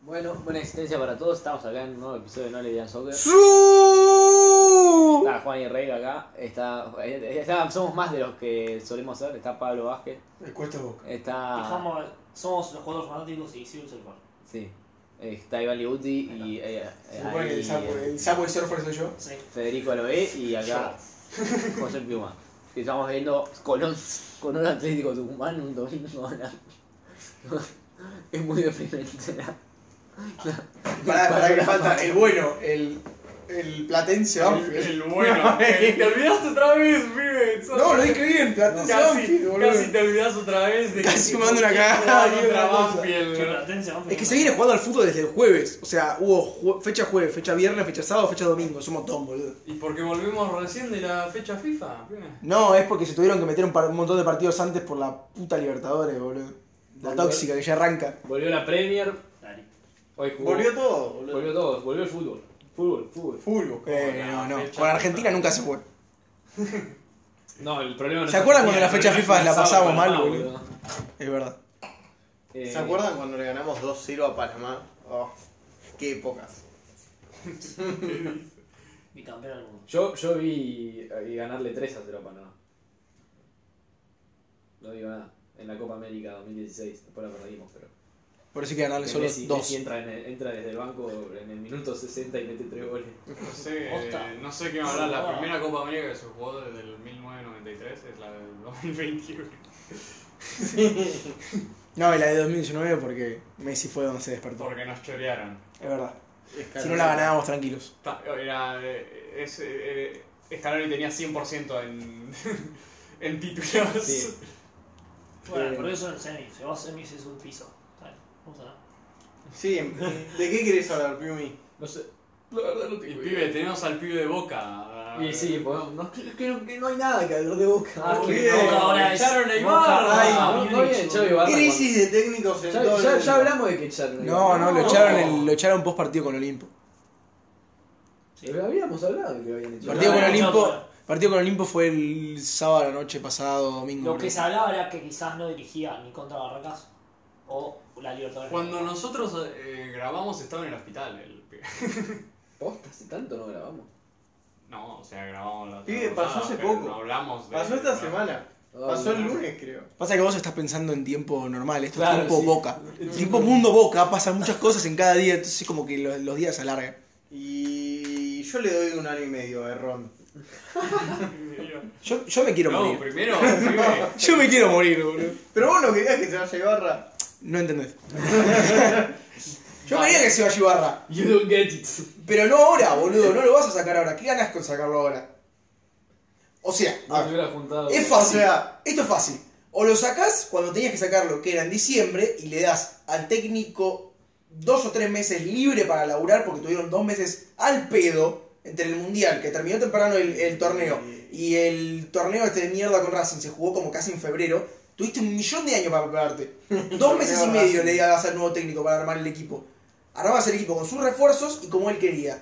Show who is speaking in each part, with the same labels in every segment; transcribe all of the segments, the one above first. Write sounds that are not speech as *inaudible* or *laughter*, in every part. Speaker 1: Bueno, buena existencia para todos. Estamos acá en un nuevo episodio de No Le Digan Soccer.
Speaker 2: ¡Su!
Speaker 1: Está Juan y Rey acá. Está, eh, está- somos más de los que solemos ser. Está Pablo Vázquez.
Speaker 2: Me cuesta boca.
Speaker 1: Está.
Speaker 3: Dejamos, somos los jugadores fanáticos y Cyrus el fan.
Speaker 1: Sí. Está Iván Liuti y. eh, eh,
Speaker 2: Se supone que
Speaker 1: ahí,
Speaker 2: el sapo,
Speaker 1: eh,
Speaker 2: el sapo de surfer soy yo.
Speaker 3: Sí.
Speaker 1: Federico Aloé y
Speaker 2: *laughs*
Speaker 1: acá José Piuma. Que estamos viendo Colón, Colón Atlético Tucumán un domingo. *laughs* a la- Es muy deprimente. la-
Speaker 2: Pará, pará que falta el bueno, el, el platense Banfield.
Speaker 4: *laughs* bueno. el- te olvidaste otra vez, pibe. Sos-
Speaker 2: No, lo dije bien, platense
Speaker 4: Casi,
Speaker 2: Banfield, boludo.
Speaker 4: casi te olvidas otra vez de
Speaker 2: Casi
Speaker 4: que-
Speaker 2: mando una cagada
Speaker 4: jugaban
Speaker 2: ahí,
Speaker 4: contra
Speaker 2: una cosa.
Speaker 4: Banfield.
Speaker 3: Che, Platense, Banfield,
Speaker 2: Es que
Speaker 3: no.
Speaker 2: se viene jugando al fútbol desde el jueves. O sea, hubo ju- fecha jueves, fecha viernes, fecha sábado, fecha domingo. Es un montón, boludo.
Speaker 4: Y porque volvimos recién de la fecha FIFA. pibe.
Speaker 2: No, es porque se tuvieron que meter un, par- un montón de partidos antes por la puta Libertadores, boludo. La tóxica que ya arranca.
Speaker 5: Volvió la Premier,
Speaker 3: Dale.
Speaker 5: hoy jugó.
Speaker 2: Volvió todo, boludo.
Speaker 5: volvió todo, volvió el fútbol. Fútbol, fútbol.
Speaker 2: Fútbol. Eh, no, no.
Speaker 4: Fecha
Speaker 2: Con Argentina nunca se fue.
Speaker 5: No, el problema no
Speaker 2: ¿Se
Speaker 5: es
Speaker 2: acuerdan cuando
Speaker 5: Argentina,
Speaker 2: la
Speaker 5: el
Speaker 2: fecha
Speaker 5: problema
Speaker 2: FIFA la
Speaker 5: es que
Speaker 2: pasamos
Speaker 5: Panamá,
Speaker 2: mal, boludo? Es verdad.
Speaker 5: Eh,
Speaker 6: ¿Se acuerdan cuando le ganamos 2-0 a Panamá? Oh, qué épocas.
Speaker 3: Bicampeón del mundo.
Speaker 5: Yo, yo vi eh, ganarle 3 a 0 a Panamá. No digo nada. En la Copa América 2016, después la perdimos, pero.
Speaker 2: Por eso hay que ganarle
Speaker 5: que
Speaker 2: solo
Speaker 5: Messi,
Speaker 2: dos.
Speaker 5: Messi entra, en el- entra desde el banco en el minuto 60 y mete 3 goles.
Speaker 4: No sé,
Speaker 3: Posta.
Speaker 4: eh, no sé qué me hablar. La
Speaker 3: Jugaba.
Speaker 4: primera Copa América que se jugó desde el 1993 es la del 2021.
Speaker 2: No, y la de 2019 porque Messi fue donde se despertó.
Speaker 4: Porque nos chorearon.
Speaker 2: Es verdad. Si
Speaker 6: Escalón.
Speaker 2: no la ganábamos tranquilos.
Speaker 4: Ta- Era, eh, es, eh, Scaloni tenía 100% en, *laughs* en títulos.
Speaker 5: Sí.
Speaker 3: Bueno, pero eso en semis. Se va a semis es un piso. Dale, vamos a ver.
Speaker 6: Sí, ¿de qué querés hablar, Piumi?
Speaker 5: No sé. La verdad no
Speaker 4: Y
Speaker 5: tengo idea.
Speaker 4: pibe, tenemos al pibe de boca.
Speaker 5: Y sí, podemos- no, es que no, que no hay nada que hablar de boca.
Speaker 3: Ah,
Speaker 6: que
Speaker 5: Boludo.
Speaker 6: no,
Speaker 3: ahora es-
Speaker 5: Echaron a Ibarra.
Speaker 6: Moja- Ay,
Speaker 5: No, no
Speaker 3: Múnich,
Speaker 5: viene
Speaker 3: boludo.
Speaker 5: Xavi Ibarra cuando-
Speaker 6: Crisis de técnicos en
Speaker 5: Ya,
Speaker 6: todo el
Speaker 5: ya-
Speaker 6: mundo.
Speaker 5: ya hablamos de que echaron.
Speaker 2: No, no, lo echaron, el- lo echaron post partido con Olimpo.
Speaker 5: Pero habíamos hablado de que lo habían Ah, echado.
Speaker 2: Partido con
Speaker 3: no,
Speaker 2: Olimpo,
Speaker 3: no.
Speaker 2: partido con Olimpo fue el sábado a la noche pasado, domingo.
Speaker 3: Lo que
Speaker 2: creo.
Speaker 3: se hablaba era que quizás no dirigía ni contra Barracas o la Libertadores.
Speaker 4: Cuando nosotros eh, grabamos estaba en el hospital el pibe.
Speaker 5: Posta, hace tanto no grabamos.
Speaker 4: No, o sea, grabamos la
Speaker 6: Pibe,
Speaker 4: temporada,
Speaker 6: pasó hace
Speaker 4: pero
Speaker 6: poco.
Speaker 4: No hablamos de-
Speaker 6: Pasó esta
Speaker 4: no.
Speaker 6: semana.
Speaker 5: Ah,
Speaker 6: Pasó el
Speaker 5: bueno.
Speaker 6: lunes, creo.
Speaker 2: Pasa que vos estás pensando en tiempo normal, esto
Speaker 5: Claro,
Speaker 2: es tiempo
Speaker 5: sí.
Speaker 2: boca. Tiempo mundo boca, pasan muchas cosas en cada día, entonces es como que los, los días se alargan.
Speaker 6: Y yo le doy un año y medio a Ron.
Speaker 2: Yo, yo me quiero
Speaker 4: No,
Speaker 2: morir.
Speaker 4: primero, pibe.
Speaker 2: Yo me quiero morir, boludo.
Speaker 6: Pero vos no querías que se vaya Ibarra.
Speaker 2: No
Speaker 5: *laughs*
Speaker 2: entendés. yo quería que se vaya Ibarra.
Speaker 5: You don't get it.
Speaker 2: Pero no ahora, boludo, no lo vas a sacar ahora. ¿Qué ganas con sacarlo ahora? O sea, a
Speaker 5: No
Speaker 2: ver,
Speaker 5: se hubiera juntado.
Speaker 2: es
Speaker 6: O
Speaker 2: fácil.
Speaker 6: sea,
Speaker 2: Esto es fácil. O lo sacás cuando tenías que sacarlo, que era en diciembre, y le das al técnico dos o tres meses libre para laburar, porque tuvieron dos meses al pedo entre el mundial, que terminó temprano el, el torneo, y el torneo este de mierda con Racing se jugó como casi en febrero. Tuviste un millón de años para prepararte. Dos meses y
Speaker 6: Torneo
Speaker 2: medio
Speaker 6: Racing.
Speaker 2: le dabas al nuevo técnico para armar el equipo. Armabas el equipo con sus refuerzos y como él quería.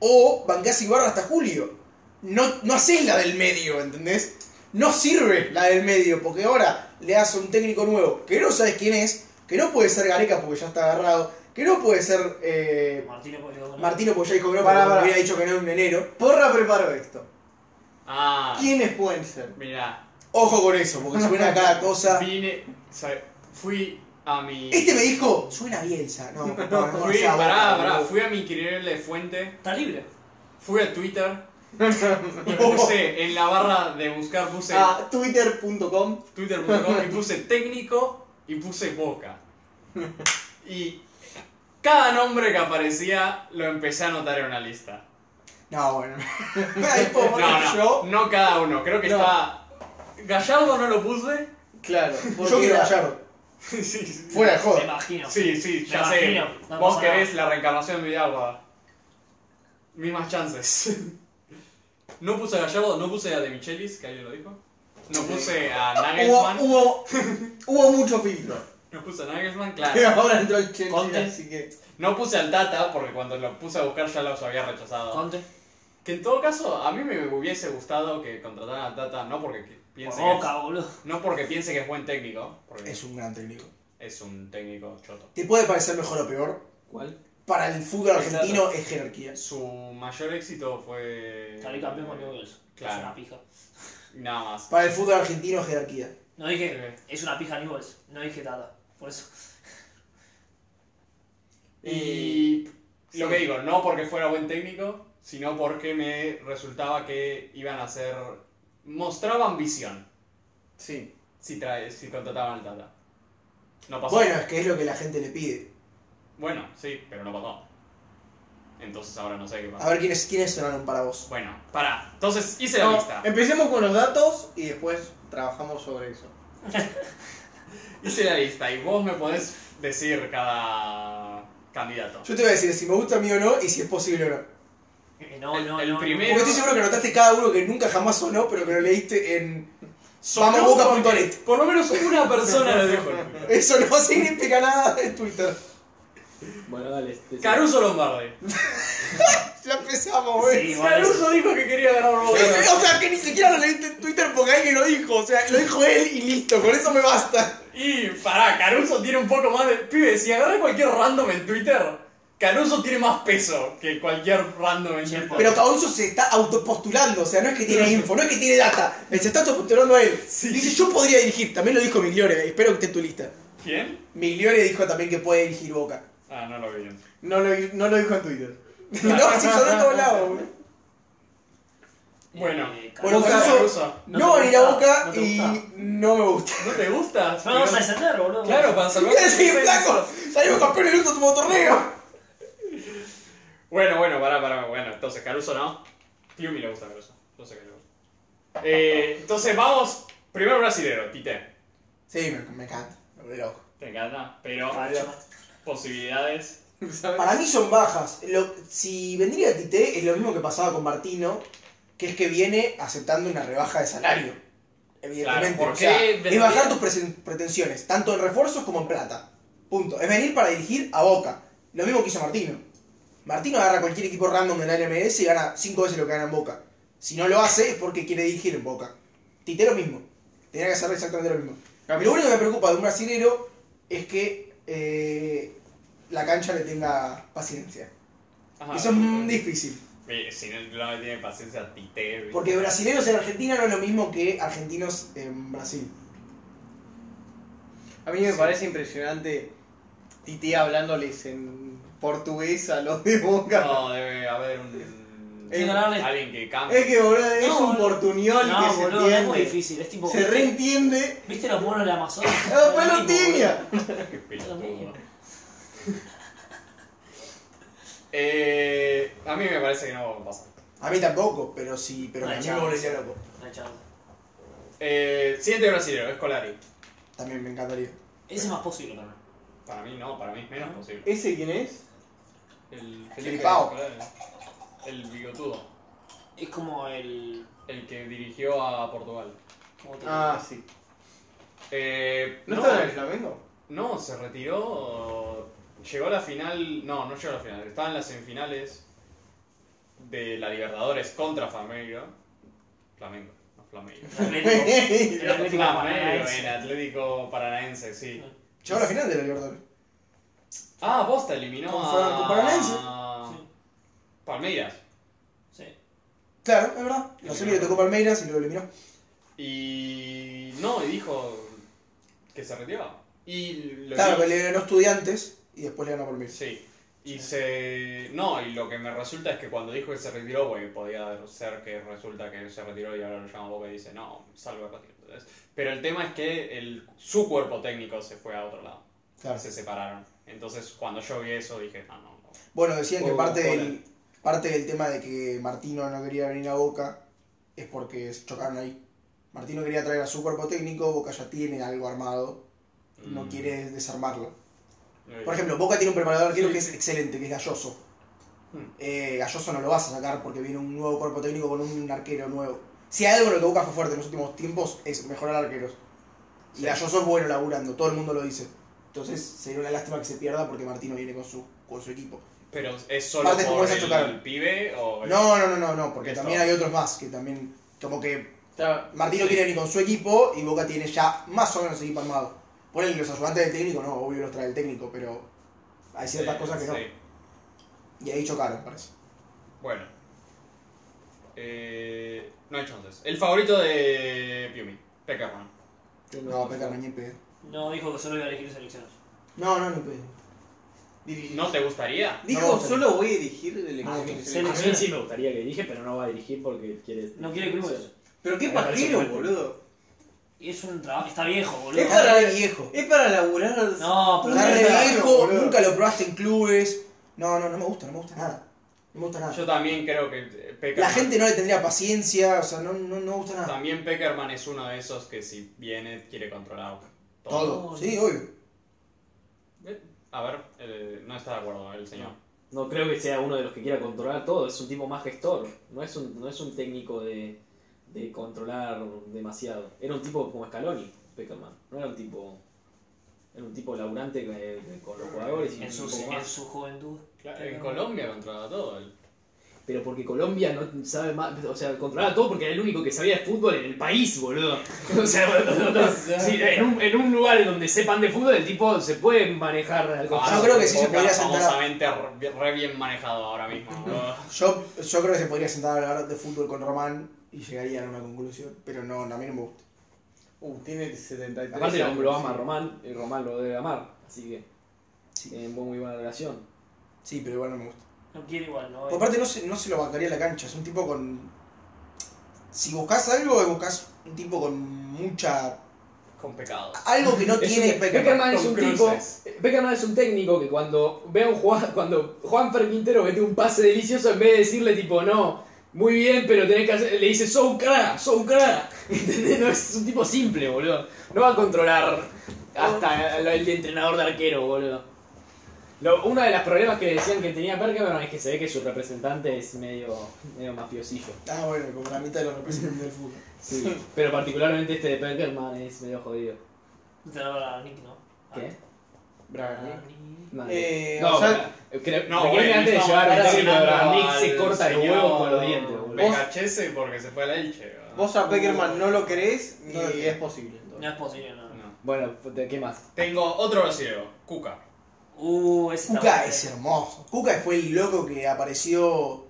Speaker 2: O bancás Ibarra hasta julio. No, no haces la del medio, ¿entendés? No sirve la del medio, porque ahora le das a un técnico nuevo que no sabes quién es, que no puede ser Gareca porque ya está agarrado, que no puede ser eh,
Speaker 3: Martínez puede llegar con
Speaker 2: Martino porque ya dijo que no,
Speaker 6: Pará,
Speaker 2: porque
Speaker 6: pará.
Speaker 2: hubiera dicho que no en enero.
Speaker 6: Porra preparó esto.
Speaker 4: Ah,
Speaker 6: ¿Quiénes pueden ser?
Speaker 4: mirá,
Speaker 2: Ojo con eso, porque suena cada cosa.
Speaker 4: vine, o sea, fui a mi...
Speaker 2: Este me dijo, suena Bielsa. No, no, no, no,
Speaker 4: Fui,
Speaker 2: sea boca,
Speaker 4: pará,
Speaker 2: boludo.
Speaker 4: pará, fui a mi de fuente.
Speaker 3: Está libre.
Speaker 4: Fui a Twitter
Speaker 6: *laughs*
Speaker 4: y puse en la barra de buscar, puse
Speaker 6: A twitter.com.
Speaker 4: twitter.com y puse técnico y puse boca. Y cada nombre que aparecía lo empecé a anotar en una lista.
Speaker 2: No, bueno. Ahí puedo
Speaker 4: No,
Speaker 2: poner
Speaker 4: no,
Speaker 2: yo.
Speaker 4: no cada uno, creo que
Speaker 2: No.
Speaker 4: está... Gallardo no lo puse.
Speaker 6: Claro.
Speaker 2: Yo
Speaker 6: porque
Speaker 2: quiero
Speaker 6: era-
Speaker 2: Gallardo.
Speaker 4: sí, sí,
Speaker 2: Fuera de
Speaker 3: Me
Speaker 2: joda.
Speaker 3: imagino.
Speaker 4: sí, sí, ya
Speaker 3: Me
Speaker 4: sé.
Speaker 3: imagino, no
Speaker 4: Vos
Speaker 3: pasa
Speaker 4: querés la reencarnación de Villalba. Mismas chances. *laughs* No puse a Gallardo, no puse a De Michelis, que alguien lo dijo. No puse a Nagelsmann.
Speaker 6: Hubo, hubo, *laughs* hubo mucho filtro.
Speaker 4: No puse a Nagelsmann,
Speaker 6: *laughs*
Speaker 4: claro.
Speaker 6: Pero ahora entró el Chelsea,
Speaker 3: Conte.
Speaker 6: así que.
Speaker 4: No puse al Tata porque cuando lo puse a buscar ya los había rechazado.
Speaker 3: Conte.
Speaker 4: Que en todo caso, a mí me hubiese gustado que contrataran al Tata, no porque que- piense
Speaker 3: Por
Speaker 4: que es,
Speaker 3: boca, boludo.
Speaker 4: no porque piense que es buen técnico, porque
Speaker 2: Es
Speaker 4: es,
Speaker 2: un gran técnico.
Speaker 4: es un técnico choto.
Speaker 2: ¿Te puede parecer mejor o peor?
Speaker 5: ¿Cuál?
Speaker 2: Para el fútbol argentino es jerarquía.
Speaker 4: Su mayor éxito fue.
Speaker 3: Salí campeón con Newell's.
Speaker 4: Claro.
Speaker 3: Es una pija.
Speaker 4: Nada más.
Speaker 2: Para el fútbol argentino es jerarquía.
Speaker 3: No dije, es una pija Newell's. No dije Tata. Por eso. *laughs*
Speaker 4: Y lo que digo, no porque fuera buen técnico, sino porque me resultaba que iban a hacer. Mostraba ambición
Speaker 6: Sí.
Speaker 4: si, trae, si contrataban al Tata. No pasó.
Speaker 2: Bueno, es que es lo que la gente le pide.
Speaker 4: Bueno, sí, pero no pasó. Entonces ahora no sé qué
Speaker 3: Ah.
Speaker 2: A
Speaker 4: pasó.
Speaker 2: ver quiénes, quiénes sonaron para vos.
Speaker 4: Bueno, pará. Entonces hice la
Speaker 6: No, eh.
Speaker 4: lista.
Speaker 6: empecemos con los datos y después trabajamos sobre eso.
Speaker 4: Hice la lista y vos me podés decir cada candidato.
Speaker 2: Yo te voy a decir si me gusta a mí o no y si es posible o no.
Speaker 3: Eh, No,
Speaker 4: El-
Speaker 3: no,
Speaker 4: el
Speaker 3: no, no.
Speaker 4: primero-
Speaker 2: Porque estoy seguro que anotaste cada uno que nunca jamás sonó, pero que lo leíste en
Speaker 4: Sonó
Speaker 2: vamosboca.net.
Speaker 4: porque Por lo menos una persona lo dijo.
Speaker 2: Eso no *laughs* significa nada en Twitter.
Speaker 5: Bueno, dale. este-
Speaker 4: Caruso Lombardi.
Speaker 2: Ya empezamos, güey.
Speaker 3: Sí, bueno,
Speaker 4: Caruso dijo que quería ganar un
Speaker 2: O sea, que ni siquiera lo leíste en Twitter porque alguien lo dijo. O sea, lo dijo él y listo. Con eso me basta.
Speaker 4: Y pará, Caruso tiene un poco más de. Pibe, si agarras cualquier random en Twitter, Caruso tiene más peso que cualquier random en
Speaker 3: Sí,
Speaker 4: Twitter.
Speaker 2: Pero Causo se está autopostulando. O sea, no es que tiene info, no es que tiene data. Él se está autopostulando a él.
Speaker 4: Sí.
Speaker 2: Dice, yo podría dirigir. También lo dijo Migliore. Espero que esté en tu lista.
Speaker 4: ¿Quién?
Speaker 2: Migliore dijo también que puede dirigir Boca.
Speaker 4: Ah, no lo vi
Speaker 3: Eh,
Speaker 4: bien.
Speaker 6: No lo, no lo dijo en Twitter.
Speaker 2: no, si sonó en todos lados, güey.
Speaker 4: Bueno.
Speaker 3: eh,
Speaker 2: Bueno,
Speaker 4: Boca,
Speaker 2: Caruso-
Speaker 4: Caruso.
Speaker 2: No,
Speaker 3: No te
Speaker 2: ni la
Speaker 3: gusta,
Speaker 2: Boca
Speaker 3: no te gusta.
Speaker 2: y no me gusta.
Speaker 4: ¿No te gusta?
Speaker 3: No vamos a descender, boludo.
Speaker 4: Claro,
Speaker 2: *laughs*
Speaker 4: para salvar.
Speaker 2: Sí, flaco. Salimos campeón en el último torneo.
Speaker 4: Bueno, bueno, pará, pará. Bueno, entonces Caruso no. Fiumi le gusta Caruso. Entonces Caruso. Eh, entonces vamos. Primero brasilero, Tite.
Speaker 2: Sí, me, me encanta. Me vuelve loco.
Speaker 4: Te encanta, pero
Speaker 2: Ah,
Speaker 3: Facho.
Speaker 4: posibilidades.
Speaker 6: ¿sabes?
Speaker 2: Para mí son bajas. Lo- si vendría Tite, es lo mismo que pasaba con Martino, que es que viene aceptando una rebaja de salario. Evidentemente.
Speaker 4: ¿por
Speaker 2: o
Speaker 4: qué
Speaker 2: sea, es
Speaker 4: vendría?
Speaker 2: bajar tus presen- pretensiones, tanto en refuerzos como en plata. Punto. Es venir para dirigir a Boca. Lo mismo que hizo Martino. Martino agarra cualquier equipo random de la NMS y gana 5 veces lo que gana en Boca. Si no lo hace es porque quiere dirigir en Boca. Tite lo mismo. Tenía que hacer exactamente lo mismo. Lo único que me preocupa de un brasilero es que eh, la cancha le tenga paciencia.
Speaker 4: Ajá.
Speaker 2: Eso es mm, difícil.
Speaker 4: Eh, Si no, no tiene paciencia, Tite. ¿viste?
Speaker 2: Porque brasileños en Argentina no es lo mismo que argentinos en Brasil.
Speaker 6: A mí me parece impresionante Titi hablándoles en portugués a los de Boca.
Speaker 4: No, debe haber un.
Speaker 6: Eh,
Speaker 4: alguien que cambie.
Speaker 6: Es que boludo, es
Speaker 3: No,
Speaker 6: un
Speaker 3: boludo.
Speaker 6: portuñol
Speaker 3: No,
Speaker 6: que se
Speaker 3: boludo,
Speaker 6: entiende.
Speaker 3: es muy difícil. Es tipo.
Speaker 6: Se reentiende.
Speaker 3: ¿Viste los monos de la Amazonas?
Speaker 6: ¡Ah, Palutinia!
Speaker 4: Qué pelotudo.
Speaker 3: mismo.
Speaker 4: Eh, a mí me parece que no va a pasar.
Speaker 2: A mí tampoco, pero sí, pero
Speaker 3: No hay
Speaker 2: a mí me
Speaker 3: chance.
Speaker 2: volvería loco.
Speaker 3: No hay chance.
Speaker 4: Eh, siguiente brasileño, Escolari.
Speaker 2: También me *laughs* encantaría.
Speaker 3: Ese es más posible para mí.
Speaker 4: Para mí no, para mí es menos posible.
Speaker 6: ¿Ese quién es?
Speaker 4: El
Speaker 2: Filipao.
Speaker 4: Escolari. El bigotudo.
Speaker 3: Es como el.
Speaker 4: El que dirigió a Portugal.
Speaker 3: ¿Cómo te
Speaker 6: Ah, sí.
Speaker 4: Eh,
Speaker 6: ¿No, estaba en el Flamengo?
Speaker 4: no, se retiró. Llegó a la final. No, no llegó a la final. Estaba en las semifinales de la Libertadores contra Flamengo. Flamengo, no Flamengo.
Speaker 3: digo? El Atlético.
Speaker 4: *laughs*
Speaker 3: El Atlético
Speaker 4: Flamengo, en
Speaker 3: Paranaense.
Speaker 4: Atlético Paranaense, sí.
Speaker 2: *laughs* Llegó a la final de la Libertadores.
Speaker 4: Ah, Bosta eliminó
Speaker 2: Con Flamengo
Speaker 4: a.
Speaker 2: Paranaense.
Speaker 3: Sí,
Speaker 4: Palmeiras.
Speaker 3: sí.
Speaker 2: Claro, es verdad. No sé, le tocó Palmeiras y lo eliminó.
Speaker 4: Y. No, y dijo que se retiraba. Y lo
Speaker 2: Claro,
Speaker 4: que-
Speaker 2: que le ganó Estudiantes y después le ganó Palmeiras.
Speaker 4: Sí. Y se. No, y lo que me resulta es que cuando dijo que se retiró, porque podía ser que resulta que se retiró y ahora lo llama Boca y dice, no, salvo retiro. Entonces, Pero el tema es que el, su cuerpo técnico se fue a otro lado.
Speaker 2: Claro.
Speaker 4: Se separaron. Entonces, cuando yo vi eso, dije, ah, no, no.
Speaker 2: Bueno, decían que
Speaker 6: O
Speaker 2: parte
Speaker 6: Cola.
Speaker 2: del, parte del tema de que Martino no quería venir a Boca es porque se chocaron ahí. Martino quería traer a su cuerpo técnico, Boca ya tiene algo armado, no
Speaker 4: Mm.
Speaker 2: quiere desarmarlo.
Speaker 4: Eh,
Speaker 2: Por ejemplo, Boca tiene un preparador arquero
Speaker 4: Sí.
Speaker 2: que es excelente, que es Galloso.
Speaker 4: Hmm.
Speaker 2: Eh, Galloso no lo vas a sacar porque viene un nuevo cuerpo técnico con un arquero nuevo. Si hay algo en lo que Boca fue fuerte en los últimos tiempos es mejorar arqueros. Y Galloso es bueno laburando, todo el mundo lo dice. Entonces sería una lástima que se pierda porque Martino viene con su, con su equipo.
Speaker 4: Pero es solo
Speaker 2: Partes como
Speaker 4: por
Speaker 2: esas
Speaker 4: el,
Speaker 2: chocaron.
Speaker 4: pibe o.
Speaker 2: No, no, no, no, no, porque
Speaker 4: Eso.
Speaker 2: también hay otros más que también, como que
Speaker 6: Estaba-
Speaker 2: Martino quiere venir con su equipo y Boca tiene ya más o menos equipo armado. Ponen los ayudantes del técnico, no, obvio los trae el técnico, pero hay ciertas
Speaker 4: Sí,
Speaker 2: cosas que
Speaker 4: sí.
Speaker 2: no. Y ahí chocaron, parece.
Speaker 4: Bueno. Eh, no hay chances. El favorito de Piumi, Peckerman.
Speaker 5: este,
Speaker 2: No, Peckerman ni en pedo.
Speaker 3: No dijo que solo iba a elegir selecciones.
Speaker 2: No, no, ni en pedo.
Speaker 6: Dirigir.
Speaker 4: ¿No te gustaría?
Speaker 2: No,
Speaker 6: Dijo,
Speaker 2: no sé.
Speaker 6: solo voy a dirigir el equipo.
Speaker 2: Ah,
Speaker 3: Sí,
Speaker 5: A
Speaker 3: no.
Speaker 5: mí sí me gustaría que dirige, pero no va a dirigir porque quiere. este,
Speaker 3: No quiere clubes.
Speaker 6: Pero qué
Speaker 5: Me parece
Speaker 6: pajero,
Speaker 5: mal.
Speaker 6: boludo.
Speaker 3: Y es un trabajo. Está viejo, boludo.
Speaker 6: Es para,
Speaker 2: re viejo.
Speaker 6: es para laburar.
Speaker 3: No, pero
Speaker 2: Está re
Speaker 6: Nunca lo-
Speaker 2: viejo,
Speaker 6: boludo.
Speaker 2: nunca lo probaste en clubes. No, no, no me gusta, no me gusta nada. No me gusta nada.
Speaker 4: Yo también creo que eh, Peckerman.
Speaker 2: La gente no le tendría paciencia, o sea, no, no, no me gusta nada.
Speaker 4: También Peckerman es uno de esos que si viene quiere controlar todo.
Speaker 2: Todo, sí, obvio.
Speaker 4: Eh, A ver, eh, no está de acuerdo el señor.
Speaker 5: No creo que sea uno de los que quiera controlar todo, es un tipo más gestor, no es un, no es un técnico de, de controlar demasiado. Era un tipo como Scaloni, Peckerman, no era un tipo. Era un tipo laburante eh, con los jugadores y
Speaker 3: En su,
Speaker 5: un poco
Speaker 3: en
Speaker 5: más.
Speaker 3: su juventud.
Speaker 4: Claro, en Colombia controla todo. él.
Speaker 5: Pero porque Colombia no sabe más, o sea, controlaba todo porque era el único que sabía de fútbol en el país, boludo. *laughs* O sea, no,
Speaker 2: *laughs*
Speaker 5: no, no. Sí, en, un, en un lugar donde sepan de fútbol, el tipo se puede manejar.
Speaker 2: Ah, yo creo que sí se
Speaker 4: Boca
Speaker 2: podría sentar a-
Speaker 4: Famosamente re, re bien manejado
Speaker 2: *laughs*
Speaker 4: ahora mismo. ¿no?
Speaker 2: Yo, yo creo que se podría sentar a hablar de fútbol con Román y llegaría a una conclusión, pero no, a mí no me gusta.
Speaker 6: Uh, tiene 73
Speaker 5: Aparte lo,
Speaker 6: años.
Speaker 5: lo ama Román, y Román lo debe amar, así que tienen muy buena relación.
Speaker 2: Sí, pero igual no me gusta.
Speaker 3: No quiere igual, ¿no?
Speaker 2: Por aparte no se, no se lo bancaría en la cancha, es un tipo con... Si buscas algo, buscas un tipo con mucha...
Speaker 4: Con pecados.
Speaker 2: Algo que no
Speaker 5: *laughs* Es
Speaker 2: tiene
Speaker 5: un-
Speaker 2: Peckerman.
Speaker 5: Beckerman es
Speaker 4: Con
Speaker 5: un
Speaker 4: cruces.
Speaker 5: tipo. Beckerman es un técnico que cuando vea un Juan, cuando Juan Ferquintero mete un pase delicioso, en vez de decirle tipo, no, muy bien, pero tenés que hacer. Le dice, sos un crack, sos un crack. *laughs* ¿Entendés? No es un tipo simple, boludo. No va a controlar hasta el, el entrenador de arquero, boludo. Lo- uno de los problemas que decían que tenía Beckerman es que se ve que su representante es medio, medio mafiosillo.
Speaker 2: Ah, bueno, como la mitad de los representantes del fútbol.
Speaker 5: Sí. Pero particularmente este de Beckerman es medio jodido.
Speaker 3: Te da para Nick, ¿no?
Speaker 5: ¿Qué?
Speaker 3: Ah,
Speaker 6: Braga.
Speaker 3: Nick.
Speaker 5: No,
Speaker 6: Eh,
Speaker 5: no,
Speaker 6: o sea,
Speaker 5: creo,
Speaker 4: No,
Speaker 5: no,
Speaker 4: güey,
Speaker 5: antes de
Speaker 4: estamos
Speaker 5: llevar a
Speaker 4: mencionando
Speaker 5: Nick, Nick
Speaker 4: al
Speaker 5: se corta los
Speaker 4: señor
Speaker 5: huevos con los dientes, boludo.
Speaker 4: Becachese porque se fue a la Elche. ¿verdad?
Speaker 6: Vos a Peckerman no lo querés ni
Speaker 2: No lo quiero.
Speaker 6: es posible. entonces.
Speaker 3: No es posible, no.
Speaker 4: No.
Speaker 5: Bueno, ¿de ¿qué más?
Speaker 4: Tengo otro brasileño, Cuca.
Speaker 3: Uh, ese está
Speaker 2: Cuca
Speaker 3: bueno.
Speaker 2: es hermoso. Cuca fue el loco que apareció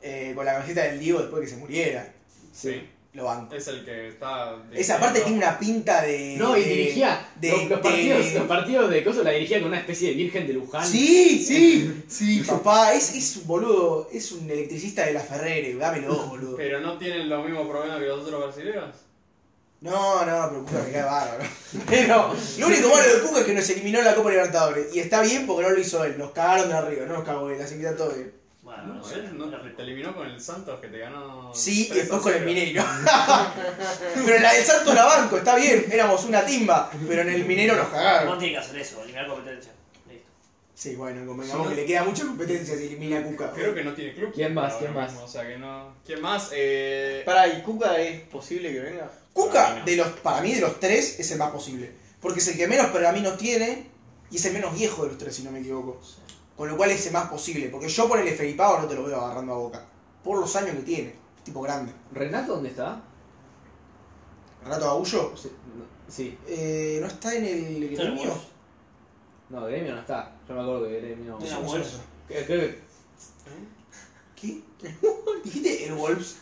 Speaker 2: eh, con la camiseta del Diego después de que se muriera.
Speaker 4: Sí.
Speaker 2: Lo banco.
Speaker 4: Es el que está.
Speaker 2: Esa parte tiene una pinta de.
Speaker 5: No, y
Speaker 2: de-
Speaker 5: dirigía
Speaker 2: de-
Speaker 5: los, los
Speaker 2: de-
Speaker 5: partidos, los partidos de cosas la dirigía con una especie de virgen de Luján.
Speaker 2: Sí, sí, sí, papá. Es, es un boludo. Es un electricista de la Ferrere. Dámelo, boludo.
Speaker 4: Pero no tienen los mismos problemas que los otros brasileños.
Speaker 2: No, no, pero Cuca me cae bárbaro. *laughs*
Speaker 6: Pero,
Speaker 2: Lo único malo de Cuca es que nos eliminó en la Copa Libertadores. Y está bien porque no lo hizo él. Nos cagaron de arriba. No nos cagó él. Así que está todo bien.
Speaker 3: Bueno,
Speaker 4: No,
Speaker 3: no sé.
Speaker 4: él no-
Speaker 3: la
Speaker 4: Ah, te
Speaker 3: película.
Speaker 4: eliminó con el Santos que te ganó.
Speaker 2: Sí, y
Speaker 4: 3 a
Speaker 2: después con el
Speaker 4: 0.
Speaker 2: minero. *laughs* pero la del Santos la banco, está bien, éramos una timba, pero en el minero nos
Speaker 3: No
Speaker 2: cagaron.
Speaker 3: tiene que hacer eso, eliminar competencia. Listo.
Speaker 2: Sí, bueno, convengamos que le queda mucha competencia si elimina a Cuca.
Speaker 4: Creo que no tiene club.
Speaker 5: ¿Quién más?
Speaker 4: Ahora
Speaker 5: ¿Quién más?
Speaker 4: mismo, O sea que no. ¿Quién más? Eh,
Speaker 6: pará, ¿y Cuca es posible que venga?
Speaker 2: Cuca, de los, para mí, de los tres, es el más posible. Porque es el que menos pergaminos tiene y es el menos viejo de los tres, si no me equivoco. Con lo cual es el más posible. Porque yo por el Felipao no te lo veo agarrando a boca. Por los años que tiene. Tipo grande.
Speaker 5: ¿Renato dónde está?
Speaker 2: Renato Agullo.
Speaker 5: Sí, no, sí.
Speaker 2: Eh, ¿No está en el
Speaker 3: Está en el
Speaker 2: gremio?
Speaker 3: Wolves.
Speaker 5: No, Gremio no está. Yo me acuerdo que Gremio.
Speaker 3: Sí.
Speaker 2: No sé, no sé.
Speaker 5: Creo que-
Speaker 2: ¿Qué? *laughs* ¿Dijiste el Wolves?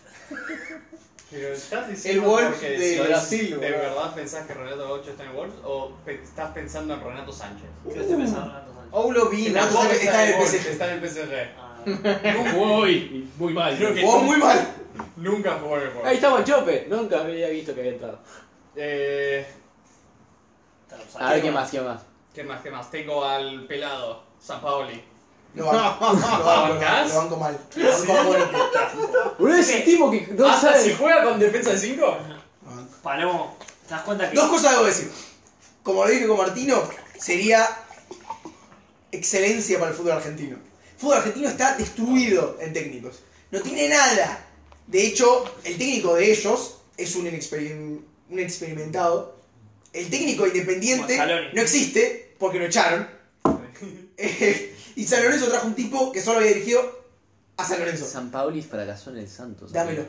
Speaker 4: pero ¿Estás diciendo
Speaker 6: El Wolves
Speaker 4: porque
Speaker 6: de
Speaker 4: si es-
Speaker 6: Brasil,
Speaker 4: ¿De
Speaker 6: boludo.
Speaker 4: verdad pensás que Renato Gaucho está en el Wolves o pe- estás pensando en Renato Sánchez?
Speaker 3: Yo estoy pensando en Renato Sánchez.
Speaker 6: Aulo Vina.
Speaker 2: Renato Sánchez está en el
Speaker 4: Wolves,
Speaker 2: PSG.
Speaker 4: Está en el PSG.
Speaker 5: *laughs*
Speaker 3: Ah,
Speaker 5: Uy, muy mal.
Speaker 4: Creo que-
Speaker 2: Jugó muy mal. *laughs*
Speaker 4: Nunca jugó en el Wolves.
Speaker 5: Ahí está Guanchope. Nunca había visto que había entrado.
Speaker 4: Eh,
Speaker 3: está los
Speaker 5: A ver, ¿qué más? ¿Qué más?
Speaker 4: ¿Qué más? ¿Qué más? Tengo al pelado, San Paoli.
Speaker 2: Lo banco, lo banco, lo banco,
Speaker 4: ¿Bancás?
Speaker 2: lo banco mal. Lo banco a muerte.
Speaker 5: Boludo, este ese tipo que no
Speaker 4: ¿Hasta
Speaker 5: sabe.
Speaker 4: si juega con defensa de 5?
Speaker 2: Lo banco.
Speaker 3: Palomo, ¿te das cuenta que
Speaker 2: Dos cosas debo decir. Como lo dije con Martino, sería excelencia para el fútbol argentino. El fútbol argentino está destruido en técnicos. No tiene nada. De hecho, el técnico de ellos es un, inexperim- un experimentado. El técnico independiente
Speaker 3: Como Scaloni.
Speaker 2: no existe porque lo echaron. *laughs* Eh, y San Lorenzo trajo un tipo que solo había dirigido a San Lorenzo.
Speaker 1: San Paoli fracasó en el Santos.
Speaker 2: Dámelo.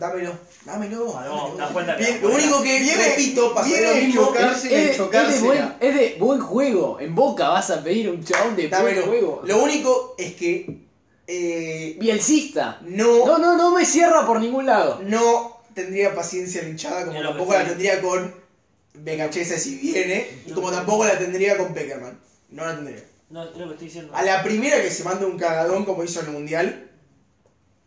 Speaker 2: Dámelo, dámelo. vos, dámelo
Speaker 3: No, te das
Speaker 2: vos.
Speaker 3: cuenta que.
Speaker 6: Bien,
Speaker 2: Lo único que
Speaker 6: Viene-
Speaker 2: repito, pasó
Speaker 6: viene
Speaker 2: lo
Speaker 6: de
Speaker 2: mismo.
Speaker 6: chocar.
Speaker 5: Es,
Speaker 6: Chocarse y
Speaker 5: es- es de
Speaker 6: chocársela.
Speaker 5: buen, es de buen juego. En Boca vas a pedir un chabón de buen
Speaker 2: Dámelo.
Speaker 5: juego.
Speaker 2: Lo único es que eh,
Speaker 5: Bielcista.
Speaker 2: no,
Speaker 5: No, no, no me cierra por ningún lado.
Speaker 2: no tendría paciencia linchada
Speaker 3: Mira
Speaker 2: como
Speaker 3: lo que
Speaker 2: tampoco
Speaker 3: fue.
Speaker 2: la tendría con Becachese si viene y como tampoco la tendría con Peckerman. No la tendría.
Speaker 3: No, es lo que estoy diciendo.
Speaker 2: A la primera que se manda un cagadón como hizo en el mundial,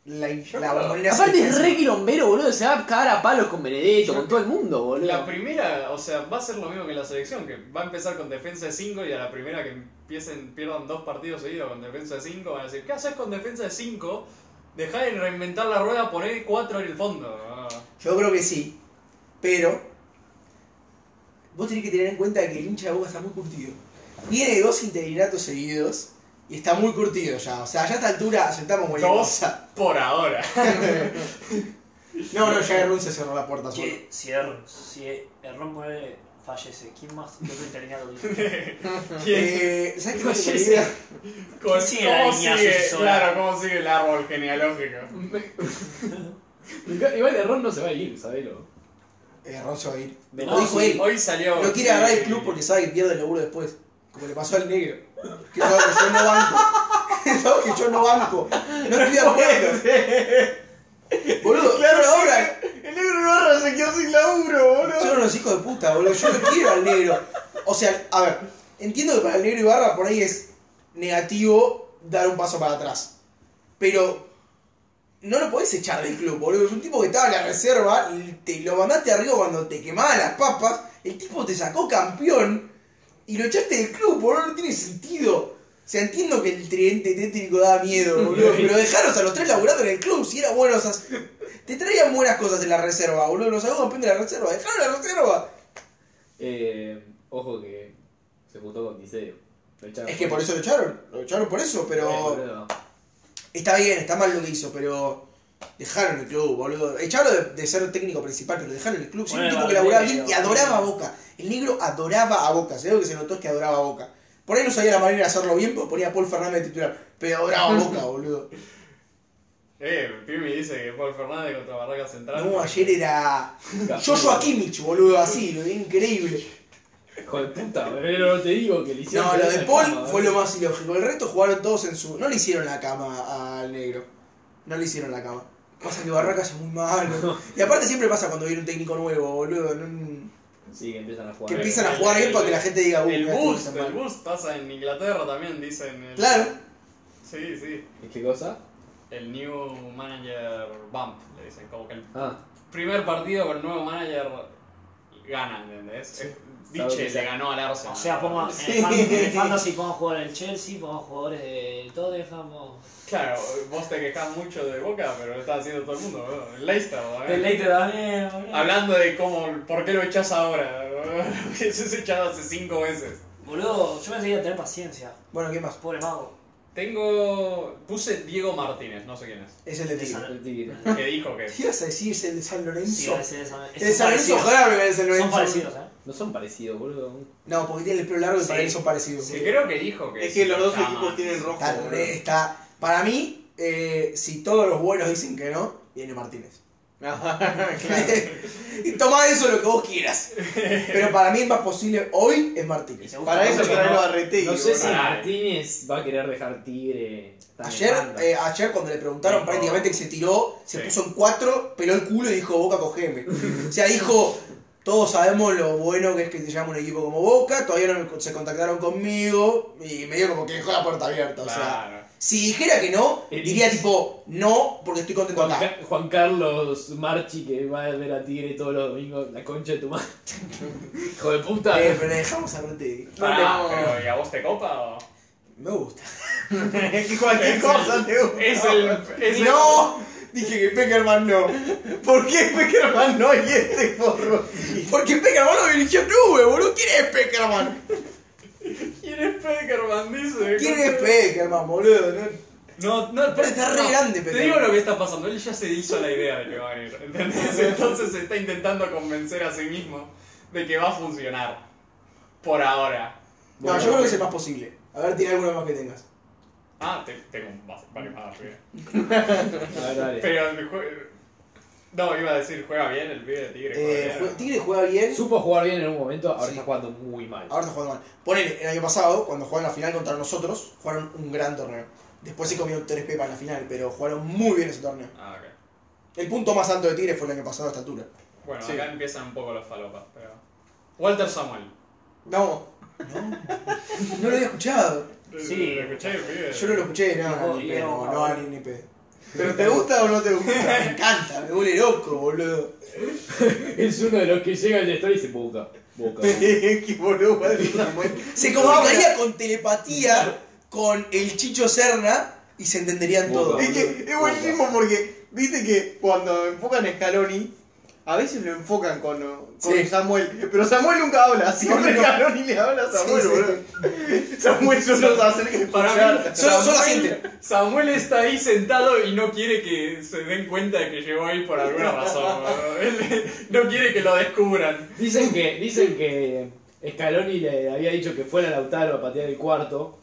Speaker 2: la, la bombonera se
Speaker 5: Aparte
Speaker 2: le
Speaker 5: es
Speaker 2: cae
Speaker 5: re
Speaker 2: encima.
Speaker 5: quilombero, boludo. Se va a cagar a palos con Benedetto, con todo el mundo, boludo.
Speaker 4: La primera, o sea, va a ser lo mismo que la selección, que va a empezar con defensa de 5 y a la primera que empiecen, pierdan dos partidos seguidos con defensa de 5, van a decir, ¿qué haces con defensa de 5? Dejá de reinventar la rueda, poner 4 en el fondo. Ah.
Speaker 2: Yo creo que sí, pero vos tenés que tener en cuenta que el hincha de Boca está muy curtido. Viene de dos interinatos seguidos y está muy curtido ya. O sea, ya a esta altura aceptamos cualquier
Speaker 4: Dos.
Speaker 2: cosa.
Speaker 4: Por ahora.
Speaker 2: No, no, ya Errun se cerró la puerta solo.
Speaker 3: Que si Erron, si er, Erron ponele, fallece, ¿quién más? ¿Qué otro
Speaker 5: *laughs*
Speaker 3: interinato tiene?
Speaker 4: ¿Quién-
Speaker 2: Eh, ¿Sabes qué
Speaker 4: *laughs* No,
Speaker 2: pasa?
Speaker 4: ya sé. *laughs* ¿Cómo
Speaker 3: sigue la línea
Speaker 4: sigue-
Speaker 3: sucesoria?
Speaker 4: claro, ¿cómo sigue el árbol genealógico?
Speaker 5: Igual Errón no se va a ir, sabelo.
Speaker 2: Errun se Eh, va a ir.
Speaker 1: Ven-
Speaker 2: Lo dijo él.
Speaker 4: Hoy salió...
Speaker 2: No quiere agarrar el club porque sabe que pierde el laburo después. Como le pasó al negro. Que es algo que yo no banco. *laughs* Es algo que yo no banco. No estoy de acuerdo. Boludo,
Speaker 6: Claro,
Speaker 2: yo ahora.
Speaker 6: ahora. El negro Ibarra se quedó sin laburo, boludo.
Speaker 2: Son unos hijos de puta, boludo. Yo no quiero al negro. O sea, a ver, entiendo que para el negro Ibarra por ahí es negativo dar un paso para atrás. Pero no lo podés echar del club, boludo. Es un tipo que estaba en la reserva, te lo mandaste arriba cuando te quemaba las papas. El tipo te sacó campeón y lo echaste del club, boludo. No tiene sentido. O sea, entiendo que el tridente tétrico da miedo, boludo. Pero dejaros a los tres laburando en el club si era bueno. O sea, te traían buenas cosas en la reserva, boludo. Los sacó campeón de la reserva. Dejaron la reserva.
Speaker 5: Eh, ojo que se juntó con Tiseo.
Speaker 2: Es que por eso lo echaron, lo echaron por eso, pero está bien, está mal lo que hizo, pero dejaron el club, boludo. Echaron de, de ser técnico principal, pero dejaron el club. Sí,
Speaker 3: Bueno,
Speaker 2: un tipo que
Speaker 3: el
Speaker 2: laburaba
Speaker 3: negro.
Speaker 2: bien y adoraba a Boca. El negro adoraba a Boca, se ve que se notó es que adoraba a Boca. Por ahí no sabía la manera de hacerlo bien, porque ponía a Paul Fernández de titular, pero adoraba a Boca, boludo.
Speaker 4: Eh, Pimi dice que Paul Fernández contra Barraca Central.
Speaker 2: No, ayer era Joshua Kimmich, boludo, así, lo vi increíble.
Speaker 5: Hijo de puta, pero te digo que le hicieron.
Speaker 2: No, lo de
Speaker 5: esa
Speaker 2: Paul
Speaker 5: cama,
Speaker 2: fue lo
Speaker 5: boludo.
Speaker 2: más ilógico. El resto jugaron todos en su. No le hicieron la cama al negro. No le hicieron la cama. Pasa que Barracas es muy malo. Y aparte siempre pasa cuando viene un técnico nuevo, boludo. no-
Speaker 5: Sí, que empiezan a jugar.
Speaker 2: Que
Speaker 4: el-
Speaker 2: empiezan a
Speaker 4: el-
Speaker 2: jugar bien
Speaker 4: el-
Speaker 2: para que la gente diga, uh,
Speaker 4: El
Speaker 2: mirá,
Speaker 4: bus,
Speaker 2: este
Speaker 4: el
Speaker 2: mal.
Speaker 4: bus pasa en Inglaterra también, dicen. el-
Speaker 2: Claro.
Speaker 4: Sí, sí.
Speaker 5: ¿Y ¿Qué cosa?
Speaker 4: El new manager bump, le dicen. Como que el
Speaker 5: Ah,
Speaker 4: primer partido con el nuevo manager gana, ¿entendés? Es-
Speaker 5: Sabe que
Speaker 4: Diche
Speaker 5: sea.
Speaker 4: le ganó al Arsenal.
Speaker 3: O sea, ponga en el, fan- en el fantasy ponga a jugar el Chelsea, ponga jugadores del Tottenham o...
Speaker 4: Claro, vos te quejás mucho de Boca, pero lo está haciendo todo el mundo, ¿no? El Leicester, ¿no?
Speaker 3: Del Leite también, boludo.
Speaker 4: Hablando de cómo, por qué lo echás ahora, *laughs* ¿no? Hubieses echado hace cinco veces.
Speaker 3: Boludo, yo me enseñé a tener paciencia.
Speaker 2: Bueno, ¿qué más?
Speaker 3: Pobre mago.
Speaker 4: Tengo... Puse Diego Martínez, no sé quién es.
Speaker 2: Es el de
Speaker 3: De
Speaker 2: Tigre.
Speaker 3: San-
Speaker 5: el tigre.
Speaker 4: Que
Speaker 2: *laughs*
Speaker 4: dijo que...
Speaker 2: ¿Qué ibas a decir? Es el de San
Speaker 3: Sí,
Speaker 2: Lorenzo.
Speaker 3: ese de San
Speaker 2: El de
Speaker 3: son
Speaker 2: San Lorenzo,
Speaker 3: parecidos.
Speaker 2: ojalá me vea el de San Lorenzo.
Speaker 3: Son parecidos, ¿eh?
Speaker 5: No son parecidos, boludo.
Speaker 2: No, porque tiene el pelo largo y
Speaker 3: Sí.
Speaker 2: para él son parecidos.
Speaker 4: Sí, creo que dijo que...
Speaker 6: Es que los dos
Speaker 4: llama-
Speaker 6: equipos tienen rojo.
Speaker 2: Está, *laughs*
Speaker 6: boludo.
Speaker 2: está- Para mí, eh, si todos los buenos dicen que no, viene Martínez.
Speaker 6: claro.
Speaker 2: *laughs* Y Tomá eso lo que vos quieras. Pero para mí es más posible hoy es
Speaker 3: Y
Speaker 2: Martínez.
Speaker 3: se gusta
Speaker 6: *laughs* Para eso
Speaker 3: mucho,
Speaker 6: traerlo
Speaker 3: ¿no?
Speaker 6: a Retegui.
Speaker 5: No sé si
Speaker 4: boludo.
Speaker 5: Martínez va a querer dejar tigre. tan en
Speaker 2: Ayer,
Speaker 5: banda.
Speaker 2: eh, ayer cuando le preguntaron
Speaker 4: Dijo-
Speaker 2: prácticamente que se tiró, se
Speaker 4: Sí.
Speaker 2: puso en cuatro, peló el culo y dijo Boca cogeme. O sea, dijo, todos sabemos lo bueno que es que te llama un equipo como Boca, todavía no me- se contactaron conmigo y medio como que dejó la puerta abierta. O sea,
Speaker 4: Claro.
Speaker 2: si dijera que no,
Speaker 5: El-
Speaker 2: diría tipo, no, porque estoy contento
Speaker 5: Juan,
Speaker 2: acá.
Speaker 5: Ca- Juan Carlos Marchi que va a ver a Tigre todos los domingos, la concha de
Speaker 2: *laughs*
Speaker 5: tu madre. Hijo de puta.
Speaker 2: Eh, pero le dejamos a Martínez.
Speaker 4: Pará,
Speaker 6: No.
Speaker 4: Ah, pero ¿y a vos te copa o...?
Speaker 2: Me gusta. *laughs*
Speaker 6: Cualquier cosa te gusta.
Speaker 4: Es el... Es el-
Speaker 2: ¡No! Dije que Peckerman no.
Speaker 6: ¿Por qué Peckerman no y este porro?
Speaker 2: Porque Peckerman lo dirigió Nube, boludo. ¿Quién es Peckerman?
Speaker 4: ¿Quién es Peckerman? Dice.
Speaker 2: ¿Quién es Peckerman, boludo? No-
Speaker 4: No, no,
Speaker 2: Aparte está re
Speaker 4: no,
Speaker 2: grande,
Speaker 4: Te
Speaker 2: Peckerman.
Speaker 4: digo lo que está pasando, él ya se hizo la idea de que va a venir,
Speaker 2: *laughs*
Speaker 4: ¿entendés? Entonces se está intentando convencer a sí mismo de que va a funcionar. Por ahora.
Speaker 2: No, yo creo que es el más posible. A ver, tira alguno más que tengas.
Speaker 4: Ah, te- tengo un bas- varios más arriba.
Speaker 5: A ver, dale.
Speaker 4: Pero el jue- No, iba a decir, juega bien el pibe de Tigre.
Speaker 2: Eh,
Speaker 4: juega bien.
Speaker 2: jue- Tigre juega bien.
Speaker 5: Supo jugar bien en un momento, ahora
Speaker 2: Sí.
Speaker 5: está jugando muy mal.
Speaker 2: Ahora está jugando mal. Ponele, el año pasado, cuando jugaron la final contra nosotros, jugaron un gran torneo. Después se comieron tres pepas en la final, pero jugaron muy bien ese torneo.
Speaker 4: Ah, ok.
Speaker 2: El punto más alto de Tigre fue el año pasado a esta altura.
Speaker 4: Bueno,
Speaker 6: Sí.
Speaker 4: acá empiezan un poco los falopas, pero... Walter Samuel.
Speaker 6: No,
Speaker 2: No lo había escuchado.
Speaker 3: Sí.
Speaker 4: ¿Lo escuché, pibe?
Speaker 2: Yo no lo escuché, no, no,
Speaker 3: No,
Speaker 2: ni pedo,
Speaker 3: no.
Speaker 2: no, ni, ni pedo.
Speaker 6: pero ¿te gusta o no te
Speaker 2: *laughs*
Speaker 6: gusta? *laughs*
Speaker 2: Me encanta, me vuelve loco, boludo.
Speaker 5: Es uno de los que llega al store y dice boca, boca.
Speaker 6: Qué boludo, Walter Samuel.
Speaker 2: *laughs* Se comunicaría con telepatía con el Chicho Serna y se entenderían
Speaker 5: Boca.
Speaker 2: todo.
Speaker 6: Es que es buenísimo porque, viste que cuando enfocan a Scaloni, a veces lo enfocan con, con
Speaker 2: Sí.
Speaker 6: Samuel, pero Samuel nunca habla, siempre
Speaker 2: no.
Speaker 6: Scaloni le habla a Samuel,
Speaker 2: Sí, sí.
Speaker 6: boludo. *laughs* Samuel solo se acerca a escuchar.
Speaker 2: Solo, solo
Speaker 4: Samuel-
Speaker 2: siente.
Speaker 4: Samuel está ahí sentado y no quiere que se den cuenta de que llegó ahí por alguna
Speaker 2: *laughs*
Speaker 4: razón. boludo. Él no quiere que lo descubran.
Speaker 5: Dicen que, dicen que Scaloni le había dicho que fuera Lautaro a patear el cuarto.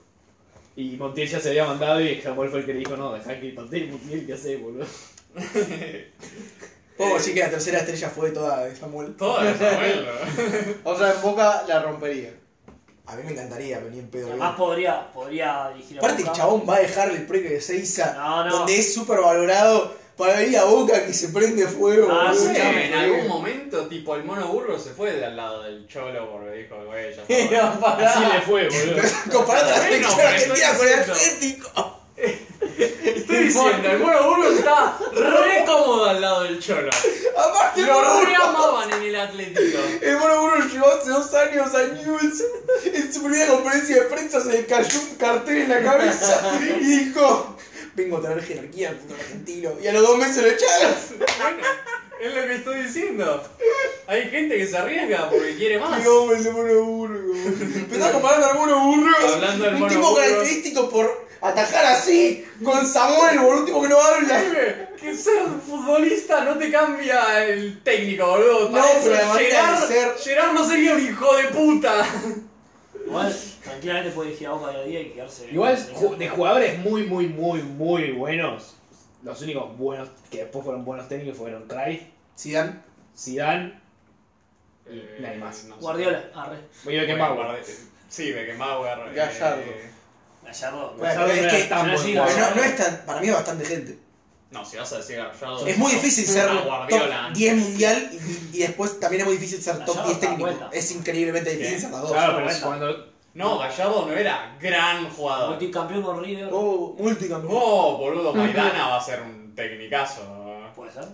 Speaker 5: Y Montiel ya se había mandado y Samuel fue el que le dijo, no, dejá que patee Montiel, ¿qué hace, boludo?
Speaker 2: Puedo
Speaker 3: Eh,
Speaker 2: decir que la tercera estrella fue toda de Samuel.
Speaker 4: Todo de Samuel.
Speaker 2: *laughs*
Speaker 4: boludo.
Speaker 6: O sea, en Boca la rompería.
Speaker 2: A mí me encantaría, pero ni en pedo. boludo.
Speaker 3: Además Ah, podría, podría dirigir a
Speaker 2: Aparte, el
Speaker 3: Boca.
Speaker 2: chabón va a dejar el premio de Seiza,
Speaker 3: No, no.
Speaker 2: donde es súper valorado, para venir a Boca que se prende fuego.
Speaker 3: Ah,
Speaker 2: boludo.
Speaker 3: sí,
Speaker 2: Ya *laughs* me
Speaker 4: en
Speaker 2: fregué.
Speaker 4: algún momento, tipo, el mono burro se fue de al lado del cholo porque dijo, güey,
Speaker 2: *laughs*
Speaker 4: ya está.
Speaker 6: No, pará.
Speaker 5: Así le fue, boludo.
Speaker 2: Comparando la
Speaker 4: Bueno,
Speaker 2: selección
Speaker 4: pero
Speaker 2: argentina
Speaker 4: estoy
Speaker 2: con el
Speaker 4: diciendo-
Speaker 2: Atlético.
Speaker 4: Estoy diciendo, el mono burro está re cómodo al lado del cholo.
Speaker 2: Aparte, el
Speaker 4: Lo
Speaker 2: Mono
Speaker 4: re
Speaker 2: Bruno-
Speaker 4: amaban en el Atlético.
Speaker 2: el Mono Bruno llegó hace dos años a News. En su primera conferencia de prensa se le cayó un cartel en la cabeza y dijo: Vengo a traer jerarquía al fútbol argentino. Y a los dos meses lo echaron.
Speaker 4: Bueno, es lo que estoy diciendo. Hay gente que se arriesga porque quiere más.
Speaker 2: Qué hombre el mono burgo. Empezás comparando al mono burgo.
Speaker 4: Hablando del
Speaker 2: un
Speaker 4: mono
Speaker 2: tipo
Speaker 4: burgo.
Speaker 2: característico por atajar así con Samuel, boludo, un tipo que no habla.
Speaker 4: Pibe, *laughs* Que ser futbolista no te cambia el técnico, boludo.
Speaker 2: No,
Speaker 4: Para eso
Speaker 2: pero la manera de
Speaker 4: Gerard-
Speaker 2: ser-
Speaker 4: Gerard no sería un hijo de puta.
Speaker 3: Igual, tranquilamente puede dirigir a Boca día a día y quedarse.
Speaker 5: Igual, ju- de jugadores muy, muy, muy, muy buenos, los únicos buenos que después fueron buenos técnicos fueron Cruyff,
Speaker 2: Sigan.
Speaker 5: Zidane,
Speaker 4: Eh,
Speaker 5: Nadie más.
Speaker 4: no sé.
Speaker 3: Guardiola, arre.
Speaker 5: medio que
Speaker 4: Bueno,
Speaker 5: más,
Speaker 4: Guardi- eh, Sí, Beckenbauer. eh,
Speaker 6: Gallardo.
Speaker 3: Gallardo.
Speaker 2: Bueno, pero es que-
Speaker 5: tan
Speaker 3: pero
Speaker 5: buen
Speaker 3: sí,
Speaker 5: jugador.
Speaker 2: no, no es tan, para mí es bastante gente.
Speaker 4: no, si vas a decir Gallardo.
Speaker 2: Es muy difícil ser
Speaker 4: Ah,
Speaker 2: top
Speaker 4: Guardiola.
Speaker 2: 10 mundial y, y después también es muy difícil ser top
Speaker 3: Gallardo
Speaker 2: 10
Speaker 3: da
Speaker 2: técnico.
Speaker 3: vuelta.
Speaker 2: Es increíblemente difícil ser las dos.
Speaker 5: Claro, pero
Speaker 3: Bueno.
Speaker 5: cuando...
Speaker 4: No, Gallardo no era gran jugador.
Speaker 3: Multicampeón con River.
Speaker 2: Oh, multicampeón. *laughs*
Speaker 4: Oh,
Speaker 3: *laughs*
Speaker 4: boludo, Maidana va a ser un tecnicazo. ¿no?
Speaker 3: Puede ser.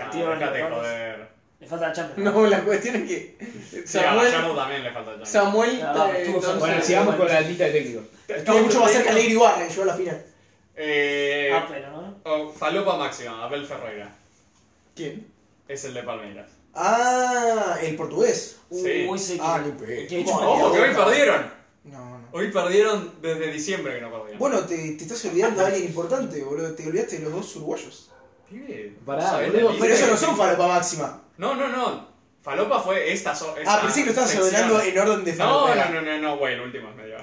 Speaker 4: Ah,
Speaker 3: Tiro en
Speaker 4: déjate
Speaker 3: los
Speaker 4: joder.
Speaker 3: Le falta la Champions.
Speaker 6: No, la cuestión es que
Speaker 4: Sí, a
Speaker 5: ah.
Speaker 4: Gallardo
Speaker 6: Samuel.
Speaker 4: también le falta chance.
Speaker 6: Samuel.
Speaker 3: Claro,
Speaker 6: eh,
Speaker 3: estuvo
Speaker 6: no
Speaker 3: Samuel.
Speaker 5: Bueno,
Speaker 6: sé.
Speaker 5: sigamos con la lista de técnicos.
Speaker 2: Estuvo mucho más cerca Alegre Ibarra que llegó a la final.
Speaker 4: Eh,
Speaker 3: Ah, pero no.
Speaker 4: oh, falopa máxima, Abel Ferreira.
Speaker 6: ¿Quién?
Speaker 4: Es el de Palmeiras.
Speaker 2: Ah, el portugués.
Speaker 4: Sí.
Speaker 3: Uy, ese que.
Speaker 2: Ah, ni pedo.
Speaker 3: que he hecho
Speaker 2: Ojo,
Speaker 4: Ojo, que hoy
Speaker 2: Boca.
Speaker 4: perdieron.
Speaker 2: No, no.
Speaker 4: Hoy perdieron desde diciembre que no perdían.
Speaker 2: Bueno, te, te estás olvidando de alguien importante, boludo. Te olvidaste de los dos uruguayos.
Speaker 4: Pibe,
Speaker 5: Pará,
Speaker 4: ¿no sabés
Speaker 5: boludo,
Speaker 4: la lista?
Speaker 2: Pero eso no son falopa máxima.
Speaker 4: No, no, no. Falopa fue esta. So
Speaker 2: Ah,
Speaker 4: esta
Speaker 2: pensé que lo estabas
Speaker 4: sección.
Speaker 2: ordenando en orden de
Speaker 4: No,
Speaker 2: falopa.
Speaker 4: no, no, no, no, güey, el último es medio.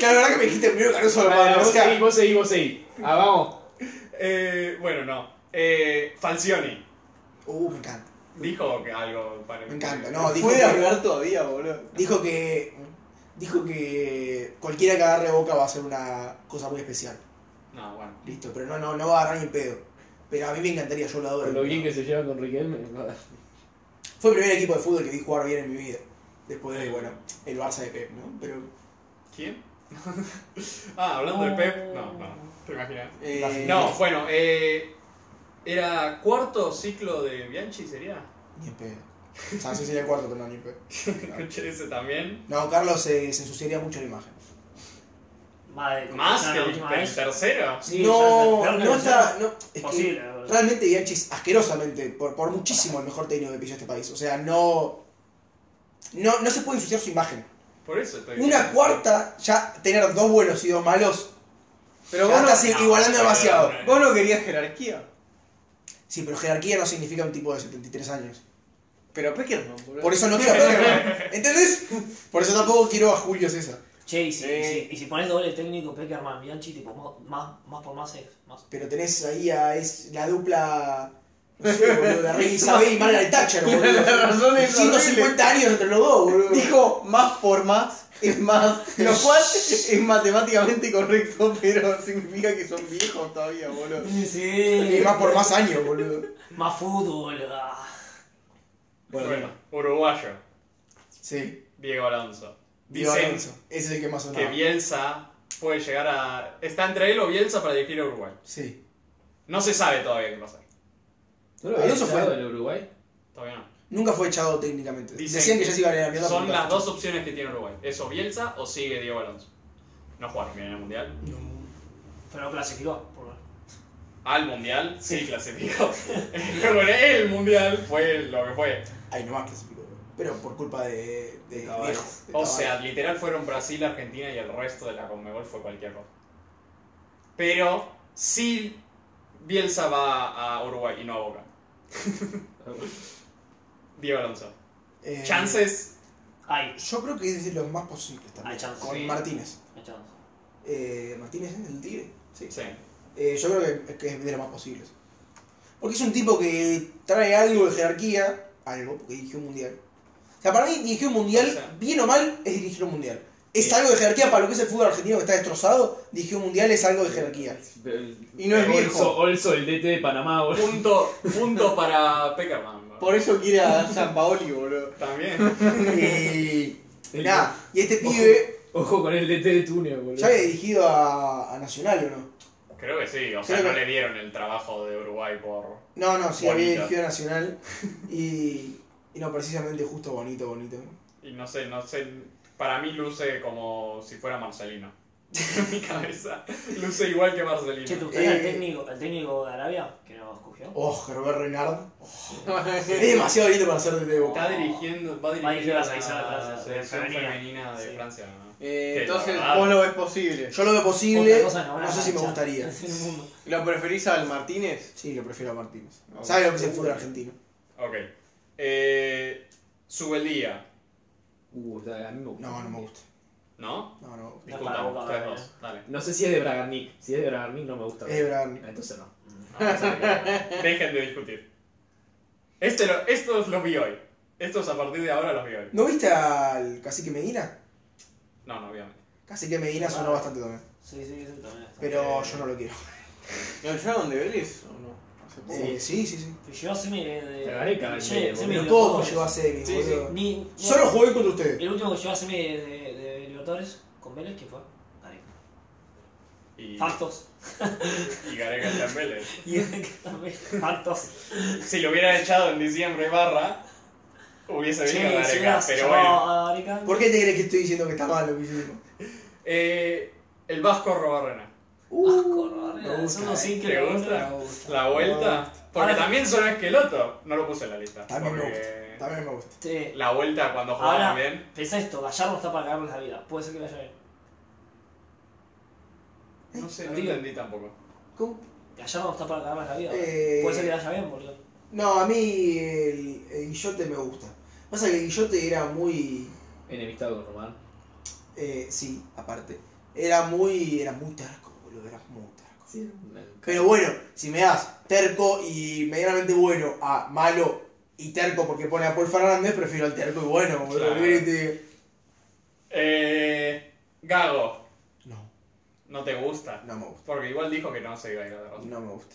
Speaker 2: Claro, la verdad que me dijiste primero que no solo
Speaker 5: Bueno,
Speaker 2: para
Speaker 5: vos
Speaker 2: o sea,
Speaker 5: seguís, vos seguís, vos seguís. Ah, vamos.
Speaker 4: *laughs* eh, bueno, no. Eh, Falcioni
Speaker 2: Uh, me encanta.
Speaker 4: dijo que algo para
Speaker 2: Me encanta. No, dijo
Speaker 6: Puede
Speaker 2: que,
Speaker 6: hablar todavía, boludo.
Speaker 2: dijo que. Dijo que cualquiera que agarre boca va a ser una cosa muy especial.
Speaker 4: No, bueno.
Speaker 2: Listo, pero no, no, no va a agarrar ni pedo. Pero a mí me encantaría, yo lo adoro.
Speaker 5: Con lo bien que se lleva con Riquelme. nada.
Speaker 2: Fue el primer equipo de fútbol que vi jugar bien en mi vida. Después de, bueno, el Barça de Pep, ¿no? Pero.
Speaker 4: ¿Quién? *laughs* ah, hablando del Pep. No, no. ¿Te imaginas?
Speaker 6: Eh,
Speaker 4: No, bueno, eh. Era cuarto ciclo de Bianchi, sería. *laughs*
Speaker 2: Ni en pedo. O sea, ese sería el cuarto, pero no, ni en pedo.
Speaker 4: Escuché ese también.
Speaker 2: No, Carlos eh, se ensuciaría mucho la imagen.
Speaker 3: Madre,
Speaker 4: ¿Más que
Speaker 3: la
Speaker 4: el,
Speaker 3: última
Speaker 4: que el
Speaker 3: vez.
Speaker 4: tercero?
Speaker 3: Sí,
Speaker 2: no,
Speaker 3: ya, la- la-
Speaker 2: no
Speaker 3: la-
Speaker 2: está. No, es que,
Speaker 3: Posible. boludo.
Speaker 2: Realmente Bianchi es asquerosamente, por, por muchísimo el mejor técnico que pilló este país. O sea, no, no. No se puede ensuciar su imagen.
Speaker 4: Por eso estoy
Speaker 2: Una cuarta, ya tener dos buenos y dos malos,
Speaker 6: Pero
Speaker 2: ya
Speaker 6: vos
Speaker 2: estás
Speaker 6: no,
Speaker 4: no,
Speaker 2: igualando
Speaker 4: no,
Speaker 2: demasiado.
Speaker 4: no, no.
Speaker 6: vos no querías jerarquía.
Speaker 2: Sí, pero jerarquía no significa un tipo de 73 años.
Speaker 6: Pero Peckerman,
Speaker 3: *laughs*
Speaker 6: boludo.
Speaker 2: Por eso no quiero a Peckerman. ¿Entendés? Por eso tampoco quiero a Julio César.
Speaker 3: Che, y si,
Speaker 4: Sí.
Speaker 3: y si, y si pones doble técnico Peckerman Bianchi, tipo, mo- más, más por más es más.
Speaker 2: Pero tenés ahí a es la dupla. No sé, boludo, la reina Isabel y Margaret Thatcher, boludo.
Speaker 6: La razón es
Speaker 2: 150 años entre los dos, boludo.
Speaker 6: Dijo más por más es más, lo cual es matemáticamente correcto, pero significa que son viejos todavía, boludo. *laughs*
Speaker 2: Y más por más años, boludo.
Speaker 3: Más fútbol. ah.
Speaker 4: Bueno, uruguayo,
Speaker 2: Sí.
Speaker 4: Diego Alonso.
Speaker 2: Diego
Speaker 4: Dicen
Speaker 2: Alonso. Ah. Ese es el que más
Speaker 4: que
Speaker 2: sonaba.
Speaker 4: Bielsa puede llegar a. Está entre él o Bielsa para dirigir a Uruguay.
Speaker 2: Sí.
Speaker 4: No se sabe todavía qué pasa.
Speaker 5: ¿No lo había
Speaker 2: Alonso fue-
Speaker 5: echado del Uruguay?
Speaker 4: Todavía no.
Speaker 2: Nunca fue echado técnicamente.
Speaker 4: Dicen
Speaker 2: Decían que ya se iba a ir a la mierda.
Speaker 4: Son
Speaker 2: pero
Speaker 4: las
Speaker 2: nunca
Speaker 4: dos
Speaker 2: fue
Speaker 4: opciones que tiene Uruguay. Es o Bielsa o sigue Diego Alonso. No jugaron bien en el Mundial.
Speaker 2: echado.
Speaker 3: Pero clasificó. Por... lo menos.
Speaker 4: Al Mundial sí clasificó. *laughs* Pero en el Mundial fue lo que fue.
Speaker 2: Ahí nomás clasificó. Pero por culpa de. de
Speaker 4: Cabal.
Speaker 2: viejo. de
Speaker 4: O
Speaker 2: Cabal.
Speaker 4: sea, literal fueron Brasil, Argentina y el resto de la Conmebol fue cualquier cosa. Pero sí Bielsa va a Uruguay y no a Boca. *laughs* Diego Alonso.
Speaker 2: Eh,
Speaker 4: Chances.
Speaker 3: Hay,
Speaker 2: Yo creo que es de los más posibles también.
Speaker 3: Hay chance,
Speaker 2: con
Speaker 4: sí.
Speaker 2: Martínez.
Speaker 3: hay chance.
Speaker 2: Eh, Martínez es el tigre. Sí.
Speaker 4: Sí.
Speaker 2: Eh, yo creo que, que es de los más posibles. Porque es un tipo que trae algo de jerarquía, algo, porque dirigió un mundial. O sea, para mí dirigir un mundial,
Speaker 4: O sea.
Speaker 2: bien o mal, es dirigir un mundial. Es
Speaker 6: eh.
Speaker 2: algo de jerarquía para lo que es el fútbol argentino que está destrozado. Dirigir un mundial es algo de jerarquía.
Speaker 6: Y no es
Speaker 5: Olso,
Speaker 6: viejo.
Speaker 5: Olso, el DT de Panamá,
Speaker 4: *laughs*
Speaker 5: boludo.
Speaker 4: Punto, punto para Peckerman. ¿no?
Speaker 6: Por eso quiere a San Paoli, boludo.
Speaker 4: También.
Speaker 2: *laughs* y,
Speaker 5: El-
Speaker 2: nada, y este pibe
Speaker 5: Ojo con el DT de Túnez, boludo.
Speaker 2: ya había dirigido a, a Nacional, ¿o no?
Speaker 4: Creo que sí. O sea,
Speaker 2: Creo
Speaker 4: no
Speaker 2: que-
Speaker 4: le dieron el trabajo de Uruguay por.
Speaker 2: No, no, sí, había
Speaker 4: Bonito.
Speaker 2: dirigido a Nacional. Y, y no, precisamente justo bonito, bonito.
Speaker 4: Y no sé, no sé. Para mí luce como si fuera Marcelino. *laughs* En mi cabeza. Luce igual que Marcelino.
Speaker 3: Che, ¿te gustaría el,
Speaker 2: Eh.
Speaker 3: técnico, el técnico de Arabia que nos escogió?
Speaker 2: Oh, Herbert Renard.
Speaker 6: eh,
Speaker 2: Es demasiado bonito para ser de Boca.
Speaker 4: Está dirigiendo, va a dirigir,
Speaker 3: Va a dirigir
Speaker 4: a
Speaker 3: la selección de Francia,
Speaker 4: la
Speaker 3: de
Speaker 4: selección
Speaker 3: femenina.
Speaker 4: femenina de
Speaker 3: Sí.
Speaker 4: Francia. ¿no?
Speaker 6: Eh,
Speaker 4: Que
Speaker 6: entonces
Speaker 4: la verdad-
Speaker 6: vos lo ves posible.
Speaker 2: Yo lo veo posible,
Speaker 3: Otra cosa,
Speaker 2: no,
Speaker 3: van a
Speaker 2: sé si me
Speaker 3: manchar.
Speaker 2: gustaría.
Speaker 3: *laughs* En el mundo.
Speaker 6: ¿Lo preferís al Martínez?
Speaker 2: Sí, lo prefiero a Martínez.
Speaker 6: No.
Speaker 2: ¿Sabe lo que es el fútbol argentino?
Speaker 4: Ok. Eh, Subeldía,
Speaker 5: Uh, o sea, a mí me gusta.
Speaker 2: No, no me gusta.
Speaker 4: ¿no?
Speaker 2: No, no me gusta.
Speaker 4: Discutan
Speaker 3: para Boca,
Speaker 4: ustedes
Speaker 3: eh.
Speaker 4: dos. Dale.
Speaker 5: No sé si es de Bragarnik. Si es de Bragarnik no me gusta.
Speaker 2: Es Bragarnik.
Speaker 5: Ah, Entonces no.
Speaker 4: No, no sé qué- Dejen de discutir. Este lo- estos los vi hoy. Estos a partir de ahora los vi hoy.
Speaker 2: ¿No viste al Cacique Medina?
Speaker 4: No, no, obviamente.
Speaker 2: Cacique Medina sonó bastante también.
Speaker 3: Sí, sí, eso también está.
Speaker 2: Pero yo no lo quiero.
Speaker 6: ¿Lo echaron de Vélez o no? Hace poco.
Speaker 2: Eh, sí, sí, sí.
Speaker 3: Que llegó semi de. de-
Speaker 5: Te agarré, cabrón,
Speaker 3: che,
Speaker 5: de-
Speaker 3: semi de
Speaker 2: Pero poco
Speaker 3: Libertadores.
Speaker 2: llegó a semi,
Speaker 6: Sí, sí.
Speaker 2: boludo.
Speaker 3: Ni, ni-
Speaker 2: Solo jugué contra ustedes.
Speaker 3: El último que llegó a semi de, de, de Libertadores con Vélez, ¿quién fue? Gareca.
Speaker 4: Y,
Speaker 3: Factos.
Speaker 4: y Gareca está en Vélez.
Speaker 3: *laughs* Y también,
Speaker 4: *laughs*
Speaker 3: Factos.
Speaker 4: Si lo hubiera echado en diciembre barra, hubiese
Speaker 3: Che,
Speaker 4: venido
Speaker 3: si
Speaker 4: Gareca.
Speaker 3: hubieras
Speaker 4: Pero
Speaker 3: llamado
Speaker 4: bueno.
Speaker 3: a Gareca.
Speaker 2: ¿Por qué te crees que estoy diciendo que está mal lo que hicimos?
Speaker 4: Eh, el Vasco Robarrena.
Speaker 3: Asco, no,
Speaker 2: Uh, me gusta,
Speaker 3: son unos
Speaker 2: eh.
Speaker 3: sin que
Speaker 4: ¿Te
Speaker 3: le
Speaker 4: gusta?
Speaker 3: gustan.
Speaker 4: La vuelta. Porque
Speaker 3: Ahora-
Speaker 4: también sonó Esqueloto. No lo puse en la lista.
Speaker 2: También me
Speaker 4: porque
Speaker 2: También me gusta.
Speaker 3: Che,
Speaker 4: La vuelta cuando jugaba
Speaker 3: Ahora,
Speaker 4: bien.
Speaker 3: pensá esto, Gallardo está para cagarles la vida. Puede ser que vaya bien.
Speaker 4: No sé, no
Speaker 3: Digo-
Speaker 4: entendí tampoco.
Speaker 2: ¿Cómo?
Speaker 3: Gallardo está para cagarles la vida.
Speaker 2: Eh.
Speaker 3: Puede ser que vaya bien, boludo.
Speaker 2: No, a mí el, el Guillote me gusta. Pasa que el Guillote era muy.
Speaker 5: Enemistado con Román.
Speaker 2: Eh, sí, aparte. Era muy. Era muy terco, boludo. Era muy terco.
Speaker 5: Sí,
Speaker 2: Pero bueno, si me das terco y medianamente bueno a malo y terco porque pone a Paul Fernández, prefiero al terco y bueno, boludo.
Speaker 4: Claro.
Speaker 2: ¿Qué querés que te diga?
Speaker 4: Eh, Gago,
Speaker 2: No,
Speaker 4: no te gusta.
Speaker 2: no me gusta.
Speaker 4: Porque igual dijo que no se iba a ir a la rosa.
Speaker 2: No me gusta.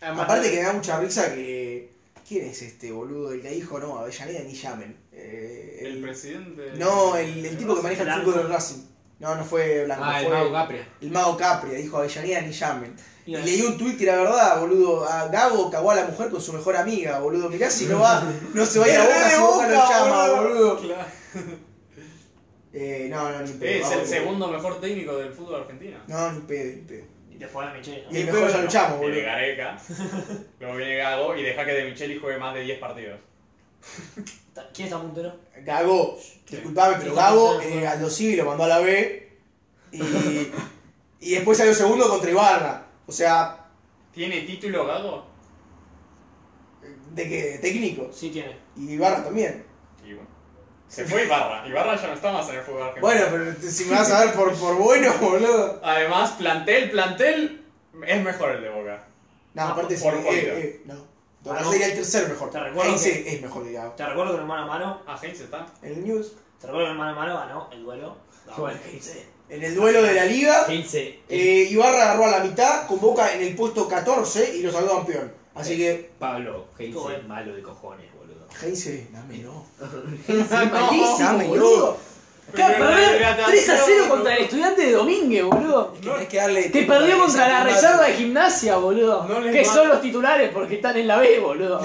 Speaker 6: Además,
Speaker 2: aparte que me da mucha risa que. ¿Quién es este boludo? El que dijo no, Avellaneda ni llamen. Eh,
Speaker 4: El, presidente.
Speaker 2: No, el, el tipo que maneja el
Speaker 3: Blanco.
Speaker 2: fútbol del Racing. No, no fue Blanco,
Speaker 5: Ah, el
Speaker 2: fue
Speaker 5: Mago Capria.
Speaker 2: el Mago Capria, dijo Avellaneda ni llamen. Y
Speaker 3: Digo,
Speaker 2: leí un tuit que era verdad, boludo. A Gabo cagó a la mujer con su mejor amiga, boludo. Mirá si no va, no se va a ir a
Speaker 6: Re
Speaker 2: boca,
Speaker 6: de
Speaker 2: si boca lo
Speaker 6: Boca,
Speaker 2: llama,
Speaker 6: boludo.
Speaker 2: boludo.
Speaker 4: Claro.
Speaker 2: Eh, no, no, ni pedo.
Speaker 4: Es
Speaker 2: Gabo,
Speaker 4: el segundo mejor técnico del fútbol argentino.
Speaker 2: No, ni pedo, ni pedo.
Speaker 3: Y después de Michelle.
Speaker 2: Y el
Speaker 6: pedo,
Speaker 2: mejor ya
Speaker 6: no.
Speaker 2: lo llamo,
Speaker 4: Viene
Speaker 2: boludo. *laughs*
Speaker 4: Gareca, luego viene Gago y deja que De Micheli juegue más de 10 partidos.
Speaker 3: ¿Quién está puntero?
Speaker 2: Gago, disculpame, pero Gabo eh, Aldo Civi lo mandó a la B. Y, y después salió segundo contra Ibarra. O sea,
Speaker 4: ¿Tiene título Gago?
Speaker 2: ¿de qué? De técnicos.
Speaker 3: Sí tiene.
Speaker 2: Y Ibarra también.
Speaker 4: Y bueno, Se fue Ibarra. Ibarra ya no está más en el fútbol argentino.
Speaker 2: Bueno, pero si me vas a dar por, por bueno, boludo.
Speaker 4: Además, plantel, plantel, es mejor el de Boca.
Speaker 2: No, aparte es.
Speaker 4: por
Speaker 2: eh,
Speaker 4: cualidad.
Speaker 2: eh, no.
Speaker 3: Ah,
Speaker 2: Tomás
Speaker 3: no.
Speaker 2: sería el tercer mejor.
Speaker 3: Te recuerdo
Speaker 2: Heinze es mejor que Gago.
Speaker 3: Te recuerdo que en el mano a mano,
Speaker 4: Ah, Heinz está.
Speaker 2: *laughs* En el News.
Speaker 3: te recuerdo que en el mano a mano ganó el duelo. Ganó el *laughs* 15.
Speaker 2: En el duelo de la liga,
Speaker 5: Heinze,
Speaker 2: eh, Ibarra agarró a la mitad, convoca en el puesto 14 y lo sacó campeón. Así que, eh,
Speaker 5: Pablo, Heinze
Speaker 3: Joder.
Speaker 5: es malo de cojones, boludo.
Speaker 2: Heinze, dámelo.
Speaker 5: Es malísimo,
Speaker 2: dámelo.
Speaker 5: boludo. Acá,
Speaker 4: Pero
Speaker 5: perder
Speaker 4: la
Speaker 5: 3 a 0
Speaker 4: regateación,
Speaker 5: contra el estudiante de Domínguez, boludo.
Speaker 2: Es que tenés que darle
Speaker 5: Que
Speaker 2: tiempo
Speaker 5: perdió
Speaker 2: a
Speaker 5: contra la
Speaker 2: ese
Speaker 5: reserva
Speaker 2: combate.
Speaker 5: de gimnasia, boludo.
Speaker 4: No les
Speaker 5: que
Speaker 4: va-
Speaker 5: son los titulares porque están en la B, boludo.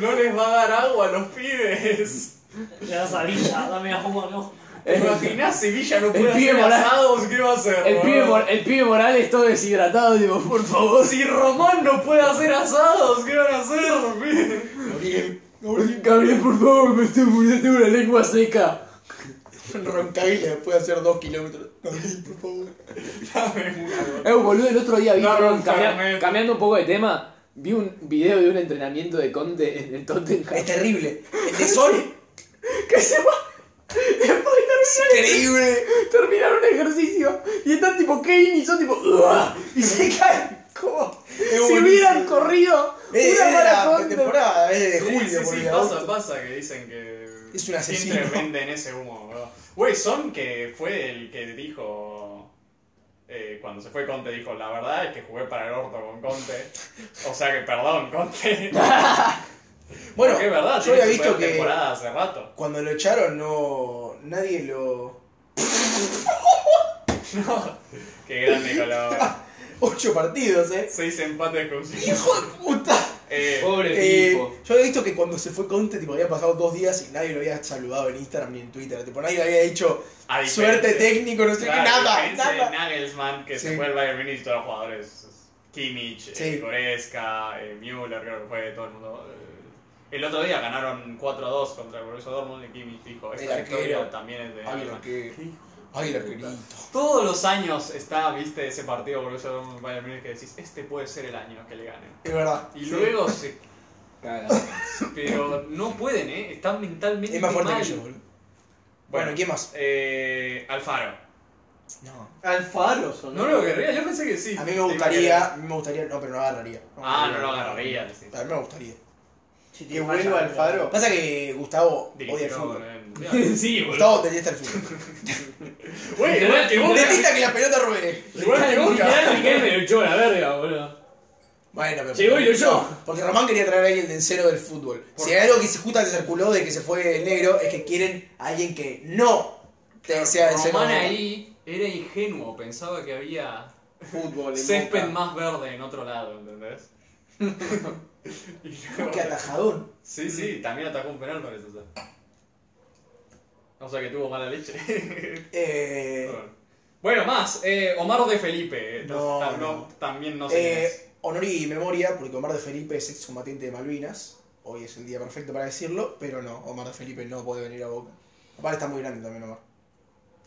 Speaker 4: No les va a dar agua a los pibes.
Speaker 5: *laughs*
Speaker 3: Le das a Villa, dame a Hugo, no.
Speaker 4: ¿Te imaginas si Villa no puede
Speaker 5: pibe
Speaker 4: hacer
Speaker 5: Morán-
Speaker 4: asados? ¿Qué va a hacer?
Speaker 5: El pibe,
Speaker 4: boludo?
Speaker 5: Mor- el pibe Morales todo deshidratado, digo, por favor.
Speaker 4: Si Román no puede hacer asados, ¿qué van a hacer, pibe?
Speaker 2: Gabriel,
Speaker 5: Gabriel, por favor, me estoy muriendo, tengo la lengua seca.
Speaker 2: Roncaglia después de hacer dos kilómetros. Gabriel, por favor.
Speaker 4: Dame una, boludo.
Speaker 5: Eh, boludo, el otro día vi,
Speaker 4: No,
Speaker 5: perdón,
Speaker 4: no,
Speaker 5: cambia-
Speaker 4: Fernet.
Speaker 5: cambiando un poco de tema, vi un video de un entrenamiento de Conte en el
Speaker 2: Es *laughs*
Speaker 5: Tottenham.
Speaker 2: terrible. El de Sol,
Speaker 5: *laughs* que se va. Después terminar,
Speaker 2: increíble.
Speaker 5: terminar un ejercicio y están tipo Kane y son tipo. "Uah", Y se caen como. Si hubieran corrido
Speaker 2: Es
Speaker 5: una
Speaker 2: de
Speaker 5: mala
Speaker 2: Eh, la
Speaker 5: Conte.
Speaker 2: temporada, es de julio,
Speaker 4: Sí, sí,
Speaker 2: por
Speaker 4: sí,
Speaker 2: ahí,
Speaker 4: pasa,
Speaker 2: agosto.
Speaker 4: pasa que dicen que.
Speaker 2: Es un asesino.
Speaker 4: Siempre venden ese humo, bro. Güey, Son que fue el que dijo. eh, cuando se fue Conte dijo, la verdad es que jugué para el orto con Conte. O sea que perdón, Conte.
Speaker 2: Bueno,
Speaker 4: Porque es verdad,
Speaker 2: yo
Speaker 4: tiene
Speaker 2: había
Speaker 4: su
Speaker 2: visto
Speaker 4: peor
Speaker 2: que
Speaker 4: temporada hace rato.
Speaker 2: cuando lo echaron no nadie lo
Speaker 4: Qué grande color.
Speaker 2: *laughs* ocho partidos, eh.
Speaker 4: Seis empates con
Speaker 2: Hijo de puta.
Speaker 4: eh,
Speaker 5: Pobre
Speaker 2: Eh,
Speaker 5: tipo.
Speaker 2: yo había visto que cuando se fue Conte, tipo, habían pasado dos días y nadie lo había saludado en Instagram ni en Twitter. Tipo, nadie le había dicho
Speaker 4: a diferencia-
Speaker 2: suerte técnico, no sé
Speaker 4: claro,
Speaker 2: qué,
Speaker 4: a
Speaker 2: nada,
Speaker 4: diferencia de
Speaker 2: nada.
Speaker 4: Nagelsmann, que
Speaker 2: Sí.
Speaker 4: se fue al Bayern Munich y todos los jugadores. Kimmich,
Speaker 2: Sí.
Speaker 4: eh, Goretzka, eh, Müller, creo que fue todo el mundo. eh. El otro día ganaron 4-2 contra el Borussia Dortmund y Kimmich dijo, esta
Speaker 2: El arquero.
Speaker 4: victoria también es de
Speaker 2: Águila,
Speaker 4: Nagelsmann".
Speaker 2: que. Águila, querido.
Speaker 4: Todos los años está, viste, ese partido Borussia Dortmund-Bayern Munich que decís, este puede ser el año que le ganen.
Speaker 2: Es verdad.
Speaker 4: Y
Speaker 2: Sí.
Speaker 4: luego se... *laughs*
Speaker 5: Caga.
Speaker 4: Pero no pueden, ¿eh? Están mentalmente
Speaker 2: Es más fuerte
Speaker 4: mal.
Speaker 2: que yo, boludo. Bueno, ¿quién más?
Speaker 4: Eh, Alfaro.
Speaker 2: No.
Speaker 6: Alfaro, son.
Speaker 4: No lo querría, yo pensé que sí.
Speaker 2: A mí me gustaría. A mí me gustaría. No, pero no agarraría.
Speaker 4: Ah, no lo agarraría. sí.
Speaker 2: A mí me gustaría.
Speaker 3: Si
Speaker 6: Que
Speaker 3: te
Speaker 6: vuelva
Speaker 3: falla,
Speaker 6: Alfaro.
Speaker 2: Pasa que Gustavo odia el
Speaker 4: Dirigió
Speaker 2: fútbol.
Speaker 4: en el *laughs* Mundial.
Speaker 5: Sí, boludo.
Speaker 2: Gustavo detesta el
Speaker 4: *laughs*
Speaker 2: fútbol.
Speaker 4: Güey, igual que Boca.
Speaker 2: Detesta que la pelota ruede.
Speaker 4: Igual que Boca.
Speaker 5: Literal, Riquelme lo echó a la verga, boludo.
Speaker 2: Bueno, pero.
Speaker 5: Llegó y lo echó.
Speaker 2: No, Porque Román quería traer a alguien del cero del fútbol. Si hay algo que se justa que se circuló de que se fue el negro, es que quieren a alguien que no te sea del cero.
Speaker 4: Román ahí era ingenuo, pensaba que había
Speaker 6: Fútbol. en
Speaker 4: césped
Speaker 6: Boca.
Speaker 4: más verde en otro lado, *laughs* ¿entendés? Y no-
Speaker 2: Que atajadón.
Speaker 4: sí, sí, también atacó un penal parece ser. O sea que tuvo mala leche. *laughs*
Speaker 2: Eh.
Speaker 4: bueno, más. eh, Omar de Felipe. eh,
Speaker 2: No,
Speaker 4: tam-
Speaker 2: no.
Speaker 4: También no sé quién es.
Speaker 2: Eh, honor y memoria, porque Omar de Felipe es excombatiente de Malvinas. Hoy es el día perfecto para decirlo, pero no, Omar de Felipe no puede venir a Boca. Aparte está muy grande también Omar.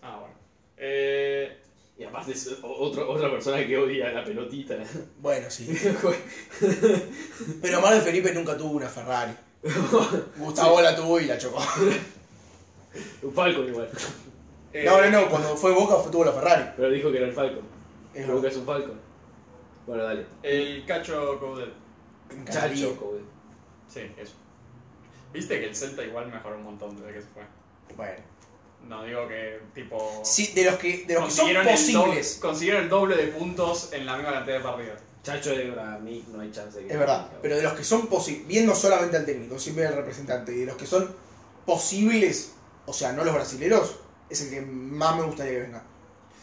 Speaker 4: Ah, bueno. Eh,
Speaker 5: Y aparte es otro, otra persona que odia la pelotita. *laughs*
Speaker 2: Bueno,
Speaker 4: *laughs*
Speaker 2: sí. Pero Omar de Felipe nunca tuvo una
Speaker 4: *laughs*
Speaker 2: Ferrari. Gustavo la tuvo y la chocó.
Speaker 5: Un Falcon igual.
Speaker 4: eh,
Speaker 2: No, no, no, cuando fue Boca fue- tuvo la Ferrari.
Speaker 5: Pero dijo que era el Falcon.
Speaker 2: Es
Speaker 5: Creo que
Speaker 2: Boca.
Speaker 5: es un Falcon. Bueno, dale.
Speaker 4: El Cacho Coudet.
Speaker 2: Cari.
Speaker 5: Chacho, güey.
Speaker 4: Sí, eso. Viste que el Celta igual mejoró un montón desde que se fue.
Speaker 2: Bueno.
Speaker 4: No digo que tipo.
Speaker 2: Sí, de los que, de los que son
Speaker 4: consiguieron el doble,
Speaker 2: posibles.
Speaker 4: consiguieron el doble de puntos en la misma cantidad de partidos.
Speaker 5: Chacho de mí no hay chance. que-
Speaker 2: Es verdad, pero de los que son posibles, viendo solamente al técnico, sin ver al representante, y de los que son posibles, o sea, no los brasileros, es el que más me gustaría que venga.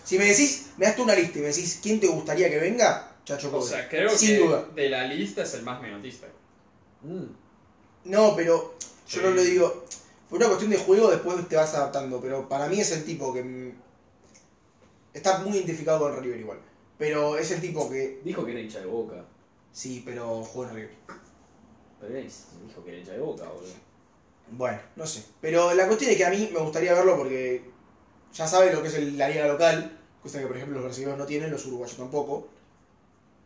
Speaker 2: Si me decís, me das tú una lista y me decís quién te gustaría que venga, Chacho
Speaker 4: O
Speaker 2: Coudet.
Speaker 4: sea, creo
Speaker 2: sin
Speaker 4: que
Speaker 2: duda.
Speaker 4: de la lista es el más menotista.
Speaker 5: Mm.
Speaker 2: No, pero yo
Speaker 4: Sí.
Speaker 2: no lo digo. Por una cuestión de juego, después te vas adaptando. Pero para mí es el tipo que. mm, Está muy identificado con River igual. Pero es el tipo que.
Speaker 5: Dijo que era hincha de boca.
Speaker 2: Sí, pero jugó en River.
Speaker 5: Pero era- dijo que era hincha de boca, boludo.
Speaker 2: Bueno, no sé. Pero la cuestión es que a mí me gustaría verlo porque ya sabe lo que es el- la liga local, cosa que por ejemplo los brasileños no tienen, los uruguayos tampoco.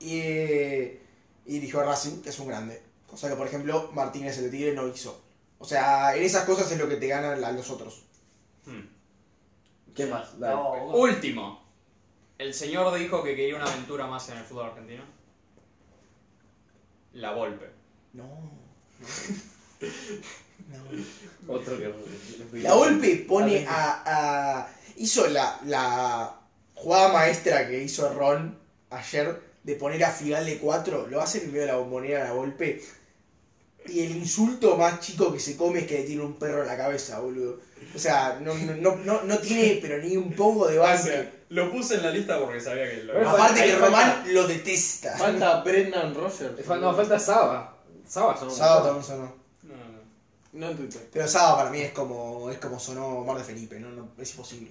Speaker 2: Y, eh, y dirigió a Racing, que es un grande. Cosa que por ejemplo Martínez el de Tigre no hizo. O sea, en esas cosas es lo que te gana a los otros.
Speaker 4: Hmm.
Speaker 6: ¿Qué más? Dale.
Speaker 3: No, bueno.
Speaker 4: Último. El señor dijo que quería una aventura más en el fútbol argentino. La Volpe.
Speaker 2: No. *laughs* No.
Speaker 1: Otro que.
Speaker 2: La golpe pone a, a- Hizo la, la jugada maestra que hizo Ron ayer de poner a Figal de 4. Lo hace en medio de la bombonera la golpe. Y el insulto más chico que se come es que le tiene un perro en la cabeza, boludo. O sea, no, no, no, no, no tiene, pero ni un poco de
Speaker 4: O
Speaker 2: base.
Speaker 4: sea, lo puse en la lista porque sabía que lo
Speaker 5: Bueno,
Speaker 2: Aparte
Speaker 5: ahí
Speaker 2: que
Speaker 5: falta-
Speaker 2: Román lo detesta.
Speaker 6: Falta Brendan Rogers.
Speaker 5: No, falta Saba. Saba son
Speaker 2: Sábado también sonó.
Speaker 4: No, no.
Speaker 6: No en Twitter.
Speaker 2: Pero Sábado para mí es como es como sonó Mar de Felipe, no, no es imposible.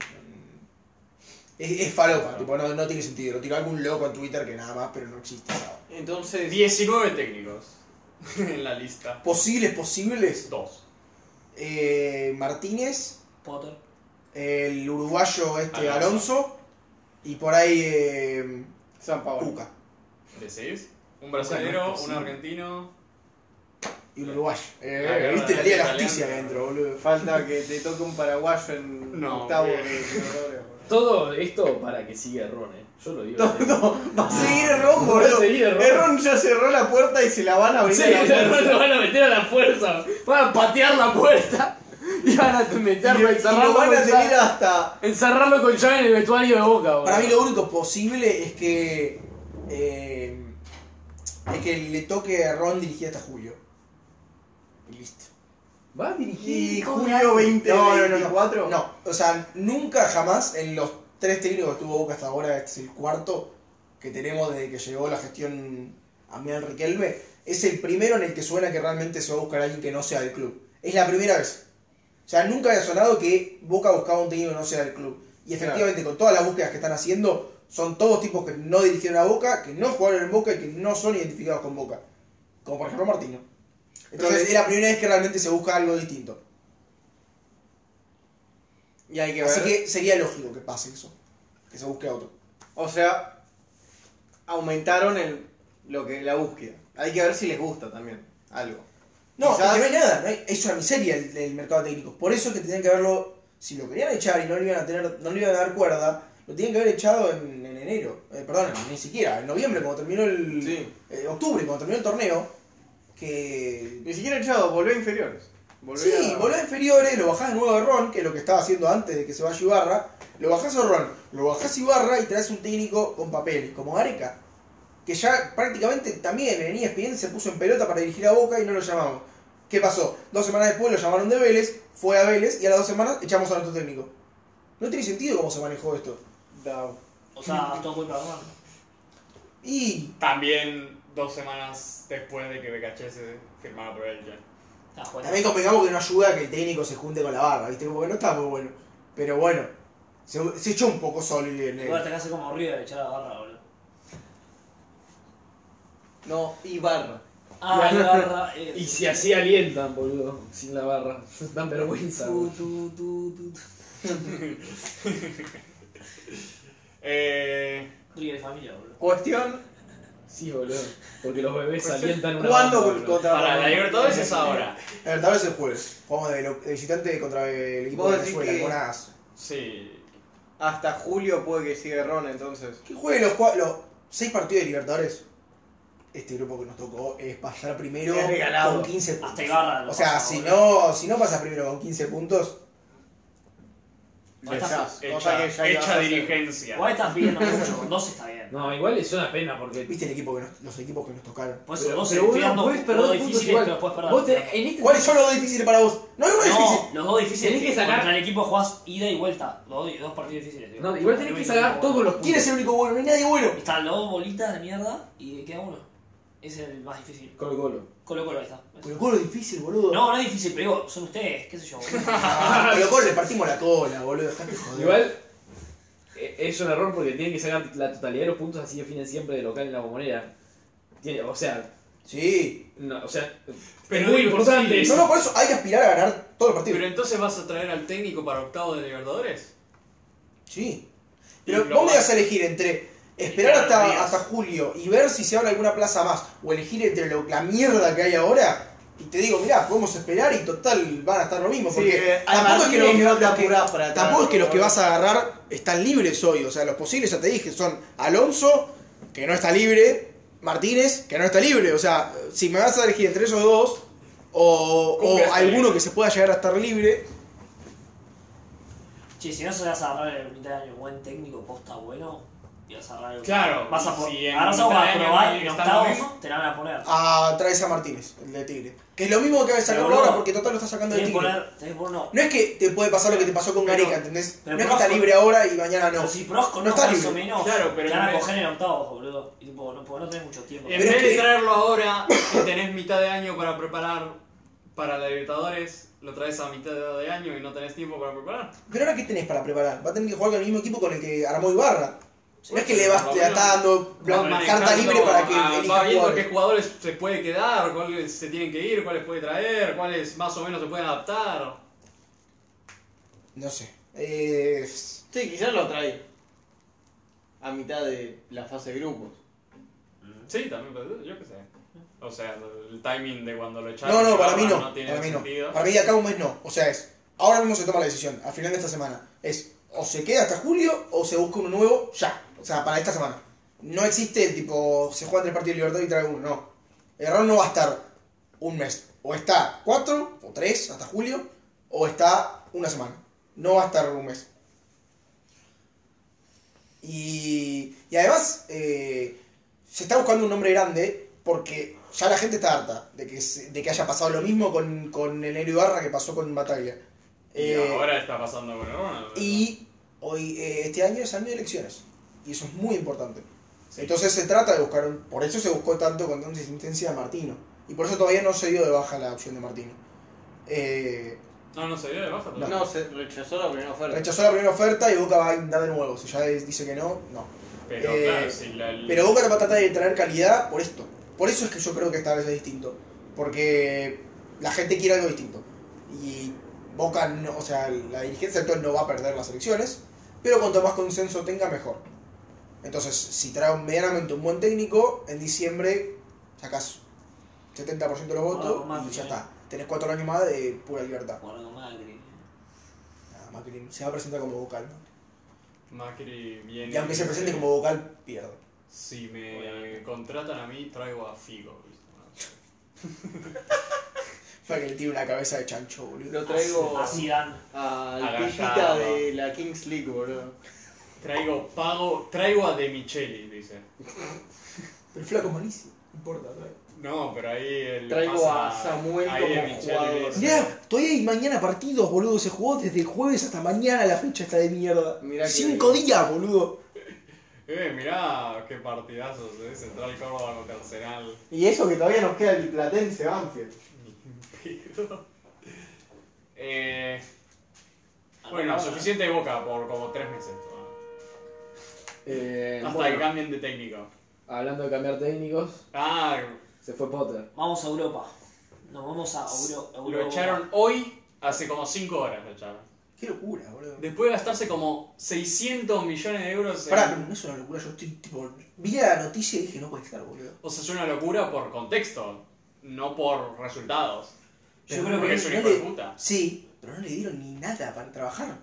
Speaker 2: Es, es falopa, tipo, no, no tiene sentido. Lo tiró algún loco en Twitter que nada más, pero no existe Sábado.
Speaker 6: Entonces.
Speaker 4: 19 técnicos *laughs* en la lista.
Speaker 2: Posibles, posibles.
Speaker 4: Dos.
Speaker 2: eh, Martínez,
Speaker 3: Potter.
Speaker 2: el uruguayo este
Speaker 4: Alonso.
Speaker 2: Alonso y por ahí eh,
Speaker 6: San Paolo.
Speaker 2: Cuca.
Speaker 4: ¿Decís? Un
Speaker 1: Bueno,
Speaker 4: brasilero,
Speaker 1: pues sí.
Speaker 4: un argentino.
Speaker 2: Y un uruguayo. Eh,
Speaker 4: Ah, claro,
Speaker 2: Viste la Liga de la
Speaker 4: italiano.
Speaker 2: Justicia ahí adentro, boludo.
Speaker 6: Falta que te toque un paraguayo en
Speaker 4: No,
Speaker 6: octavo
Speaker 4: bien.
Speaker 6: de de-
Speaker 1: Todo esto para que siga Ron, eh. Yo lo digo.
Speaker 6: No, no, va a seguir Errón,
Speaker 5: Va a
Speaker 6: boludo.
Speaker 5: seguir Errón.
Speaker 6: Errón ya cerró la puerta y se la van a abrir.
Speaker 5: Sí,
Speaker 6: a la
Speaker 5: no
Speaker 6: fuerza.
Speaker 5: lo van a meter a la fuerza. Van a patear la puerta *laughs* y van a
Speaker 6: Y-
Speaker 5: meterlo,
Speaker 6: y lo
Speaker 5: encerrarlo,
Speaker 6: van a
Speaker 5: con
Speaker 6: tener
Speaker 5: llave,
Speaker 6: hasta.
Speaker 5: encerrarlo con llave en el vestuario de Boca. boludo.
Speaker 2: Para mí lo único posible es que. eh, es que le toque a Ron dirigir hasta Julio. Y listo.
Speaker 5: Va a dirigir.
Speaker 6: Y
Speaker 5: con
Speaker 6: julio
Speaker 5: la-
Speaker 6: 20,
Speaker 2: No, no, no, no.
Speaker 6: 24.
Speaker 2: No, o sea, nunca jamás en los tres técnicos que tuvo Boca hasta ahora, este es el cuarto que tenemos desde que llegó la gestión a Miguel Riquelme, es el primero en el que suena que realmente se va a buscar a alguien que no sea del club. Es la primera vez. O sea, nunca había sonado que Boca buscaba un técnico que no sea del club. Y efectivamente, con todas las búsquedas que están haciendo, son todos tipos que no dirigieron a Boca, que no jugaron en Boca y que no son identificados con Boca. Como por ejemplo Martino. Entonces, es la primera vez que realmente se busca algo distinto.
Speaker 6: Y hay que ver.
Speaker 2: Así que sería lógico que pase eso. Que se busque a otro.
Speaker 6: O sea, aumentaron el, lo que, la búsqueda. Hay que ver si les gusta también algo.
Speaker 2: No, es
Speaker 6: Quizás-
Speaker 2: que no hay nada. no hay- es una miseria el, el mercado técnico. Por eso es que tenían que haberlo. Si lo querían echar y no le iban a tener, no le iban a dar cuerda, lo tenían que haber echado en, en enero. Eh, perdón, ni siquiera. En noviembre, cuando terminó el.
Speaker 6: Sí.
Speaker 2: eh, octubre, cuando terminó el torneo. Que.
Speaker 6: Ni siquiera echado, volvió a inferiores. Volvió
Speaker 2: Sí,
Speaker 6: a-
Speaker 2: voló a inferiores, lo bajás de nuevo a Ron, que es lo que estaba haciendo antes de que se vaya Ibarra. Lo bajás a Ron, lo bajás a Ibarra y traes un técnico con papel, como Gareca. Que ya prácticamente también en E ESPN se puso en pelota para dirigir a Boca y no lo llamamos. ¿Qué pasó? Dos semanas después lo llamaron de Vélez, fue a Vélez y a las dos semanas echamos a nuestro técnico. No tiene sentido cómo se manejó esto.
Speaker 6: Da-
Speaker 3: O sea, todo culpa de Ron.
Speaker 2: Y
Speaker 4: También dos semanas después de que Becachese firmara por el Gen.
Speaker 3: La jodida.
Speaker 2: también convengamos que no ayuda que el técnico se junte con la barra, ¿viste? Porque no está muy bueno. Pero bueno, se, se echó un poco solo el negro.
Speaker 3: Igual te hace como River echar la barra, boludo.
Speaker 6: No, Ibarra.
Speaker 3: Ah, la barra. eh,
Speaker 5: Y si así alientan, boludo, sin la barra. *laughs* Dan vergüenza.
Speaker 3: Tu,
Speaker 5: boludo.
Speaker 3: tu, tu, tu, tu.
Speaker 4: Eh,
Speaker 3: River de familia, boludo.
Speaker 6: Cuestión,
Speaker 5: Sí, boludo. Porque los bebés alientan una
Speaker 6: ¿cuándo
Speaker 5: banda, boludo.
Speaker 6: contra
Speaker 4: para la Libertadores es ahora.
Speaker 2: La verdad es el jueves. Jugamos de, lo- de visitante contra el equipo
Speaker 6: Vos
Speaker 2: de
Speaker 6: decís
Speaker 2: Venezuela,
Speaker 6: que-
Speaker 2: Monagas.
Speaker 4: Sí.
Speaker 6: Hasta julio puede que siga Ron, entonces.
Speaker 2: Que juegue los, cua- los seis partidos de Libertadores. Este grupo que nos tocó es pasar primero
Speaker 6: Es regalado.
Speaker 2: con 15
Speaker 3: Hasta
Speaker 2: puntos.
Speaker 3: Ibarra. lo
Speaker 2: O sea,
Speaker 3: pasa,
Speaker 2: si
Speaker 3: boludo.
Speaker 2: no, si no pasas primero con 15 puntos,
Speaker 6: lo echás. Cosa
Speaker 4: Hecha, hecha
Speaker 6: que ya ibas a hacer.
Speaker 4: dirigencia.
Speaker 3: Igual estás pidiendo mucho, con dos está bien.
Speaker 5: No, igual es una pena porque.
Speaker 2: viste el equipo que nos- los equipos que nos tocaron.
Speaker 3: Por eso
Speaker 5: Pero,
Speaker 3: dos
Speaker 5: pero
Speaker 3: estoy
Speaker 5: boludo,
Speaker 3: dando
Speaker 5: podés perder
Speaker 3: dos
Speaker 5: puntos
Speaker 3: difíciles,
Speaker 5: igual.
Speaker 3: pero podés perder.
Speaker 5: Vos tenés- en este
Speaker 2: ¿Cuáles son los dos difíciles para vos? No hay uno difícil.
Speaker 3: No, los dos difíciles.
Speaker 5: Tenés que sacar-
Speaker 3: Contra el equipo jugás ida y vuelta. Los dos, dos partidos difíciles. digo.
Speaker 5: No, igual tenés que sacar todos los
Speaker 2: ¿Quién
Speaker 5: puntos.
Speaker 2: es el único bueno? No hay nadie bueno.
Speaker 3: Están los dos bolitas de mierda y queda uno. Ese es el más difícil.
Speaker 5: Colo Colo.
Speaker 3: Colo Colo, ahí está.
Speaker 2: Pero Colo es difícil, boludo.
Speaker 3: No, no es difícil, pero digo, son ustedes, qué sé yo. boludo.
Speaker 2: Ah, Pero Colo le partimos la cola, boludo. Dejate joder.
Speaker 5: Igual eh, es un error porque tienen que sacar la totalidad de los puntos así definen siempre de local en la bombonera. Tiene, o sea,
Speaker 2: Sí.
Speaker 5: no, o sea,
Speaker 4: Pero
Speaker 5: es muy
Speaker 4: de por
Speaker 5: importante
Speaker 4: sí-
Speaker 5: eso.
Speaker 2: No, no, por eso hay que aspirar a ganar todos los partidos.
Speaker 4: Pero entonces vas a traer al técnico para octavo de Libertadores.
Speaker 2: Sí.
Speaker 4: Y
Speaker 2: Pero
Speaker 4: lo
Speaker 2: vos me
Speaker 4: más-
Speaker 2: vas a elegir entre esperar
Speaker 4: Esperar
Speaker 2: hasta,
Speaker 4: días.
Speaker 2: hasta julio y ver si se abre alguna plaza más o elegir entre lo- la mierda que hay ahora y te digo, mirá, podemos esperar y total van a estar lo mismo.
Speaker 6: Sí,
Speaker 2: Porque
Speaker 6: eh, a
Speaker 2: tampoco, es que los,
Speaker 6: Martínez no te
Speaker 2: los que-
Speaker 6: apurás para atrás,
Speaker 2: tampoco es que los que
Speaker 6: ¿no?
Speaker 2: vas a agarrar están libres hoy. O sea, los posibles, ya te dije, son Alonso, que no está libre, Martínez, que no está libre. O sea, si me vas a elegir entre esos dos, o,
Speaker 4: ¿Cómo que
Speaker 2: o
Speaker 4: está
Speaker 2: alguno
Speaker 4: libre?
Speaker 2: que se pueda llegar a estar libre,
Speaker 3: Che, si no se vas a agarrar en mitad de año un buen técnico posta bueno, y vas a agarrar algo-
Speaker 4: Claro,
Speaker 3: Vas a
Speaker 4: y
Speaker 3: por,
Speaker 4: si en
Speaker 3: agarras
Speaker 4: mitad
Speaker 3: algo
Speaker 4: de
Speaker 3: para
Speaker 4: año
Speaker 3: probar
Speaker 4: nadie
Speaker 3: en
Speaker 4: está bueno.
Speaker 3: octavos, te la van a poner.
Speaker 2: a, traes a Martínez, el de Tigre. Que es lo mismo que sacarlo
Speaker 3: Pero,
Speaker 2: ahora
Speaker 3: bro,
Speaker 2: porque total lo estás sacando de
Speaker 3: Tenés que
Speaker 2: Tigre.
Speaker 3: poner, tenés que poner uno.
Speaker 2: No es que te puede pasar lo que te pasó con
Speaker 4: Pero-
Speaker 2: Gareca, ¿entendés?
Speaker 3: pero
Speaker 2: no es que
Speaker 3: Prost-
Speaker 2: está libre ahora y mañana no.
Speaker 3: Pero si Prosco
Speaker 2: No
Speaker 3: no,
Speaker 2: está
Speaker 3: más
Speaker 2: libre.
Speaker 3: o menos,
Speaker 4: Claro, pero
Speaker 3: te van a
Speaker 4: no es-
Speaker 3: coger en octavos, boludo. Y tipo, no, porque no tenés mucho tiempo.
Speaker 4: En
Speaker 2: Pero
Speaker 4: vez
Speaker 2: es
Speaker 4: de
Speaker 2: que-
Speaker 4: traerlo ahora, que tenés mitad de año para preparar para la Libertadores, lo traes a mitad de año y no tenés tiempo para preparar.
Speaker 2: Pero ahora, ¿qué tenés para preparar? Va a tener que jugar con el mismo equipo con el que armó Ibarra. no es que le vas
Speaker 4: por
Speaker 2: le
Speaker 4: lo
Speaker 2: está
Speaker 4: menos
Speaker 2: dando
Speaker 4: Va
Speaker 2: plan-
Speaker 4: manejando,
Speaker 2: carta libre para que
Speaker 4: ah,
Speaker 2: elija
Speaker 4: Va viendo qué
Speaker 2: jugadores.
Speaker 4: jugadores se puede quedar, cuáles se tienen que ir, cuáles puede traer, cuáles más o menos se pueden adaptar.
Speaker 2: No sé. Eh,
Speaker 6: Sí, quizás lo trae a mitad de la fase de grupos.
Speaker 4: Sí, también, pero yo qué sé. O sea, el timing de cuando lo echaron.
Speaker 2: no, no, para mí no.
Speaker 4: No tiene
Speaker 2: para mí
Speaker 4: sentido.
Speaker 2: no. Para mí de acá a un mes no. O sea, es. Ahora mismo se toma la decisión, al final de esta semana. Es o se queda hasta julio o se busca uno nuevo ya. O sea, para esta semana. No existe tipo, se juega tres partidos de libertad y trae uno. No. El error no va a estar un mes. O está cuatro o tres hasta julio o está una semana. No va a estar un mes. Y, y además, eh, se está buscando un nombre grande porque ya la gente está harta de que, se- de que haya pasado lo mismo con, con el Nero Ibarra que pasó con Bataglia.
Speaker 4: Y
Speaker 2: Eh,
Speaker 4: ahora está pasando con Ronald.
Speaker 2: y hoy, eh, este año es año de elecciones. Y eso es muy importante. Entonces se trata de buscar, un- por eso se buscó tanto con tanta insistencia a Martino. Y por eso todavía no se dio de baja la opción de Martino. Eh,
Speaker 4: No, no se dio de baja.
Speaker 6: No,
Speaker 4: todavía.
Speaker 6: se rechazó la primera oferta.
Speaker 2: rechazó la primera oferta y Boca va a intentar de nuevo. Si ya dice que no, no.
Speaker 4: Pero
Speaker 2: Eh,
Speaker 4: claro, si la. el-
Speaker 2: Pero Boca va a tratar de tener calidad por esto. Por eso es que yo creo que esta vez es distinto. Porque la gente quiere algo distinto. Y Boca, no, o sea, la dirigencia actual no va a perder las elecciones. Pero cuanto más consenso tenga, mejor. Entonces, si trae un- medianamente un buen técnico, en diciembre sacas 70% de los votos
Speaker 3: Ah, más
Speaker 2: y ya
Speaker 3: bien.
Speaker 2: está. Tenés cuatro años más de pura libertad.
Speaker 3: Bueno, con Macri.
Speaker 2: Nada, Macri se va a presentar como vocal. ¿no?
Speaker 4: Macri viene.
Speaker 2: Y aunque se
Speaker 4: eh,
Speaker 2: presente como vocal, pierde.
Speaker 4: Si me
Speaker 3: Obviamente.
Speaker 4: contratan a mí, traigo a Figo. ¿viste?
Speaker 2: Fue que le tiene una cabeza de chancho, boludo.
Speaker 6: Lo traigo
Speaker 4: Ah,
Speaker 3: A Zidane.
Speaker 6: al
Speaker 4: Agallardo.
Speaker 6: pijita de la Kings League, boludo.
Speaker 4: Traigo pago. Traigo a De Micheli, dice.
Speaker 2: Pero flaco es malísimo. No importa, trae.
Speaker 4: No, pero ahí el.
Speaker 6: Traigo
Speaker 4: pasa-
Speaker 6: a Samuel
Speaker 4: ahí
Speaker 6: como
Speaker 4: De Micheli
Speaker 6: jugador.
Speaker 4: dice-
Speaker 2: Mirá, todavía hay mañana partidos, boludo. Se jugó desde el jueves hasta mañana la fecha está de mierda.
Speaker 6: Mirá que-
Speaker 2: Cinco días, boludo.
Speaker 4: Eh, mirá, qué partidazos, eh. Central Córdoba contra Arsenal.
Speaker 6: Y eso que todavía nos queda el Platense Banfield.
Speaker 4: Eh,
Speaker 6: Ah,
Speaker 4: bueno, suficiente de boca por como tres meses. ¿no?
Speaker 5: Eh,
Speaker 4: Hasta que
Speaker 5: bueno,
Speaker 4: cambien de técnico.
Speaker 5: hablando de cambiar técnicos,
Speaker 4: Ah,
Speaker 5: se fue Potter.
Speaker 3: Vamos a Europa. Nos vamos a Euro,
Speaker 4: lo
Speaker 3: Europa.
Speaker 4: echaron hoy, hace como cinco horas lo echaron.
Speaker 2: Qué locura, boludo.
Speaker 4: Después de gastarse como 600 millones de euros en...
Speaker 2: Pará, pero no es una locura. Yo estoy tipo. Vi la noticia y dije, no puede ser, boludo.
Speaker 4: O sea, es una locura por contexto, no por resultados.
Speaker 3: Yo creo
Speaker 4: Porque
Speaker 3: que
Speaker 4: es un
Speaker 2: no
Speaker 4: hijo de
Speaker 2: le-
Speaker 4: puta.
Speaker 2: Sí, pero no le dieron ni nada para trabajar.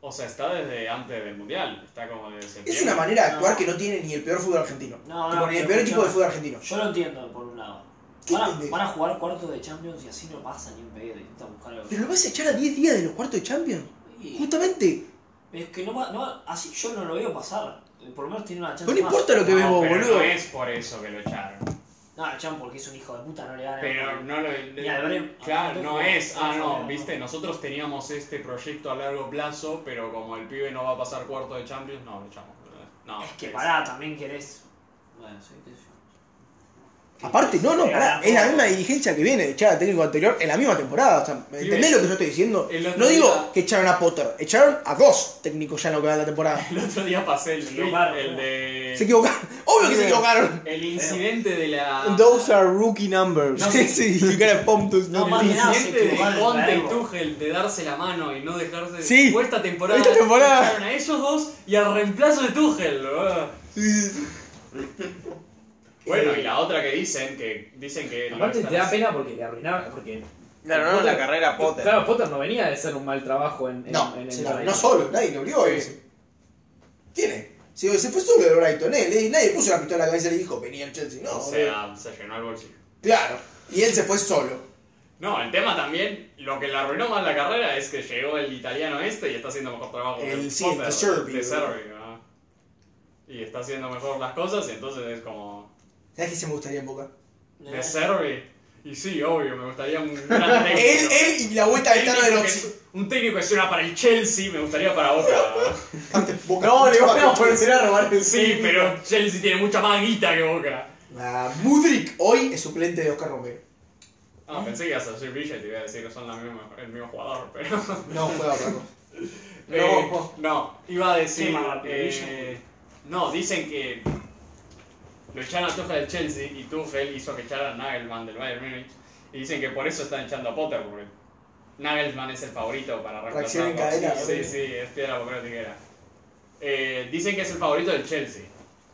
Speaker 4: O sea, está desde antes del Mundial. Está como desde septiembre.
Speaker 2: Es una manera de
Speaker 3: No.
Speaker 2: actuar que no tiene ni el peor fútbol argentino.
Speaker 3: No,
Speaker 2: Tipo,
Speaker 3: no,
Speaker 2: ni el
Speaker 3: pero
Speaker 2: peor equipo
Speaker 3: escuchame.
Speaker 2: de fútbol argentino.
Speaker 3: Yo lo entiendo, por un lado.
Speaker 2: ¿Qué
Speaker 3: Van a,
Speaker 2: entendés?
Speaker 3: van a jugar cuartos de Champions y así no pasa ni un pedido. Intentan buscar algo.
Speaker 2: Pero lo vas a echar a 10 días de los cuartos de Champions.
Speaker 3: Y-
Speaker 2: Justamente.
Speaker 3: Es que no va, no va- así yo no lo veo pasar. Eh, Por lo menos tiene una chance.
Speaker 2: No le
Speaker 3: más.
Speaker 2: importa lo que ves
Speaker 4: No,
Speaker 2: vos,
Speaker 4: pero
Speaker 2: boludo.
Speaker 4: no es por eso que lo echaron.
Speaker 3: No, le echan porque es un hijo de puta, no le gana.
Speaker 4: Pero no lo.
Speaker 3: Ni al Bremen.
Speaker 4: Claro, no es. Ah, no,
Speaker 3: No.
Speaker 4: viste, nosotros teníamos este proyecto a largo plazo, pero como el pibe no va a pasar cuarto de Champions, no lo echamos. No,
Speaker 3: Es que pará, también querés. Bueno, sí, qué sé yo.
Speaker 2: Aparte, no, no,
Speaker 3: Que
Speaker 2: pará,
Speaker 3: ganar
Speaker 2: es la
Speaker 3: todo.
Speaker 2: misma dirigencia que viene de echar al técnico anterior en la misma temporada. O sea, ¿entendés
Speaker 4: ves,
Speaker 2: lo que yo estoy diciendo?
Speaker 4: el otro
Speaker 2: No digo
Speaker 4: día-
Speaker 2: que echaron a Potter, echaron a dos técnicos ya en lo que va de la temporada.
Speaker 4: *laughs* El otro día pasé el
Speaker 3: Se
Speaker 4: tweet,
Speaker 3: equivocaron,
Speaker 4: el
Speaker 3: ¿no?
Speaker 4: de.
Speaker 2: Se equivocaron, *laughs* obvio que se equivocaron.
Speaker 4: El incidente de la.
Speaker 6: are rookie numbers.
Speaker 3: No,
Speaker 2: Sí, sí, you gotta pump those
Speaker 3: No,
Speaker 2: numbers.
Speaker 3: más que nada
Speaker 4: El
Speaker 3: se
Speaker 4: incidente de
Speaker 3: equivocaron
Speaker 4: Conte
Speaker 3: en
Speaker 4: y
Speaker 3: algo.
Speaker 4: Tuchel de darse la mano y no dejarse.
Speaker 2: Sí.
Speaker 4: Fue esta temporada.
Speaker 2: Esta temporada.
Speaker 4: Echaron a ellos dos y al reemplazo de Tuchel, boludo. Bueno, y
Speaker 2: Eh,
Speaker 4: la otra que dicen, que dicen que... lo
Speaker 5: Aparte
Speaker 4: están
Speaker 5: te da
Speaker 4: haciendo-
Speaker 5: pena porque le arruinaba, porque...
Speaker 6: Claro, no, la carrera Potter.
Speaker 5: Claro, Potter no venía de ser un mal trabajo en, en-
Speaker 2: No,
Speaker 5: en el
Speaker 2: se la-
Speaker 5: Brighton.
Speaker 2: no solo, nadie lo obligó a eso. ¿Quién es? Se, se fue solo de Brighton, él, eh, nadie puso la pistola en la cabeza y le dijo, venía al Chelsea, no.
Speaker 4: O sea, se llenó el bolsillo.
Speaker 2: Claro, y él se fue solo.
Speaker 4: No, el tema también, lo que le arruinó más la carrera es que llegó el italiano este y está haciendo mejor trabajo que
Speaker 2: El- sí,
Speaker 4: Potter,
Speaker 2: el Serbi.
Speaker 4: de Serbi, ¿no? Y está haciendo mejor las cosas y entonces es como...
Speaker 2: ¿Sabes qué se me gustaría en Boca? Eh.
Speaker 4: De Servi. Y sí, obvio, me gustaría un
Speaker 2: *laughs*
Speaker 4: gran técnico.
Speaker 2: Él, él y la vuelta de
Speaker 4: Técnico
Speaker 2: Tano de
Speaker 4: que-
Speaker 6: *laughs*
Speaker 2: los...
Speaker 4: Un técnico que suena para el Chelsea, me gustaría para Boca.
Speaker 2: *laughs*
Speaker 4: ¿no?
Speaker 2: Boca, *laughs*
Speaker 6: No, le van a
Speaker 2: Boca.
Speaker 6: volver a robar el
Speaker 4: Sí,
Speaker 6: signo.
Speaker 4: pero Chelsea tiene mucha más guita que Boca.
Speaker 2: Ah, Mudrik hoy es suplente de Oscar Romero.
Speaker 4: Ah,
Speaker 2: ¿Mm?
Speaker 4: pensé que ibas a decir Villa y te iba a decir que son la misma, el mismo jugador, pero...
Speaker 2: No juega otra cosa.
Speaker 4: Eh,
Speaker 6: No.
Speaker 4: no, iba a
Speaker 3: Qué
Speaker 4: decir.
Speaker 3: mala
Speaker 4: eh, no, dicen que lo echaron a Tuchel del Chelsea y Tuchel hizo que echaran a Nagelsmann del Bayern Múnich. Y dicen que por eso están echando a Potter, porque Nagelsmann es el favorito para
Speaker 2: Reacción
Speaker 4: reemplazarlo.
Speaker 2: en cadena,
Speaker 4: Sí,
Speaker 2: obvio.
Speaker 4: sí, es piedra, papel o tijera. Eh, dicen que es el favorito del Chelsea.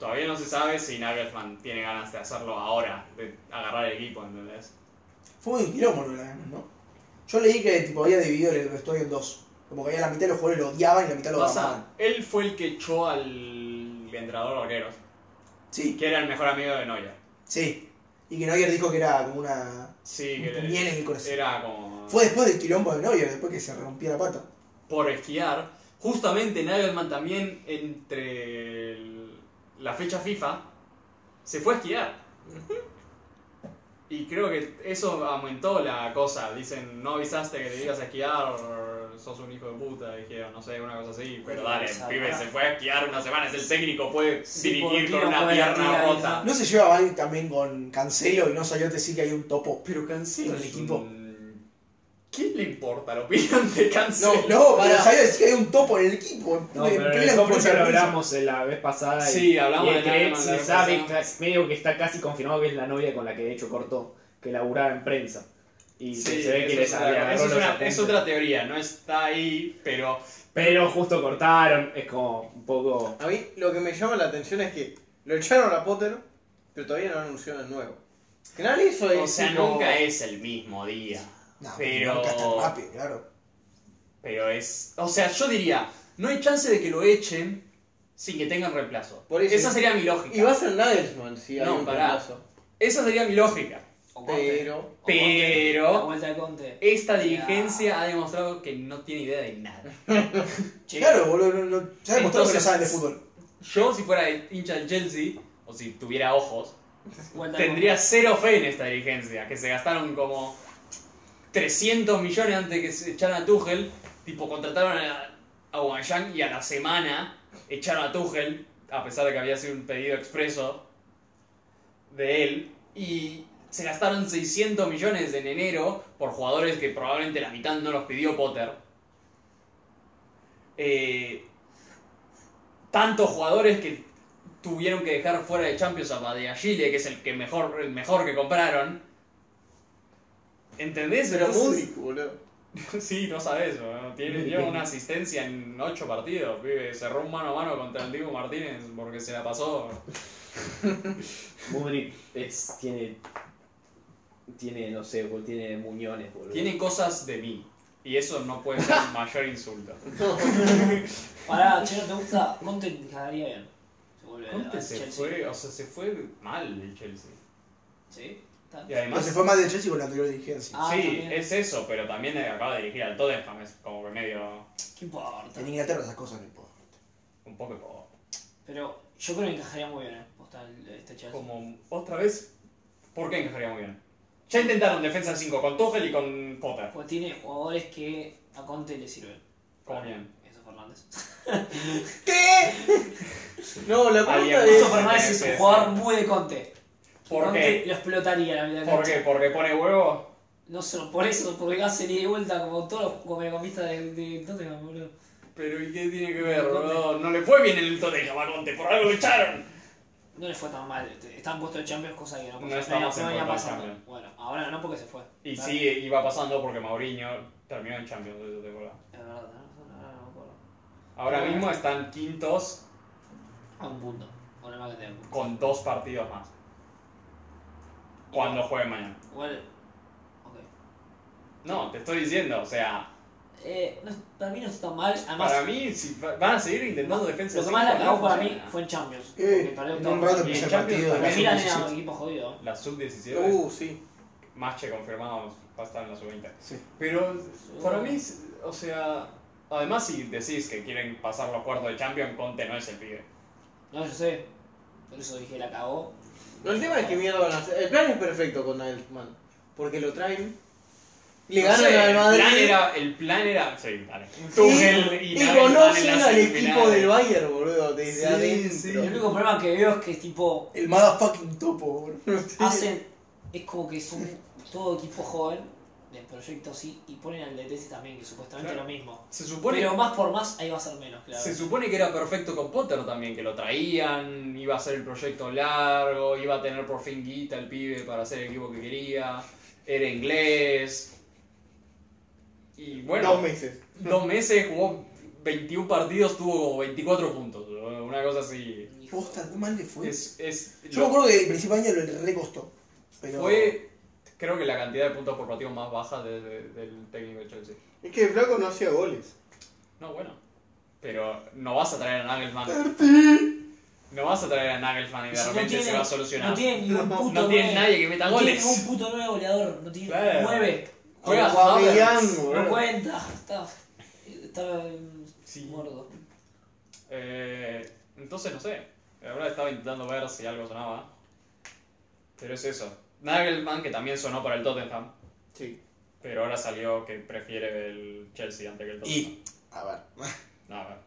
Speaker 4: Todavía no se sabe si Nagelsmann tiene ganas de hacerlo ahora, de agarrar el equipo, ¿entendés?
Speaker 2: Fue muy quilombo lo de Nagelsmann, ¿no? Yo leí que tipo, había dividido el vestuario en dos. Como que había la mitad de los jugadores lo odiaban y la mitad lo amaban.
Speaker 4: Pasa, él fue el que echó al entrenador Oreros,
Speaker 2: Sí,
Speaker 4: que era el mejor amigo de Neuer.
Speaker 2: sí. Y que Neuer dijo que era como una
Speaker 4: Sí, que
Speaker 2: un miel en el corazón.
Speaker 4: era como
Speaker 2: Fue después del quilombo de Neuer, después que se rompía la pata.
Speaker 4: por esquiar. Justamente Nagelman también entre el- la fecha FIFA se fue a esquiar.
Speaker 2: Mm.
Speaker 4: Y creo que eso aumentó la cosa. Dicen, no avisaste que te ibas a esquiar, sos un hijo de puta, dijeron, no sé, una cosa así.
Speaker 3: Bueno,
Speaker 4: Pero dale,
Speaker 3: esa-
Speaker 4: pibe, se fue a esquiar una semana, es el técnico, puede
Speaker 3: Sí,
Speaker 4: dirigir
Speaker 3: porque
Speaker 4: con
Speaker 3: no
Speaker 4: una
Speaker 3: puede
Speaker 4: pierna
Speaker 3: tirar,
Speaker 4: rota.
Speaker 2: No se lleva mal también con Cancelo y no salió te sí que hay un topo.
Speaker 4: Pero Cancelo
Speaker 2: El
Speaker 4: es
Speaker 2: equipo.
Speaker 4: un- ¿Quién le importa la opinión
Speaker 2: *laughs*
Speaker 4: de
Speaker 2: No,
Speaker 4: Cancelo?
Speaker 2: no, pero
Speaker 6: Pará.
Speaker 2: salió te sí que hay un topo en el equipo.
Speaker 5: No,
Speaker 2: en
Speaker 5: pero en
Speaker 2: plena
Speaker 5: el Copa
Speaker 2: conferencia
Speaker 5: ya lo
Speaker 2: de prensa.
Speaker 5: hablamos eh, la vez pasada. y-
Speaker 4: Sí, hablamos
Speaker 5: y
Speaker 4: de
Speaker 5: que
Speaker 4: Nagelsmann la
Speaker 5: se
Speaker 4: vez
Speaker 5: sabe,
Speaker 4: pasada.
Speaker 5: ca- medio que está casi confirmado que es la novia con la que de hecho cortó, que laburaba en prensa. Y que
Speaker 4: Sí,
Speaker 5: se ve que
Speaker 4: eso
Speaker 5: les
Speaker 4: es otra-
Speaker 5: agarró
Speaker 4: eso es
Speaker 5: los
Speaker 4: una-
Speaker 5: apuntes.
Speaker 4: es otra teoría, no está ahí, pero
Speaker 5: Pero justo cortaron, es como un poco.
Speaker 6: A mí lo que me llama la atención es que lo echaron a Potter, pero todavía no anunciaron el nuevo. Que nadie hizo
Speaker 4: o
Speaker 6: eso.
Speaker 4: sea, nunca es el mismo día,
Speaker 2: No,
Speaker 4: Pero-
Speaker 2: pero... nunca es tan rápido, claro.
Speaker 4: pero es, o sea, yo diría, no hay chance de que lo echen sin que tengan reemplazo.
Speaker 6: Por eso.
Speaker 4: Esa sería mi lógica.
Speaker 6: Y va a ser Nagelsmann si hay
Speaker 4: No,
Speaker 6: un
Speaker 4: pará.
Speaker 6: reemplazo.
Speaker 4: Esa sería mi lógica.
Speaker 6: Pero.
Speaker 4: Pero-
Speaker 3: La vuelta de Conte.
Speaker 4: Esta dirigencia ha demostrado que no tiene idea de nada.
Speaker 3: Che,
Speaker 2: Claro, boludo, no, no, ya demostró que no
Speaker 4: Entonces-
Speaker 2: saben de fútbol.
Speaker 4: Yo si fuera hincha del Chelsea o si tuviera ojos,
Speaker 3: vuelta de
Speaker 4: tendría cero fe en esta dirigencia, que se gastaron como 300 millones antes que se echaran a Tuchel, tipo contrataron a, a Aubameyang y a la semana echaron a Tuchel, a pesar de que había sido un pedido expreso de él, y se gastaron 600 millones en enero por jugadores que probablemente la mitad no los pidió Potter. Eh, tantos jugadores que tuvieron que dejar fuera de Champions a Chile, que es el que mejor, el mejor que compraron. ¿Entendés?
Speaker 6: Pero
Speaker 4: Entonces-
Speaker 6: Mudrik, boludo.
Speaker 4: *laughs* Sí, no sabes, weón. Tiene, lleva una asistencia en ocho partidos, pibe. Cerró un mano a mano contra el Diego Martínez porque se la pasó.
Speaker 5: Mudrik es, tiene. Tiene, no sé, bol- tiene muñones, boludo.
Speaker 4: Tiene cosas de mí. Y eso no puede ser mayor insulto.
Speaker 3: Conte. Pará, che, no te gusta. Conte te quedaría bien. Se vuelve
Speaker 4: Conte
Speaker 3: al
Speaker 4: se
Speaker 3: Chelsea.
Speaker 4: fue, o sea, se fue mal el Chelsea.
Speaker 3: Sí, está.
Speaker 4: Y
Speaker 2: Pero se
Speaker 4: además,
Speaker 2: fue más del Chelsea con la anterior dirigencia.
Speaker 3: Ah,
Speaker 4: sí,
Speaker 3: también.
Speaker 4: es eso, pero también eh, acaba de dirigir al Tottenham, es como que medio.
Speaker 3: ¿Qué importa?
Speaker 2: En Inglaterra esas cosas no importan.
Speaker 4: un poco como-
Speaker 3: Pero yo creo que encajaría muy bien, eh. Posta, el- este Chelsea.
Speaker 4: como. otra vez. ¿Por qué encajaría muy bien? Ya intentaron defensa 5 con Tuchel y con Potter.
Speaker 3: Porque tiene jugadores que a Conte le sirven.
Speaker 4: ¿Cómo bien?
Speaker 3: Eso Fernández.
Speaker 6: ¿Qué? No, la pregunta
Speaker 4: Alguien
Speaker 6: es.
Speaker 3: Eso
Speaker 4: más.
Speaker 3: Fernández
Speaker 4: sí,
Speaker 3: es
Speaker 4: sí,
Speaker 3: un jugador
Speaker 4: sí.
Speaker 3: muy de Conte.
Speaker 4: ¿Por
Speaker 3: Conte
Speaker 4: qué?
Speaker 3: lo explotaría la mitad de
Speaker 4: ¿Por
Speaker 3: cancha.
Speaker 4: qué? ¿Porque pone huevo?
Speaker 3: No solo por eso, porque hace ida y vuelta como todos los comecompistas de, de Tottenham, boludo.
Speaker 4: Pero ¿y qué tiene que ver, boludo? No le fue bien el Tottenham a Conte, por algo lo echaron.
Speaker 3: No le fue tan mal. este, Están puestos de Champions, cosa que no
Speaker 4: No
Speaker 3: pasó.
Speaker 4: estamos en
Speaker 3: venía
Speaker 4: puestos de
Speaker 3: pasando.
Speaker 4: Champions.
Speaker 3: Bueno, ahora no porque se fue.
Speaker 4: Y
Speaker 3: Claro.
Speaker 4: sí, iba pasando porque Mauriño terminó en Champions de esa temporada.
Speaker 3: Es verdad, tenés razón, ahora no me acuerdo.
Speaker 4: Ahora mismo están quintos
Speaker 3: A un punto. Con el más que tengo.
Speaker 4: con dos partidos más. cuando juegue mañana.
Speaker 3: Igual. Ok.
Speaker 4: No, te estoy diciendo, o sea,
Speaker 3: Eh, no, para mí no está mal. Además,
Speaker 4: para mí si va- van a seguir intentando defensa.
Speaker 3: lo que
Speaker 4: de
Speaker 3: más la
Speaker 4: cinco, no
Speaker 3: cagó para mí
Speaker 4: funciona.
Speaker 3: fue en Champions.
Speaker 2: Eh,
Speaker 3: porque para-
Speaker 2: en
Speaker 3: no,
Speaker 2: un rato
Speaker 3: y
Speaker 2: empieza
Speaker 3: en
Speaker 2: el
Speaker 3: Champions,
Speaker 2: partido.
Speaker 3: porque
Speaker 2: la
Speaker 3: Milan
Speaker 2: sub-17.
Speaker 3: era un equipo jodido.
Speaker 4: La sub-17,
Speaker 6: Uh, sí.
Speaker 4: Mache confirmado, va a estar en la sub-20.
Speaker 2: Sí.
Speaker 4: Pero para mí, o sea, además si decís que quieren pasar los cuartos de Champions, Conte no es el pibe.
Speaker 3: No, yo sé. Por eso dije, la cagó.
Speaker 6: No, el tema es que mierda van a hacer. El plan es perfecto con Nagelsmann. Porque lo traen. Le ganan
Speaker 4: No sé,
Speaker 6: al Madrid.
Speaker 4: El plan era. El plan era sí, vale. Tuchel
Speaker 6: Y, y
Speaker 4: Nagelsmann en
Speaker 6: conocen
Speaker 4: las
Speaker 6: al equipo
Speaker 4: semifinales.
Speaker 6: del Bayern, boludo, desde
Speaker 2: Sí,
Speaker 6: adentro.
Speaker 2: sí.
Speaker 3: El único problema que veo es que es tipo.
Speaker 2: El motherfucking topo,
Speaker 6: *laughs*
Speaker 2: boludo.
Speaker 3: Hacen. Es como que es un todo equipo joven del proyecto sí y ponen al DT también, que supuestamente
Speaker 4: Claro.
Speaker 3: es lo mismo.
Speaker 4: Se supone,
Speaker 3: Pero más por más ahí va a ser menos, claro.
Speaker 4: se supone que era perfecto con Potter también, que lo traían, iba a ser el proyecto largo, iba a tener por fin guita el pibe para hacer el equipo que quería, era inglés. Y bueno,
Speaker 6: Dos meses.
Speaker 4: dos meses jugó 21 partidos, tuvo como 24 puntos, ¿no? una cosa así.
Speaker 3: Hijo.
Speaker 2: Posta, qué mal le fue.
Speaker 4: Es, es,
Speaker 2: Yo
Speaker 4: lo-
Speaker 2: me acuerdo que el principio de año lo recostó. Pero...
Speaker 4: fue, creo que la cantidad de puntos por partido más baja de- de- del técnico de Chelsea.
Speaker 6: Es que el flaco no hacía goles.
Speaker 4: No, bueno. Pero no vas a traer a Nagelsmann. No vas a traer a Nagelsmann y
Speaker 3: Si
Speaker 4: de
Speaker 3: no
Speaker 4: repente se
Speaker 3: tiene-
Speaker 4: va a solucionar.
Speaker 3: No tiene ningún
Speaker 6: No,
Speaker 3: puto
Speaker 4: No tiene
Speaker 3: nueve.
Speaker 4: nadie que meta
Speaker 3: No tiene ningún
Speaker 4: goles.
Speaker 3: puto nueve goleador. No tiene
Speaker 4: Claro.
Speaker 3: nueve.
Speaker 4: Juega
Speaker 6: Como a
Speaker 4: Havertz.
Speaker 6: Millán,
Speaker 3: No
Speaker 6: boludo.
Speaker 3: cuenta. Está. Está. mm,
Speaker 4: Sí.
Speaker 3: Muerto.
Speaker 4: Eh, entonces, no sé. La verdad estaba intentando ver si algo sonaba. Pero es eso. Nagelsmann, que también sonó para el Tottenham.
Speaker 6: Sí.
Speaker 4: Pero ahora salió que prefiere el Chelsea antes que el Tottenham.
Speaker 2: Y. A ver. *laughs*
Speaker 4: Nada.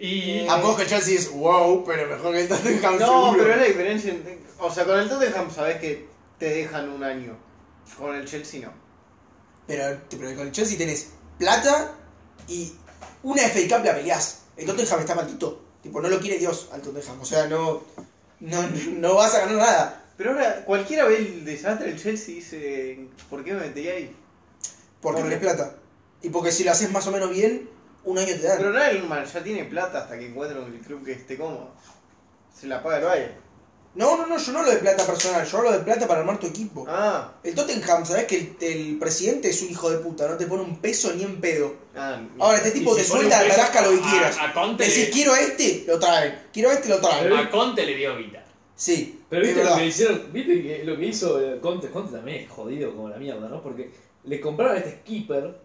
Speaker 4: Y...
Speaker 2: Tampoco que el Chelsea es wow, pero mejor que el Tottenham
Speaker 6: Eh. *laughs* No,
Speaker 2: seguro.
Speaker 6: pero es la diferencia. en- O sea, con el Tottenham sabes que te dejan un año. Con el Chelsea no.
Speaker 2: Pero, pero con el Chelsea tenés plata y una FA Cup la peleás. El Tottenham está maldito. Tipo, no lo quiere Dios al Tottenham. O sea, no, no, no vas a ganar nada.
Speaker 6: Pero ahora, cualquiera ve el desastre del Chelsea y dice, ¿por qué me metí ahí?
Speaker 2: Porque no
Speaker 6: Bueno.
Speaker 2: tenés plata. Y porque si lo haces más o menos bien, un año te dan.
Speaker 6: Pero Nagelsmann ya tiene plata hasta que encuentre un club que esté cómodo. Se la paga el Bayern.
Speaker 2: No, no, no, yo no hablo de plata personal. Yo hablo de plata para armar tu equipo.
Speaker 6: Ah,
Speaker 2: El Tottenham, sabés que el, el presidente es un hijo de puta. No te pone un peso ni en pedo.
Speaker 6: ah
Speaker 2: Ahora, este
Speaker 4: y
Speaker 2: tipo
Speaker 4: si
Speaker 2: te
Speaker 4: pone un
Speaker 2: suelta la
Speaker 4: peso-
Speaker 2: tarasca lo que
Speaker 4: pues, a-
Speaker 2: quieras.
Speaker 4: A, Conte
Speaker 2: Decís,
Speaker 4: le,
Speaker 2: quiero a este, lo traen. Quiero a este, lo traen.
Speaker 4: a Conte le dio vida.
Speaker 2: Sí,
Speaker 1: Pero
Speaker 2: es
Speaker 1: viste lo
Speaker 2: verdad.
Speaker 1: que hicieron, viste que lo que hizo eh, Conte, Conte también es jodido como la mierda, ¿no? Porque le compraron a este skipper,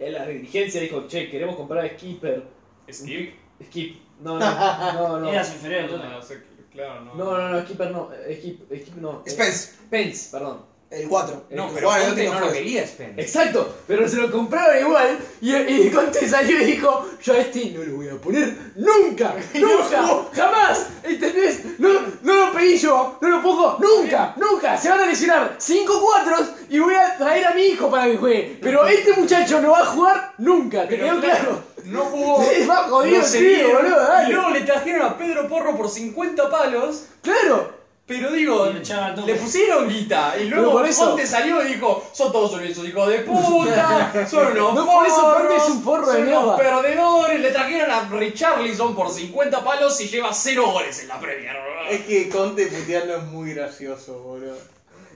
Speaker 1: eh, la dirigencia dijo, che, queremos comprar a skipper,
Speaker 4: Steve.
Speaker 1: skip,
Speaker 2: *laughs*
Speaker 1: no, no, no, no,
Speaker 3: Era su inferior al
Speaker 4: No,
Speaker 3: Tottenham.
Speaker 4: no, sé, claro, no.
Speaker 1: no, no, no, skipper no, eh, skip, skip no, eh,
Speaker 2: Spence,
Speaker 1: Pence, perdón.
Speaker 2: el 4.
Speaker 4: No,
Speaker 2: El que
Speaker 4: pero
Speaker 2: jugaba en el
Speaker 4: Conte no
Speaker 2: Tottenham
Speaker 4: lo
Speaker 2: fue.
Speaker 4: quería Spence.
Speaker 1: Exacto, pero se lo compraron igual y, y *laughs* Conte salió y dijo, yo a este no lo voy a poner nunca, nunca, jamás, ¿entendés? No, no lo pedí yo, no lo pongo nunca, nunca, se van a lesionar cinco cuatros y voy a traer a mi hijo para que juegue, pero este muchacho no va a jugar nunca, ¿te
Speaker 4: Pero
Speaker 1: quedó claro?
Speaker 4: No jugó.
Speaker 1: *laughs* Es más jodido
Speaker 4: no
Speaker 1: el
Speaker 4: se
Speaker 1: pibe,
Speaker 4: dieron,
Speaker 1: boludo, dale.
Speaker 4: Y luego le trajeron a Pedro Porro por 50 palos.
Speaker 1: Claro,
Speaker 4: Pero digo,
Speaker 3: Y lo echaron al toque.
Speaker 4: le pusieron guita. Y
Speaker 1: Pero
Speaker 4: luego
Speaker 1: por eso-
Speaker 4: Conte salió y dijo: Son todos unos hijos
Speaker 1: *laughs*
Speaker 4: de puta. Son unos
Speaker 1: No, por eso Conte
Speaker 4: forros,
Speaker 1: es un forro de
Speaker 4: Son unos
Speaker 1: mierda.
Speaker 4: perdedores. Le trajeron a Richarlison por 50 palos y lleva 0 goles en la Premier.
Speaker 6: Es que Conte putearlo es muy gracioso, boludo.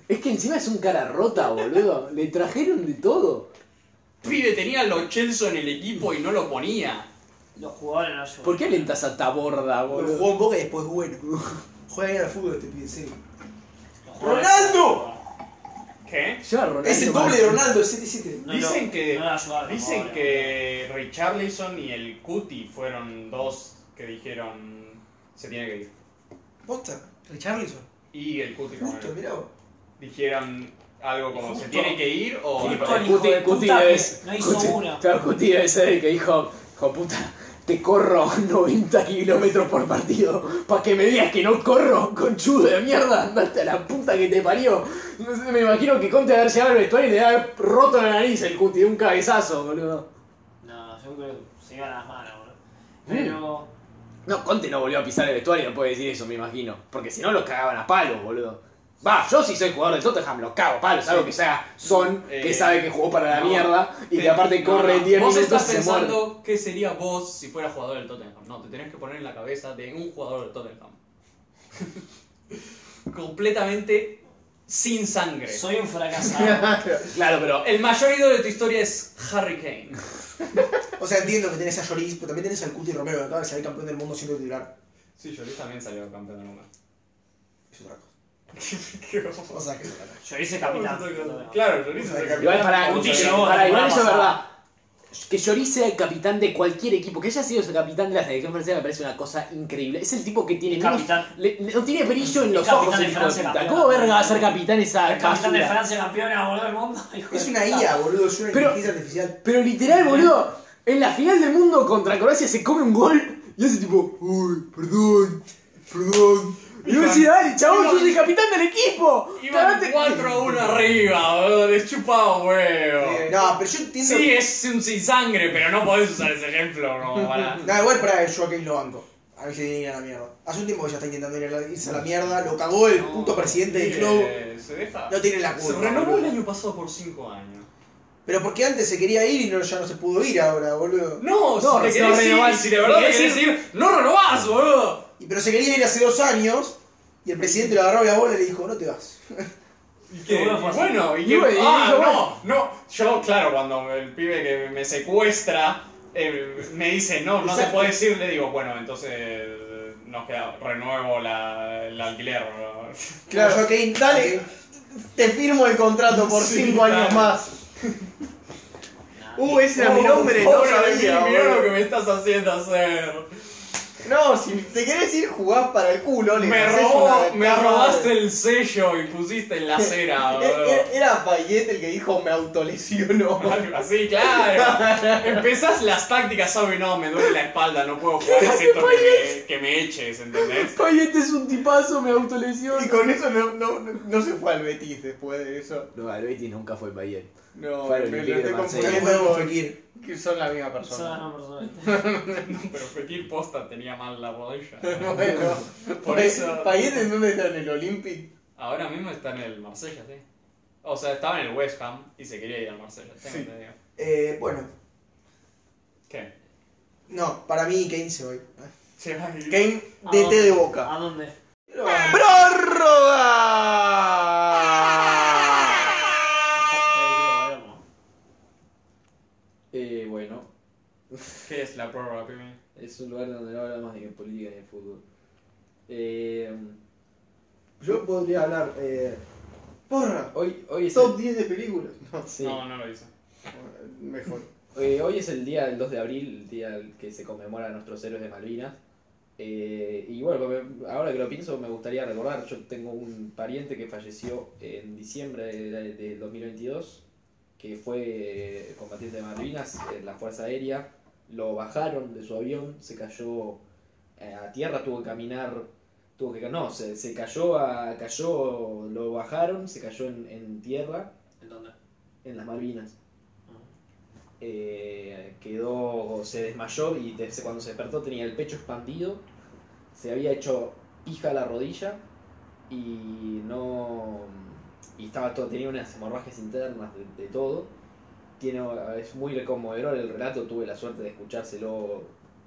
Speaker 1: es que encima es un cara rota, boludo, le trajeron de todo.
Speaker 4: Pibe tenía a los Chelsea en el equipo y no lo ponía.
Speaker 3: Los jugadores no ayudan.
Speaker 1: ¿Por qué alentas a Taborda,
Speaker 2: Lo
Speaker 1: boludo?
Speaker 2: jugó en Boca y después
Speaker 4: *laughs*
Speaker 2: bueno. Juega bien al fútbol este pibe, sí.
Speaker 3: Los jugadores-
Speaker 2: ¡Ronaldo!
Speaker 4: ¿Qué?
Speaker 1: Lleva a Ronaldo
Speaker 2: Es el doble de
Speaker 1: Martínez.
Speaker 2: Ronaldo, el 7-7.
Speaker 3: No,
Speaker 4: Dicen
Speaker 3: no,
Speaker 4: que,
Speaker 3: no la ayudaron,
Speaker 4: dicen
Speaker 3: pobre,
Speaker 4: que Richarlison y el Cuti fueron dos que dijeron se tiene que ir.
Speaker 2: Posta, Richarlison.
Speaker 4: Y el Cuti como
Speaker 2: Justo,
Speaker 4: él.
Speaker 2: mirá vos.
Speaker 4: dijeron algo como se
Speaker 3: Justo.
Speaker 4: tiene que ir o
Speaker 3: Sí,
Speaker 4: algo
Speaker 3: con-
Speaker 4: así.
Speaker 3: hijo de puta que
Speaker 1: es-
Speaker 3: no hizo
Speaker 1: Cuti-
Speaker 3: una.
Speaker 1: Claro, Cuti debe ser el que dijo, hijo puta, te corro *laughs* 90 kilómetros por partido para que me digas que no corro, conchudo de mierda, andate a la puta que te parió. No sé, Me imagino que Conte haber llegado al vestuario y le debe haber roto la nariz el Cuti de un cabezazo, boludo.
Speaker 3: No, yo creo que se iban las manos, boludo. Pero.
Speaker 1: No, Conte no volvió a pisar el vestuario, no puede decir eso, me imagino. Porque si no, los cagaban a palos, boludo. Va, yo si soy jugador del Tottenham, los cago a palos, salvo que sea Son, que
Speaker 4: Eh,
Speaker 1: sabe que jugó para la
Speaker 4: no.
Speaker 1: mierda y que
Speaker 4: Te-
Speaker 1: aparte
Speaker 4: no,
Speaker 1: corre
Speaker 4: no.
Speaker 1: 10
Speaker 4: Vos
Speaker 1: minutos
Speaker 4: estás
Speaker 1: y se muere.
Speaker 4: pensando qué sería vos si fueras jugador del Tottenham. No, te tenés que poner en la cabeza de un jugador del Tottenham. *laughs* Completamente sin sangre.
Speaker 3: Soy un fracasado.
Speaker 4: Claro, pero el mayor ídolo de tu historia es Harry Kane.
Speaker 2: O sea, entiendo que tenés a Lloris, pero también tenés al Cuti Romero, que acaba de salir campeón del mundo siendo titular.
Speaker 4: Sí, Jolie también salió campeón del mundo.
Speaker 2: Es otra cosa.
Speaker 4: Qué oso.
Speaker 2: O sea, que es otra cosa.
Speaker 3: Yo hice capitán.
Speaker 4: Claro, Jolie se capitán.
Speaker 1: Igual para,
Speaker 3: Guti
Speaker 1: para-
Speaker 3: llegó
Speaker 1: para
Speaker 3: la
Speaker 1: igual eso es
Speaker 3: pasada.
Speaker 1: verdad. Que Lloris sea el capitán de cualquier equipo, que haya sido el capitán de la selección francesa me parece una cosa increíble. Es el tipo que tiene
Speaker 3: Es
Speaker 1: menos-
Speaker 3: capitán.
Speaker 1: le- le- no tiene brillo en los
Speaker 3: capitán
Speaker 1: ojos.
Speaker 3: de
Speaker 1: el hijo
Speaker 3: Francia,
Speaker 1: de puta.
Speaker 3: campeón.
Speaker 1: ¿Cómo verga va a ser capitán esa
Speaker 3: El capitán de
Speaker 1: basura?
Speaker 3: Francia campeona, boludo del mundo. hijo
Speaker 2: Es
Speaker 3: de
Speaker 2: una
Speaker 3: puta.
Speaker 2: IA, boludo, es una
Speaker 1: Pero-
Speaker 2: inteligencia artificial.
Speaker 1: Pero literal, boludo, en la final del mundo contra Croacia se come un gol y hace tipo, uy, perdón, perdón. Y vos decís, dale, chabón, sos el capitán del equipo.
Speaker 4: Iban
Speaker 1: Cagate- *laughs*
Speaker 4: 4 a 1 arriba, boludo, les chupaba huevo.
Speaker 2: No, pero yo entiendo.
Speaker 4: Sí, es un sin sangre, pero no podés usar ese ejemplo como para.
Speaker 2: No, igual para yo a Kane lo banco. A mí se tiene que ir a la mierda. Hace un tiempo que ya está intentando ir a la- irse a la mierda. Lo cagó el puto presidente del club.
Speaker 4: Eh, Se deja.
Speaker 2: No tiene la
Speaker 4: Se
Speaker 2: culpa.
Speaker 4: renovó el
Speaker 2: boludo.
Speaker 4: año pasado por 5 años.
Speaker 2: Pero porque antes se quería ir y no, ya no se pudo ir ahora, boludo.
Speaker 4: No,
Speaker 1: No,
Speaker 4: si te
Speaker 1: se
Speaker 4: querés
Speaker 1: renovó
Speaker 4: ir,
Speaker 1: el-
Speaker 4: si de verdad
Speaker 1: si
Speaker 4: te
Speaker 1: querés
Speaker 4: querés ir, no renovás, boludo.
Speaker 2: Y, pero se quería ir hace dos años y el presidente lo agarró la bola y le dijo, no te vas.
Speaker 4: ¿Y qué?
Speaker 3: Seguro fue así.
Speaker 4: Bueno, y
Speaker 1: Y
Speaker 4: qué-
Speaker 1: bueno, y
Speaker 4: ah,
Speaker 1: dijo,
Speaker 4: no, no. Yo, claro, cuando el pibe que me secuestra eh, me dice, no, no te
Speaker 2: Exacto.
Speaker 4: puedo decir, le digo, bueno, entonces eh, nos queda, renuevo la, el alquiler. ¿no?
Speaker 6: Claro,
Speaker 2: Yo a Kane,
Speaker 6: dale.
Speaker 2: a Kane.
Speaker 6: Te firmo el contrato por
Speaker 4: Sí,
Speaker 6: 5 años
Speaker 4: dale.
Speaker 6: más.
Speaker 4: *laughs*
Speaker 3: Nah.
Speaker 6: Uh, ese era mi nombre, no
Speaker 4: Oh, Pobre de
Speaker 6: sabía.
Speaker 4: mí, mirá lo que
Speaker 6: boludo.
Speaker 4: me estás haciendo hacer.
Speaker 6: No, si te querés ir, jugás para el culo. le
Speaker 4: Me
Speaker 6: haces
Speaker 4: robó,
Speaker 6: una Eh,
Speaker 4: me
Speaker 6: cama.
Speaker 4: robaste el sello y pusiste en
Speaker 2: *laughs*
Speaker 4: la cera,
Speaker 6: Eh, eh,
Speaker 4: boludo.
Speaker 6: Era Payet el que dijo me autolesiono.
Speaker 4: *laughs* Algo Así, claro. Empezás las tácticas, ¿sabes? No, me duele la espalda, no puedo
Speaker 2: *laughs*
Speaker 4: jugar, siento que me, que me eches, ¿entendés?
Speaker 1: Payete este es un tipazo, me autolesiono.
Speaker 6: Y con eso no, no, no, no se fue al Betis después de eso.
Speaker 1: No, Alberti nunca fue Payet.
Speaker 6: No,
Speaker 1: Fue al
Speaker 6: me, me
Speaker 1: Olympique de
Speaker 6: estoy
Speaker 1: Marsella.
Speaker 2: También
Speaker 6: confundiendo
Speaker 2: podemos
Speaker 6: con-
Speaker 2: Fekir.
Speaker 6: que son la misma
Speaker 3: Persona,
Speaker 6: *laughs* persona.
Speaker 3: no, persona.
Speaker 4: Pero Fekir Posta tenía mal la rodilla.
Speaker 6: Bueno,
Speaker 4: Por eso.
Speaker 6: Payet en dónde está en el Olympic.
Speaker 4: Ahora mismo está en el Marsella, sí. O sea, estaba en el West Ham y se quería ir al Marsella, tengo
Speaker 6: Sí.
Speaker 4: entendido.
Speaker 2: Eh, bueno,
Speaker 4: ¿Qué?
Speaker 2: no, para mí Kane se va a ir. ¿eh?
Speaker 4: Se va a ir.
Speaker 6: Kane
Speaker 3: ¿A
Speaker 6: DT
Speaker 3: dónde?
Speaker 6: de Boca.
Speaker 3: ¿A dónde?
Speaker 6: ¡Prórroga!
Speaker 1: Eh, bueno,
Speaker 4: ¿Qué es la prórroga, Pimi?
Speaker 1: es un lugar donde no hablamos de política ni de fútbol. Eh, yo podría hablar. Eh,
Speaker 6: Porra,
Speaker 1: hoy, hoy, es
Speaker 6: top
Speaker 1: el,
Speaker 6: 10 de películas. No,
Speaker 1: sí,
Speaker 4: No, no lo hizo.
Speaker 6: mejor.
Speaker 1: eh, hoy es el día del 2 de abril, el día al que se conmemora a nuestros héroes de Malvinas. Eh, y bueno, me- ahora que lo pienso, me gustaría recordar. Yo tengo un pariente que falleció en diciembre del 2022, que fue eh, combatiente de Malvinas en la Fuerza Aérea. Lo bajaron de su avión, se cayó eh, a tierra, tuvo que caminar. Tuvo que, no, se, se cayó, a, cayó, lo bajaron, se cayó en, en tierra,
Speaker 3: ¿En dónde?
Speaker 1: en las Malvinas. Eh, quedó, se desmayó y desde cuando se despertó tenía el pecho expandido, se había hecho pija a la rodilla y no y estaba todo, tenía unas hemorragias internas de, de todo. Tiene, es muy conmovedor el relato, tuve la suerte de escuchárselo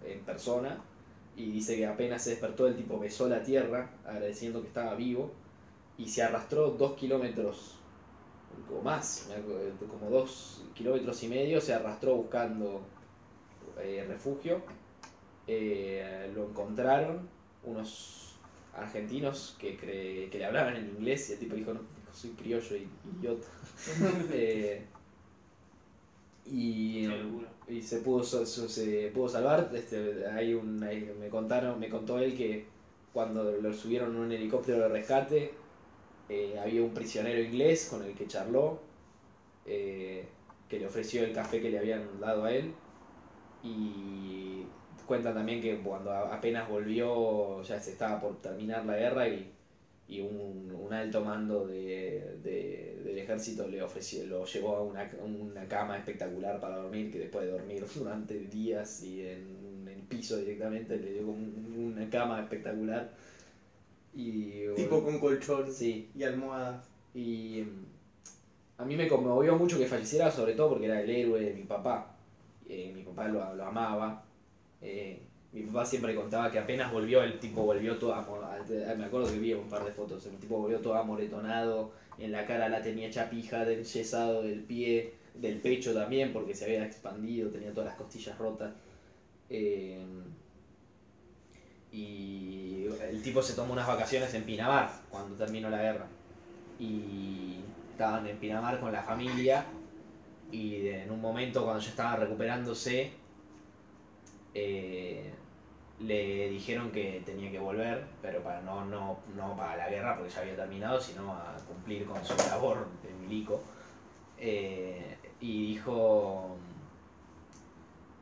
Speaker 1: en persona y dice que apenas se despertó el tipo besó la tierra agradeciendo que estaba vivo y se arrastró dos kilómetros o más, me acu- como dos kilómetros y medio, se arrastró buscando eh, refugio. Eh, lo encontraron unos argentinos que, cre- que le hablaban en inglés y el tipo dijo, no, dijo, soy criollo y idiota. Eh, y,
Speaker 3: Qué locura.
Speaker 1: y se pudo so- so- se pudo salvar este hay un hay- me contaron me contó él que cuando lo subieron en un helicóptero de rescate eh, había un prisionero inglés con el que charló eh, que le ofreció el café que le habían dado a él y cuentan también que cuando a- apenas volvió ya se estaba por terminar la guerra y, y un, un alto mando de, de- del ejército le ofreció, lo llevó a una, una cama espectacular para dormir, que después de dormir *laughs* durante días y en el piso directamente le dio un- una cama espectacular. Y,
Speaker 6: Tipo con colchón
Speaker 1: sí,
Speaker 6: y almohadas.
Speaker 1: y mm, a mí me conmovió mucho que falleciera, sobre todo porque era el héroe de mi papá. Eh, mi papá lo, lo amaba. Eh,
Speaker 5: Mi papá siempre contaba que apenas volvió, el tipo volvió todo amoretonado. Me acuerdo que vi un par de fotos. El tipo volvió todo amoretonado. En la cara la tenía hecha pija, del yesado del pie, del pecho también, porque se había expandido, tenía todas las costillas rotas. Eh, y el tipo se tomó unas vacaciones en Pinamar cuando terminó la guerra. Y estaban en Pinamar con la familia. Y de- en un momento, cuando ya estaba recuperándose, eh, le dijeron que tenía que volver, pero para no, no, no para la guerra, porque ya había terminado, sino a cumplir con su labor de milico. Eh, y dijo.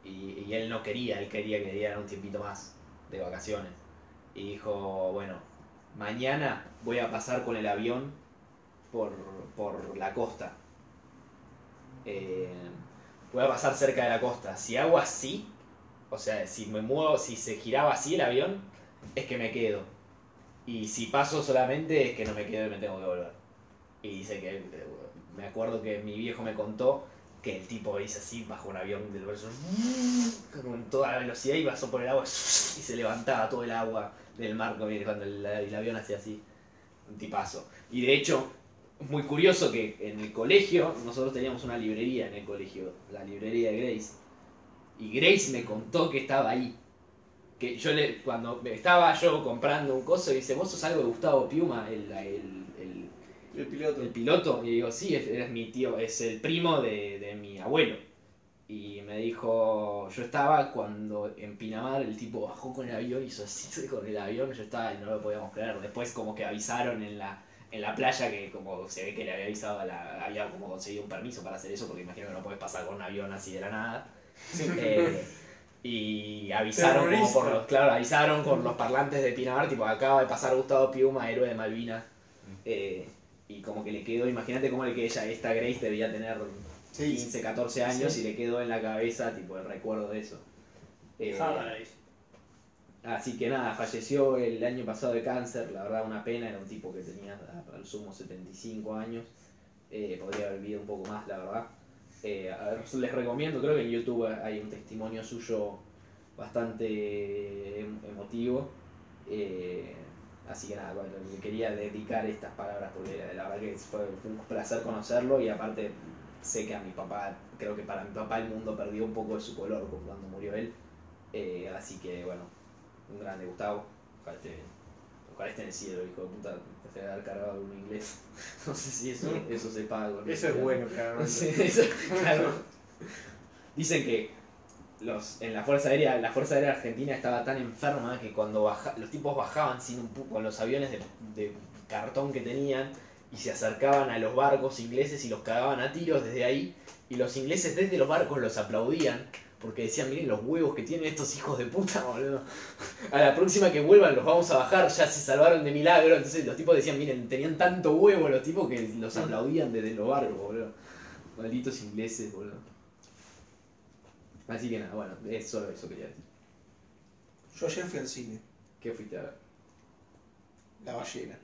Speaker 5: Y, y él no quería, él quería que le dieran un tiempito más de vacaciones. Y dijo: Bueno, mañana voy a pasar con el avión por, por la costa. Eh, voy a pasar cerca de la costa. Si hago así, o sea, si me muevo, si se giraba así el avión, es que me quedo. Y si paso solamente es que no me quedo y me tengo que volver. Y dice que eh, me acuerdo que mi viejo me contó que el tipo hizo así, bajo un avión del verso con toda la velocidad y pasó por el agua y se levantaba todo el agua del mar cuando el, el avión hacía así. Un tipazo. Y de hecho, muy curioso que en el colegio, nosotros teníamos una librería en el colegio, la librería de Grace. Y Grace me contó que estaba ahí. Que yo le, cuando me- estaba yo comprando un coso, y dice, vos sos algo de Gustavo Piuma, el, el- el-
Speaker 6: El piloto.
Speaker 5: el piloto. Y digo, sí, es, es mi tío, es el primo de, de mi abuelo. Y me dijo, yo estaba cuando en Pinamar el tipo bajó con el avión, hizo así *laughs* con el avión, yo estaba y no lo podíamos creer. Después como que avisaron en la, en la playa que como se ve que le había avisado, a la, había como conseguido un permiso para hacer eso, porque imagino que no puedes pasar con un avión así de la nada. Eh, y avisaron como por los, claro, avisaron con los parlantes de Pinamar, tipo acaba de pasar Gustavo Piuma, héroe de Malvinas. Eh, y como que le quedó, imagínate cómo le que ella, esta Grace debía tener 15, 14 años y le quedó en la cabeza tipo el recuerdo de eso. Eh,
Speaker 3: Ah,
Speaker 5: así que nada, falleció el año pasado de cáncer, la verdad una pena, era un tipo que tenía a- al sumo 75 años, eh, podría haber vivido un poco más, la verdad. Eh, a ver, les recomiendo, creo que en YouTube hay un testimonio suyo bastante em- emotivo. eh, así que nada, bueno, le quería dedicar estas palabras porque la- la verdad que fue, fue un placer conocerlo y aparte sé que a mi papá, creo que para mi papá el mundo perdió un poco de su color cuando murió él. Eh, así que bueno, un grande Gustavo. Ojalá esté, ojalá esté en el cielo, hijo de puta. Te voy a dar cargado de un inglés. *laughs* No sé si eso, eso se paga. con-
Speaker 6: Eso es bueno,
Speaker 5: *laughs*
Speaker 6: claramente.
Speaker 5: Sí, eso, claro. Dicen que los, en la Fuerza Aérea, la Fuerza Aérea Argentina estaba tan enferma que cuando baja, los tipos bajaban sin un pu- con los aviones de, de cartón que tenían y se acercaban a los barcos ingleses y los cagaban a tiros desde ahí y los ingleses desde los barcos los aplaudían porque decían, miren los huevos que tienen estos hijos de puta, *laughs* boludo. A la próxima que vuelvan los vamos a bajar, ya se salvaron de milagro. Entonces los tipos decían, miren, tenían tanto huevo los tipos que los aplaudían desde los barcos, boludo. Malditos ingleses, boludo. Así que nada, bueno, es solo eso quería decir.
Speaker 2: Yo ayer fui al
Speaker 6: *laughs*
Speaker 2: cine,
Speaker 5: ¿Qué fuiste a ver?
Speaker 2: La Ballena.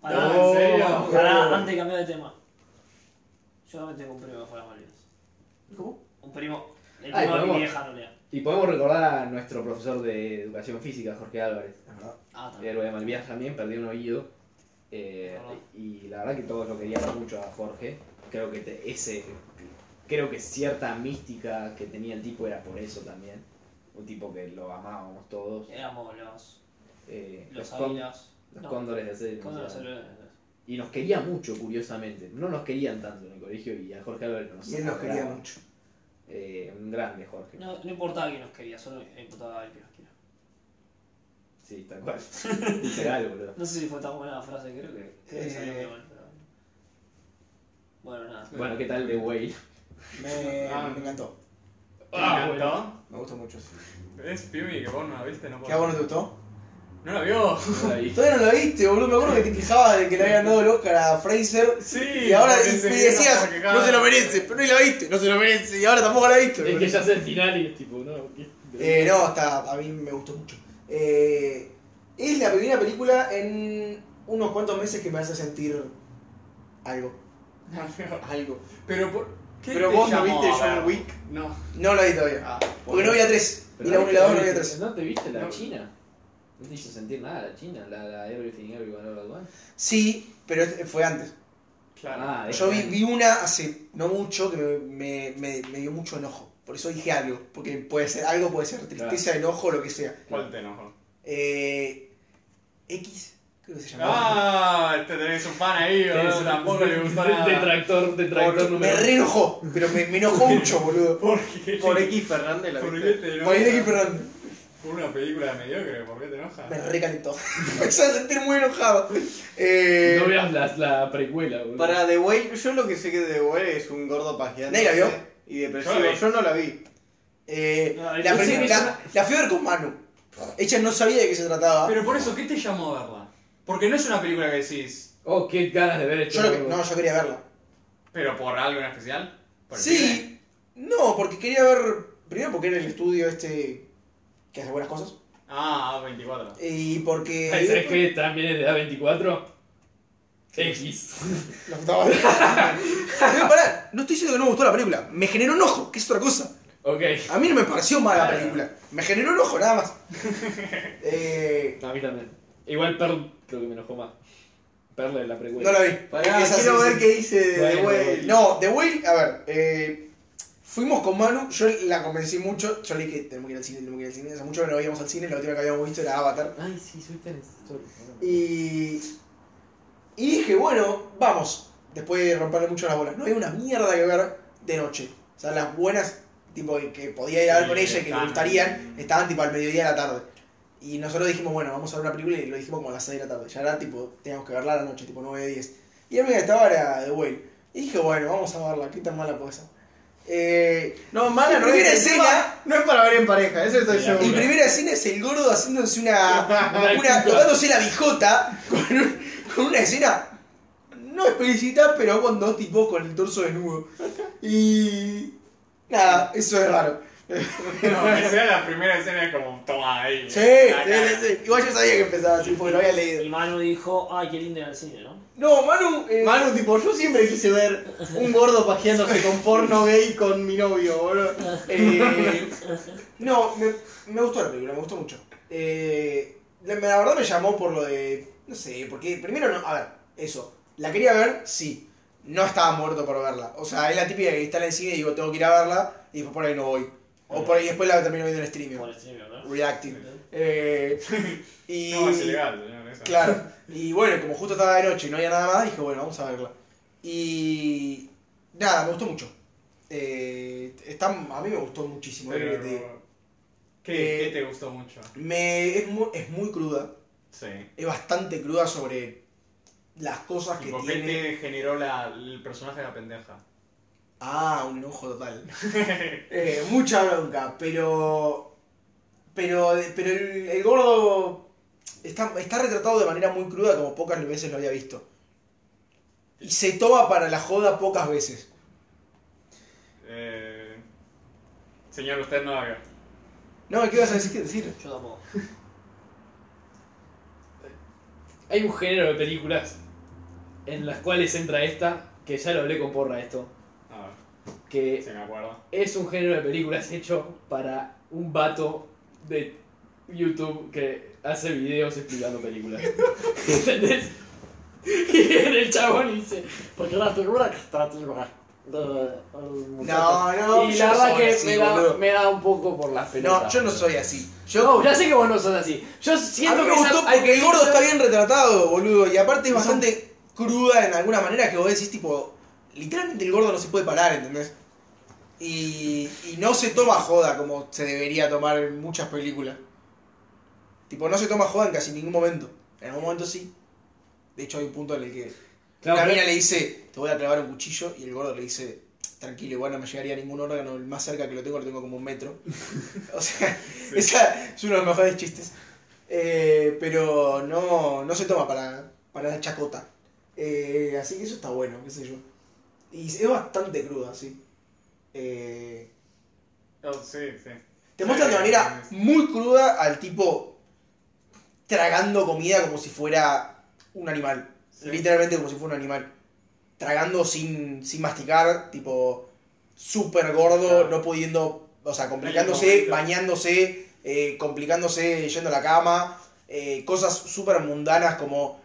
Speaker 3: Pará,
Speaker 4: No, ¿en serio?
Speaker 3: pará, antes de cambiar de tema. Yo también tengo un primo que fue a las Malvinas.
Speaker 2: ¿Cómo?
Speaker 3: Un primo. El
Speaker 5: Ay,
Speaker 3: primo de mi
Speaker 5: podemos-
Speaker 3: vieja no lea.
Speaker 5: Y podemos recordar a nuestro profesor de educación física, Jorge Álvarez.
Speaker 2: La verdad.
Speaker 3: Ah,
Speaker 5: de
Speaker 3: también.
Speaker 5: héroe de Malvinas también, perdió un oído. Eh,
Speaker 3: Ajá.
Speaker 5: y la verdad que todos lo queríamos mucho a Jorge. Creo que te- ese creo que cierta mística que tenía el tipo era por eso también. Un tipo que lo amábamos todos.
Speaker 3: Éramos los.
Speaker 5: Eh,
Speaker 3: Los
Speaker 5: cón-
Speaker 3: águilas.
Speaker 5: los
Speaker 3: no,
Speaker 5: cóndores de acero.
Speaker 3: cóndores
Speaker 5: ¿no?
Speaker 3: azules.
Speaker 5: Y nos quería mucho, curiosamente. No nos querían tanto en el colegio y a Jorge Álvarez nos
Speaker 2: Y él nos quería
Speaker 5: adoraba.
Speaker 2: mucho.
Speaker 5: Eh, un grande Jorge.
Speaker 3: No, no importaba quién nos quería, solo importaba el que nos quiera.
Speaker 5: Sí, tal cual. *laughs* Literal, boludo.
Speaker 3: No sé si fue tan buena la frase, creo que, creo que salió
Speaker 2: Eh.
Speaker 3: muy mal, pero- Bueno, nada.
Speaker 5: Bueno, ¿qué tal
Speaker 3: *laughs*
Speaker 5: de Whale?
Speaker 2: Me,
Speaker 4: Ah.
Speaker 2: me encantó.
Speaker 4: Ah,
Speaker 3: bueno.
Speaker 5: *laughs*
Speaker 4: bueno.
Speaker 2: Me gustó mucho. sí.
Speaker 4: Es Piumi que vos no la viste, no
Speaker 2: ¿Qué a vos no
Speaker 4: podés.
Speaker 2: te gustó?
Speaker 4: No la vio. *laughs*
Speaker 5: No la vi.
Speaker 2: Todavía no la viste, boludo. Me acuerdo que te quejabas de que le habían dado el Oscar a Fraser.
Speaker 4: Sí.
Speaker 2: Y ahora
Speaker 4: porque
Speaker 2: y,
Speaker 4: se
Speaker 2: me
Speaker 4: vieron
Speaker 2: decías,
Speaker 4: porque cada-
Speaker 2: no se lo merece, pero ni la viste, no se lo merece. Y ahora tampoco la viste.
Speaker 7: Es que ya es el final y es tipo, no. ¿qué?
Speaker 2: Eh, no, está, a mí me gustó mucho. Eh, es la primera película en unos cuantos meses que me hace sentir algo.
Speaker 4: No la vio.
Speaker 2: Algo.
Speaker 4: Pero por... ¿Qué
Speaker 6: Pero
Speaker 4: te
Speaker 6: vos no
Speaker 4: llamó
Speaker 6: viste
Speaker 4: a ver?
Speaker 6: John Wick.
Speaker 4: No.
Speaker 2: No la vi todavía.
Speaker 4: Ah,
Speaker 2: Porque no había tres. Ni la 1 y la 2, no había tres.
Speaker 1: ¿No te viste la
Speaker 4: No.
Speaker 1: China? No te hizo sentir nada la China, la, la Everything Everywhere All at Once.
Speaker 2: Sí, pero este- fue antes.
Speaker 4: claro.
Speaker 1: Ah,
Speaker 2: Yo vi,
Speaker 1: es-
Speaker 2: vi una hace no mucho que me, me- me- me dio mucho enojo. Por eso dije algo. Porque puede ser algo, puede ser tristeza, enojo, lo que sea.
Speaker 4: ¿Cuál te enojó?
Speaker 2: Eh, X, creo que se llamaba.
Speaker 4: Ah, te tenés un fan ahí, boludo. Tampoco le gustó nada.
Speaker 5: Detractor, detractor
Speaker 2: me
Speaker 5: Ah, número
Speaker 2: re enojó, pero me, me enojó mucho, boludo.
Speaker 4: ¿Por qué?
Speaker 6: Por X Fernández la
Speaker 4: ¿Por
Speaker 6: viste.
Speaker 4: qué te
Speaker 2: Por ahí de aquí,
Speaker 4: enoja?
Speaker 2: Fernández.
Speaker 4: Por una película mediocre, ¿por qué te enojas?
Speaker 2: Me recalentó. *laughs* me hizo sentir muy enojado. Eh,
Speaker 5: No veas la, la precuela, boludo.
Speaker 6: Para The Whale, yo lo que sé que de The Whale es un gordo pajeante.
Speaker 2: ¿Nadie la vio?
Speaker 6: Y depresivo.
Speaker 4: Yo la vi.
Speaker 6: Yo no la vi.
Speaker 2: eh,
Speaker 5: Ay,
Speaker 2: la,
Speaker 5: no sé
Speaker 2: primera-
Speaker 5: qué
Speaker 2: la, la fui a ver con Manu. Ella no sabía de qué se trataba.
Speaker 4: Pero por eso, ¿qué te llamó a verla? Porque no es una película que decís,
Speaker 5: Oh, qué ganas de ver esto.
Speaker 2: yo lo que-
Speaker 5: boludo.
Speaker 2: no, yo quería verla.
Speaker 4: pero por algo en especial. ¿Por el cine?
Speaker 2: Sí, no, porque quería ver. Primero porque era el estudio este que hace buenas cosas.
Speaker 4: Ah,
Speaker 2: *laughs*
Speaker 4: 24.
Speaker 2: Y
Speaker 6: *laughs*
Speaker 2: porque.
Speaker 5: Ay, ¿Sabes qué? También es de A24. X.
Speaker 2: La puta
Speaker 6: *laughs*
Speaker 2: madre. Pero pará, no estoy diciendo que no me gustó la película. Me generó enojo, que es otra cosa.
Speaker 5: Ok.
Speaker 2: A mí no me pareció mala la
Speaker 4: Claro.
Speaker 2: película. Me generó enojo, nada
Speaker 6: *laughs*
Speaker 2: más. Eh,
Speaker 1: No, a mí también.
Speaker 5: Igual Pearl creo que me enojó más. Pearl es la precuela.
Speaker 2: no la vi.
Speaker 6: Pará,
Speaker 2: Es así,
Speaker 6: quiero
Speaker 2: sí.
Speaker 6: ver qué dice de The
Speaker 5: Bueno,
Speaker 6: Whale.
Speaker 2: No, The Whale, a ver, eh, fuimos con Manu, yo la convencí mucho, yo le dije, tenemos que ir al cine, tenemos que ir al cine, hace mucho que no íbamos al cine, la última que habíamos visto era Avatar.
Speaker 1: Ay, sí, soy tan sorry.
Speaker 2: Y, y dije, bueno, vamos, después de romperle mucho las bolas, no hay una mierda que ver de noche. O sea, las buenas, tipo, que, que podía ir a ver
Speaker 4: Sí,
Speaker 2: con ella y que le
Speaker 4: están-
Speaker 2: gustarían, estaban tipo al mediodía de la tarde. Y nosotros dijimos, bueno, vamos a ver una película y lo dijimos como a las 6 de la tarde. Ya era tipo, teníamos que verla a la noche, tipo 9 10. Y la única que estaba era The Whale. Y dije, bueno, vamos a verla, qué tan mala puede ser. Eh,
Speaker 6: No, mala
Speaker 2: La
Speaker 6: no
Speaker 2: primera
Speaker 6: es.
Speaker 2: escena-
Speaker 6: Encima, No es para ver en pareja, eso estoy
Speaker 5: La
Speaker 6: seguro.
Speaker 2: y
Speaker 5: Hola.
Speaker 2: primera escena es el gordo haciéndose una.
Speaker 5: Una
Speaker 2: una
Speaker 5: cuca.
Speaker 2: tocándose la bijota con, un- con una escena. No explícita, pero con dos tipos con el torso desnudo. Y. Nada, eso es raro.
Speaker 4: No, que sea la primera escena es como, toma ahí.
Speaker 2: Sí,
Speaker 4: la
Speaker 2: sí,
Speaker 4: cara.
Speaker 2: sí, sí. Igual yo sabía que empezaba así, porque lo había
Speaker 3: Y
Speaker 2: leído.
Speaker 3: Manu dijo, ay, qué lindo era el cine, ¿no?
Speaker 2: No, Manu. eh,
Speaker 6: Manu, tipo, yo siempre quise ver un gordo pajeándose con porno gay con mi novio, boludo.
Speaker 2: Eh, no, me, me gustó la película, me gustó mucho. Eh, la, la verdad me llamó por lo de. No sé, porque primero no. A ver, eso. La quería ver, sí. No estaba muerto por verla. O sea, es la típica que está en el cine y digo, tengo que ir a verla, y después por ahí no voy. O por ahí después la termino viendo en streaming.
Speaker 3: Por el streaming, ¿no?
Speaker 2: Reacting. Eh, y.
Speaker 4: No, es ilegal, señor. Eso.
Speaker 2: Claro. *laughs* Y bueno, como justo estaba de noche y no había nada más, dije, bueno, vamos a verla. Y. Nada, me gustó mucho. Eh, está, a mí me gustó muchísimo. ¿eh? ¿qué
Speaker 4: Pero,
Speaker 2: querés que te diga?
Speaker 4: ¿qué,
Speaker 2: Eh,
Speaker 4: ¿Qué te gustó mucho?
Speaker 2: Me, es, muy, es muy cruda.
Speaker 4: Sí.
Speaker 2: Es bastante cruda sobre las cosas que
Speaker 4: Tipo, ¿Qué
Speaker 2: tiene.
Speaker 4: te generó la, el personaje de la pendeja?
Speaker 2: Ah, un enojo
Speaker 5: *laughs*
Speaker 2: total. Eh, mucha bronca, pero. Pero, pero el, el gordo está, está retratado de manera muy cruda como pocas veces lo había visto. Y se toma para la joda pocas veces.
Speaker 4: Eh, señor, usted no la vio.
Speaker 2: No, ¿qué ibas a decir? ¿Qué decir?
Speaker 3: Yo tampoco.
Speaker 5: Hay un género de películas en las cuales entra esta, que ya lo hablé con porra esto,
Speaker 4: A
Speaker 5: que
Speaker 4: ver, si me acuerdo.
Speaker 5: es un género de películas hecho para un vato de YouTube que hace videos explicando películas. ¿Entendés? Y viene el chabón y dice,
Speaker 3: Porque la figura que está atrás de- del muchacho.
Speaker 2: No, no,
Speaker 5: y
Speaker 2: yo no
Speaker 5: la verdad
Speaker 2: soy
Speaker 5: que
Speaker 2: así,
Speaker 5: me, da,
Speaker 2: boludo.
Speaker 5: me da un poco por las pelotas.
Speaker 2: No, yo no soy así. Yo,
Speaker 5: No, ya sé que vos no sos así. Yo
Speaker 2: A
Speaker 5: siento
Speaker 2: mí me
Speaker 5: que esa-
Speaker 2: gustó
Speaker 5: hay
Speaker 2: porque el gordo está
Speaker 5: películas-
Speaker 2: bien retratado, boludo. Y aparte es bastante cruda en alguna manera que vos decís, tipo, literalmente el gordo no se puede parar, ¿entendés? Y, y no se toma joda como se debería tomar en muchas películas. Tipo, no se toma joda en casi ningún momento. En algún momento sí. De hecho, hay un punto en el que
Speaker 5: Claro,
Speaker 2: la
Speaker 5: pero-
Speaker 2: mina le dice, te voy a clavar un cuchillo, y el gordo le dice, tranquilo, igual no me llegaría a ningún órgano, el más cerca que lo tengo lo tengo como un
Speaker 5: *laughs*
Speaker 2: metro. o sea, esa es uno de los mejores chistes. Eh, pero no, no se toma para, para la chacota. Eh, así que eso está bueno, qué sé yo. Y es bastante cruda, sí. Eh,
Speaker 4: Oh, sí, sí.
Speaker 2: te muestran de manera muy cruda al tipo tragando comida como si fuera un animal.
Speaker 4: Sí.
Speaker 2: Literalmente como si fuera un animal. Tragando sin, sin masticar, tipo súper gordo,
Speaker 4: Claro.
Speaker 2: no pudiendo, o sea,
Speaker 4: En
Speaker 2: complicándose,
Speaker 4: el momento.
Speaker 2: bañándose, eh, complicándose yendo a la cama, eh, cosas súper mundanas como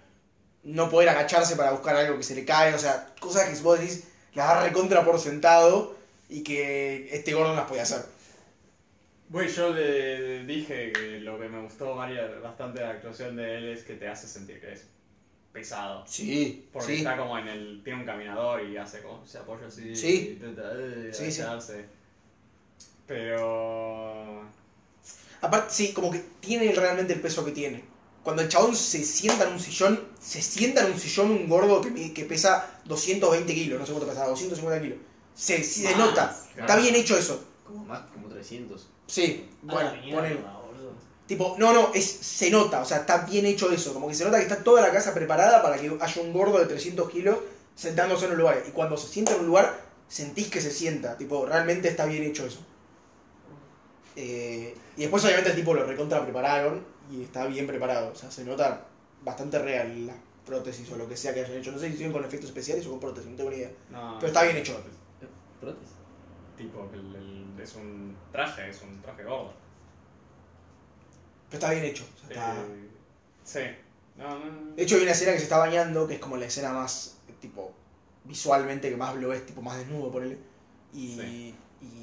Speaker 2: no poder agacharse para buscar algo que se le cae, o sea, cosas que vos decís, las da recontra por sentado y que este gordo no las podía hacer.
Speaker 4: Bueno, yo le dije que lo que me gustó María, bastante de la actuación de él es que te hace sentir que es pesado.
Speaker 2: Sí,
Speaker 4: Porque
Speaker 2: sí.
Speaker 4: está como en el. Tiene un caminador y hace como. Se apoya así.
Speaker 2: Sí.
Speaker 4: y Intenta. eh,
Speaker 2: Sí, sí.
Speaker 4: agacharse. Pero. eh,
Speaker 2: Aparte, sí, como que tiene realmente el peso que tiene. Cuando el chabón se sienta en un sillón, se sienta en un sillón un gordo que, mi- que pesa 220 kilos, no sé cuánto pesaba, 250 kilos. Se, se
Speaker 3: Más,
Speaker 2: nota, está
Speaker 4: claro.
Speaker 2: bien hecho eso.
Speaker 1: Como más, como 300.
Speaker 2: Sí, bueno,
Speaker 3: A la mierda,
Speaker 2: ponelo.
Speaker 3: boludo.
Speaker 2: Tipo, no, no, es, se nota, o sea, está bien hecho eso. Como que se nota que está toda la casa preparada para que haya un gordo de 300 kilos sentándose en un lugar. Y cuando se sienta en un lugar, sentís que se sienta. Tipo, realmente está bien hecho eso. Eh, y después, obviamente, el tipo lo recontra prepararon y está bien preparado. O sea, se nota bastante real la prótesis o lo que sea que hayan hecho. No sé si hicieron con efectos especiales o con prótesis, no tengo ni idea.
Speaker 4: No,
Speaker 5: Ah.
Speaker 2: Pero está bien hecho.
Speaker 1: ¿Prótesis?
Speaker 4: Tipo, el- el- es un traje, es un traje
Speaker 5: *laughs*
Speaker 4: gordo.
Speaker 2: Pero está bien hecho. o sea, está- Eh,
Speaker 4: Eh, sí. No, no, no.
Speaker 2: De hecho, hay una escena que se está bañando, que es como la escena más, eh, tipo, visualmente que más lo es, tipo, más desnudo, ponele. Y,
Speaker 4: Sí.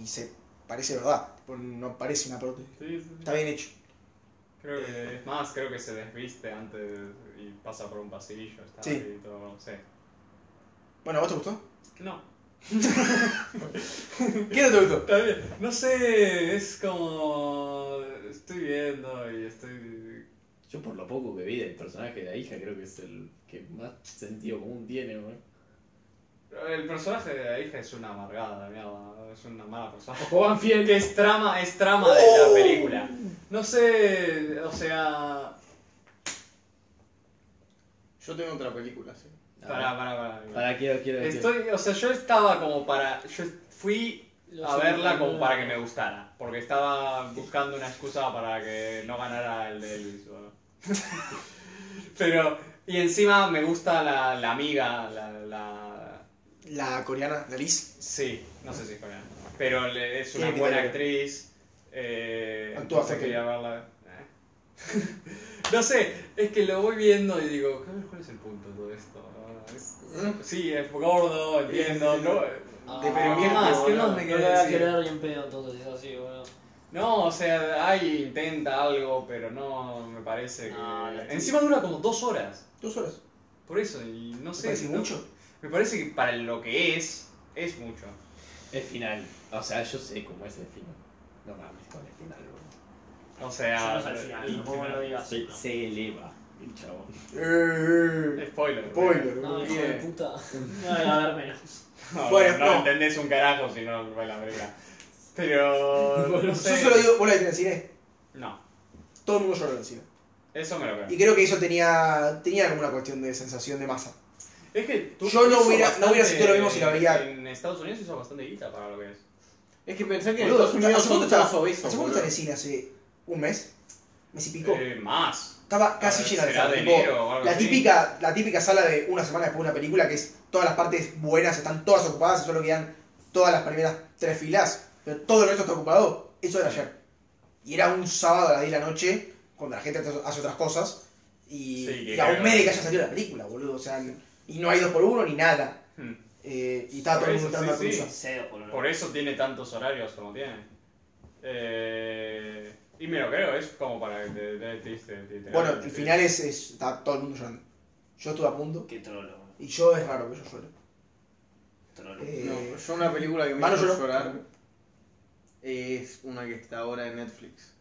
Speaker 2: y se parece verdad, tipo, no parece una prótesis.
Speaker 4: Sí, sí, sí.
Speaker 2: Está bien hecho.
Speaker 4: Creo que es más, creo que se desviste antes y pasa por un pasillo, está
Speaker 2: Sí.
Speaker 4: ahí y todo, sí.
Speaker 2: Bueno, ¿a vos te gustó?
Speaker 4: No,
Speaker 2: ¿Qué no te gustó?
Speaker 4: está bien. No sé, es como estoy viendo y estoy
Speaker 1: Yo por lo poco que vi del personaje de la hija creo que es el que más sentido común tiene, güey.
Speaker 4: el personaje de la hija es una amargada, mierda, es una mala persona.
Speaker 5: Juan Fiel.
Speaker 4: Que es trama, es trama de
Speaker 1: ¡Oh!
Speaker 4: la película. No sé, o sea,
Speaker 6: Yo tengo otra película, sí.
Speaker 4: para para para.
Speaker 1: Para quiero, quiero
Speaker 4: Estoy, o sea, yo estaba como para yo fui a verla como para que me gustara. Porque estaba buscando una excusa para que no ganara el de Elvis. ¿no? *laughs* Pero, y encima me gusta la, la amiga, la, la-
Speaker 2: La coreana, la Liz,
Speaker 4: Sí, no sé si es coreana. Pero le- es una
Speaker 2: Tiene
Speaker 4: buena
Speaker 2: criterio.
Speaker 4: actriz. eh,
Speaker 2: Actúa
Speaker 4: entonces
Speaker 2: hasta
Speaker 4: quería verla. eh. *laughs* no sé, es que lo voy viendo y digo, "¿Cuál- ¿cuál es el punto de todo esto? Ah, es-
Speaker 2: ¿Eh?
Speaker 4: sí, es gordo, entiendo. no,
Speaker 3: Ah,
Speaker 4: pero ¿qué más? ¿Qué
Speaker 3: boludo,
Speaker 4: más me
Speaker 3: No le
Speaker 4: queda
Speaker 3: voy a
Speaker 4: decir?
Speaker 3: querer bien pedo entonces, es así, boludo.
Speaker 4: No, o sea, ahí intenta algo, pero no me parece que.
Speaker 3: No, no estoy-
Speaker 4: Encima dura como dos horas.
Speaker 2: dos horas.
Speaker 4: Por eso, y no
Speaker 2: ¿Te
Speaker 4: sé.
Speaker 2: parece
Speaker 4: no-
Speaker 2: mucho?
Speaker 4: Me parece que para lo que es, es mucho.
Speaker 1: El final. O sea, yo sé cómo es el final. No mames con el final, güey.
Speaker 4: O
Speaker 3: Yo
Speaker 4: sea.
Speaker 3: no sé al final,
Speaker 4: el
Speaker 3: no puedo
Speaker 4: final.
Speaker 3: lo digas.
Speaker 1: Se, se eleva el chabón.
Speaker 2: Eh,
Speaker 4: Spoiler.
Speaker 2: spoiler,
Speaker 3: No,
Speaker 2: boludo.
Speaker 3: hijo de
Speaker 4: *laughs*
Speaker 3: puta. No voy a ver menos.
Speaker 4: No,
Speaker 2: Bueno,
Speaker 4: no,
Speaker 2: pues, no.
Speaker 4: entendés un carajo si no ves la película.
Speaker 2: *laughs*
Speaker 4: Pero. no sé.
Speaker 2: Yo solo digo, vos la viste en el cine,
Speaker 4: No,
Speaker 2: todo el mundo lloró en el cine.
Speaker 4: eso me lo creo.
Speaker 2: Y creo que eso tenía, tenía como una cuestión de sensación de masa.
Speaker 4: Es que tú.
Speaker 2: Yo no
Speaker 4: hizo
Speaker 2: hubiera- no hubiera
Speaker 4: bastante-
Speaker 2: sido lo mismo si la veía-
Speaker 4: En Estados Unidos hizo bastante guita para lo que es.
Speaker 6: Es que pensé que en
Speaker 2: Boludo,
Speaker 6: Estados Unidos
Speaker 2: ¿hace
Speaker 6: son
Speaker 2: cuánto está-
Speaker 6: todos obesos,
Speaker 2: ¿Hace cuánto
Speaker 6: boludo.
Speaker 2: está en el cine? ¿Hace un mes? ¿Mes y pico?
Speaker 4: Eh, más.
Speaker 2: Estaba casi
Speaker 4: Ah,
Speaker 2: llena de
Speaker 4: será
Speaker 2: sala.
Speaker 4: de
Speaker 2: tipo,
Speaker 4: enero o algo
Speaker 2: la,
Speaker 4: así.
Speaker 2: típica, la típica sala de una semana después de una película que es todas las partes buenas están todas ocupadas y solo quedan todas las primeras tres filas, pero todo el resto está ocupado. Eso era ayer. Y era un sábado a las 10 de la noche, cuando la gente hace- hace otras cosas, y,
Speaker 4: Sí, que
Speaker 2: y a un
Speaker 4: cagada.
Speaker 2: mes de que haya salido la película, boludo. O sea, y no hay dos por uno ni nada.
Speaker 4: Hmm.
Speaker 2: Eh, y estaba todo el
Speaker 4: Por
Speaker 2: mundo
Speaker 4: eso,
Speaker 2: entrando a
Speaker 4: sí, sí.
Speaker 2: cruzar.
Speaker 3: Cedo, boludo.
Speaker 4: Por eso tiene tantos horarios como tiene. Eh, y me lo creo, es como para que te dé triste. literalmente.
Speaker 2: Bueno, el final es, es- está todo el mundo llorando. Yo estuve a punto,
Speaker 3: Qué trolo, boludo.
Speaker 2: y yo es raro que yo llore.
Speaker 3: Trolo.
Speaker 2: Eh,
Speaker 6: No, yo una película que me
Speaker 2: Mano,
Speaker 6: hizo
Speaker 2: yo no.
Speaker 6: llorar es una que está ahora en Netflix.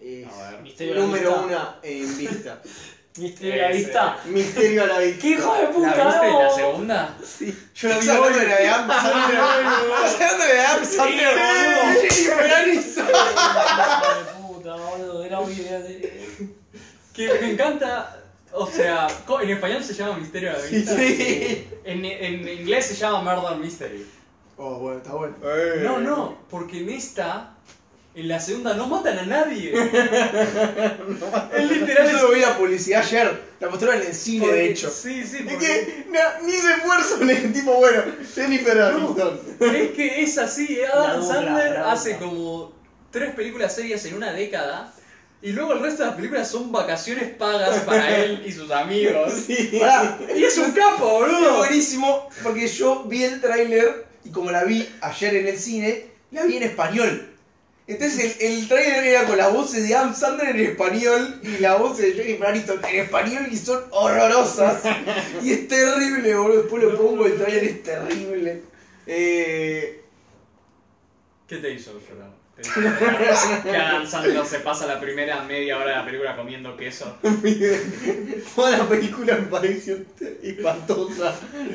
Speaker 6: Es
Speaker 4: A ver.
Speaker 3: Misterio a la
Speaker 6: número
Speaker 3: vista.
Speaker 6: una en vista. *laughs*
Speaker 3: Misterio a la
Speaker 4: Ese.
Speaker 3: vista.
Speaker 6: Misterio a la
Speaker 3: ¡Qué
Speaker 6: vista.
Speaker 3: hijo de
Speaker 4: ¿La
Speaker 3: puta!
Speaker 4: viste
Speaker 3: no!
Speaker 4: la
Speaker 3: *laughs*
Speaker 4: segunda? Yo la vi
Speaker 2: Estás
Speaker 4: hoy.
Speaker 2: hablando de la de Adam Sandler. Estás hablando de Adam Sandler, boludo. Jennifer Aniston.
Speaker 3: Hijo de puta, boludo. Era un video de.
Speaker 4: Que me encanta. O sea, co- en español se llama Misterio a la Vista. En, en inglés se
Speaker 2: Eh,
Speaker 4: llama Murder Mystery.
Speaker 2: Oh, bueno, está bueno.
Speaker 6: Eh.
Speaker 4: No, no, porque en esta. En la segunda no matan a
Speaker 2: *laughs*
Speaker 4: nadie. es literal
Speaker 2: Eso lo vi la publicidad ayer. La mostraron en el cine,
Speaker 4: porque-
Speaker 2: de hecho.
Speaker 4: Sí, sí,
Speaker 6: Es
Speaker 4: porque-
Speaker 6: que na- ni se esfuerzan, es tipo, bueno, Jennifer
Speaker 3: Ah,
Speaker 6: Aniston.
Speaker 4: Es que es así, ¿eh? Adam
Speaker 3: La dupla,
Speaker 4: Sandler
Speaker 3: la dupla.
Speaker 4: hace como tres películas serias en una década y luego el resto de las películas son vacaciones pagas para él y sus amigos.
Speaker 2: Pará,
Speaker 4: Y es un capo,
Speaker 2: Es
Speaker 4: boludo.
Speaker 2: buenísimo porque yo vi el tráiler y como la vi ayer en el cine, la vi en español. Entonces el, el tráiler era con las voces de Adam Sandler en español y la voz de Jennifer Aniston en español y son horrorosas. Y es terrible, boludo. Después lo pongo, el tráiler es terrible.
Speaker 6: Eh,
Speaker 4: ¿Qué te hizo
Speaker 2: *laughs*
Speaker 4: llorar? Te hizo llorar Que Adam Sandler se pasa la primera media hora de la película comiendo queso.
Speaker 6: toda la película me pareció espantosa.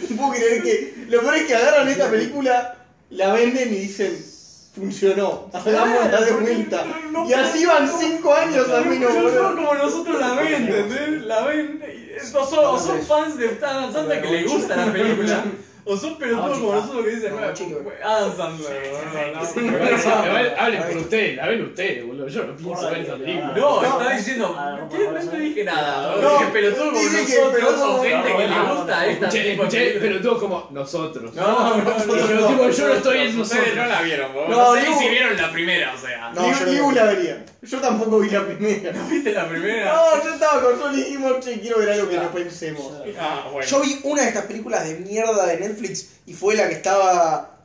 Speaker 6: No puedo creer que. Lo peor es que agarran esta película, la venden y dicen. Funcionó, hagámosla de vuelta. Y así van 5 años al menos, boludo.
Speaker 4: como nosotros la ven, ¿entendés? La ven. y- No son, o son fans de Adam Sandler que les gusta la película. O son pelotudos como nosotros que dicen,
Speaker 2: No, chico.
Speaker 4: Adam Sandler, *laughs* boludo, no, no".
Speaker 5: Hablen por ustedes, la ven ustedes, boludo. Yo no pienso ver esa película.
Speaker 4: No,
Speaker 6: No.
Speaker 4: estaba diciendo,
Speaker 3: Ah,
Speaker 4: ¿qué? no te dije nada.
Speaker 6: No,
Speaker 4: No, dije pelotudo como
Speaker 6: dice que
Speaker 4: nosotros,
Speaker 6: pelotudo
Speaker 4: o gente
Speaker 3: como-
Speaker 4: que le
Speaker 3: no,
Speaker 4: gusta esta
Speaker 5: Escuché,
Speaker 4: tipo de
Speaker 5: escuché,
Speaker 4: película.
Speaker 5: pero todos como nosotros.
Speaker 2: *laughs*
Speaker 6: No, no,
Speaker 5: Pero
Speaker 6: no,
Speaker 5: tipo,
Speaker 6: no.
Speaker 5: yo no estoy en
Speaker 4: Ustedes no
Speaker 5: nosotros.
Speaker 4: la vieron, vos.
Speaker 6: No,
Speaker 4: No sé
Speaker 6: digo-
Speaker 4: si vieron la primera, o sea.
Speaker 2: No, yo no
Speaker 6: Ni- ni
Speaker 2: lo vi.
Speaker 6: una vería. Yo tampoco vi la primera.
Speaker 4: *laughs* ¿Viste la primera?
Speaker 6: No, yo estaba con Sony y dijimos, che, quiero ver algo que no pensemos.
Speaker 4: Ah, bueno.
Speaker 2: Yo vi una de estas películas de mierda de Netflix y fue la que estaba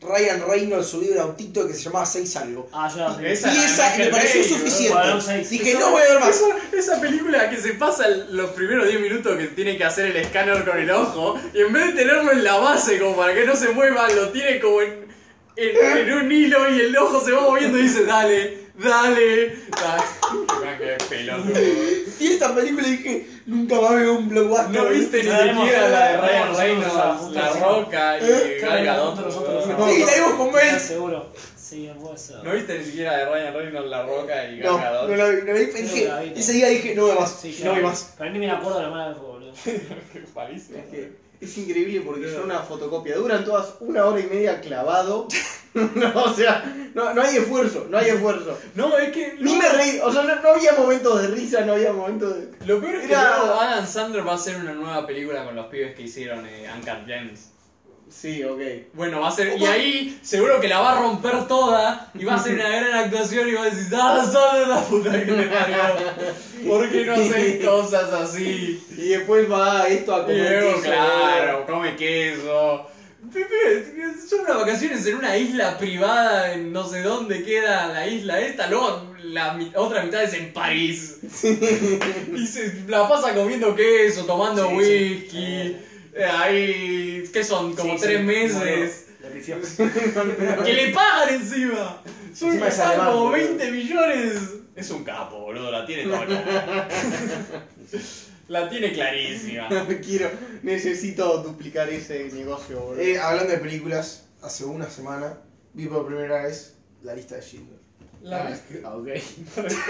Speaker 2: Ryan Reynolds subido en autito que se llamaba Seis Algo.
Speaker 3: Ah, yo la vi.
Speaker 4: Esa
Speaker 2: y
Speaker 4: la
Speaker 2: esa
Speaker 4: de
Speaker 2: me
Speaker 4: Michael
Speaker 2: pareció
Speaker 4: Bay,
Speaker 3: boludo.
Speaker 2: suficiente.
Speaker 3: Bueno,
Speaker 2: Dije,
Speaker 3: seis-
Speaker 2: no voy a ver más.
Speaker 4: Esa, esa película que se pasa los primeros 10 minutos que tiene que hacer el escáner con el ojo y en vez de tenerlo en la base como para que no se mueva, lo tiene como en,
Speaker 2: ¿Eh?
Speaker 4: en, en un hilo y el ojo se va moviendo y dice, dale, dale, dale. Qué pelotudo.
Speaker 2: Y esta película dije, nunca más veo un blockbuster.
Speaker 4: No viste ni
Speaker 3: Sabemos
Speaker 4: siquiera la de
Speaker 3: cómo
Speaker 4: Ryan
Speaker 3: nosotros
Speaker 4: Reynolds,
Speaker 3: somos
Speaker 4: La
Speaker 3: nosotros.
Speaker 4: Roca y Gal Gadot.
Speaker 3: Nosotros, nosotros,
Speaker 4: boludo.
Speaker 2: No, ¿Eh? sí, la vimos con
Speaker 3: Estoy
Speaker 2: Mel.
Speaker 3: seguro. Sí, puede ser.
Speaker 4: No viste ni siquiera de Ryan Reynolds, La Roca y Gal
Speaker 2: No, no
Speaker 4: Gadot.
Speaker 2: la vi, no la vi.
Speaker 3: Creo
Speaker 2: Dije,
Speaker 3: que la vi, no.
Speaker 2: ese día dije, no veo más.
Speaker 3: Sí, yo
Speaker 2: no
Speaker 3: la
Speaker 2: vi
Speaker 3: vi.
Speaker 2: más.
Speaker 3: Para mí ni me acuerdo de la mala del juego,
Speaker 2: *laughs*
Speaker 3: boludo.
Speaker 4: Qué malísimo.
Speaker 6: Es que es increíble porque son una fotocopia. Duran todas una hora y media clavado. *laughs* no, o sea, no, no hay esfuerzo, no hay esfuerzo.
Speaker 4: No, es que.
Speaker 6: Ni me reí, o sea, no, no había momentos de risa, no había momentos de.
Speaker 4: Lo peor es que
Speaker 6: Era-
Speaker 4: luego Adam Sandler va a hacer una nueva película con los pibes que hicieron eh, Uncut Gems.
Speaker 6: Sí, ok.
Speaker 4: Bueno, va a ser. Y ahí seguro que la va a romper toda y va a ser una gran actuación y va a decir, ¡Ah, Sandler la puta que te parió! ¿Por qué no hacéis cosas así?
Speaker 6: Y después va esto a comer
Speaker 4: Diego,
Speaker 6: queso.
Speaker 4: claro, come queso. Pepe, Son unas vacaciones en una isla privada, en no sé dónde queda la isla esta, luego la mi- otra mitad es en París. *laughs* Y se la pasa comiendo queso, tomando
Speaker 3: Sí, sí.
Speaker 4: whisky.
Speaker 3: Eh.
Speaker 4: Eh, Ahí, ¿qué son? Como
Speaker 3: Sí,
Speaker 4: tres
Speaker 3: sí,
Speaker 4: meses.
Speaker 3: boludo. La pifió.
Speaker 4: *laughs* Que le pagan encima. Son
Speaker 2: Encima
Speaker 4: le
Speaker 2: es
Speaker 4: pagan
Speaker 2: alemán,
Speaker 4: como
Speaker 2: boludo.
Speaker 4: 20 millones. Es un capo, boludo, la tiene toda. *laughs* la tiene clarísima.
Speaker 6: *laughs* Quiero, necesito duplicar ese negocio, boludo.
Speaker 2: Eh, hablando de películas, hace una semana vi por primera vez la lista de Schindler.
Speaker 4: La *laughs*
Speaker 5: Ah, ok.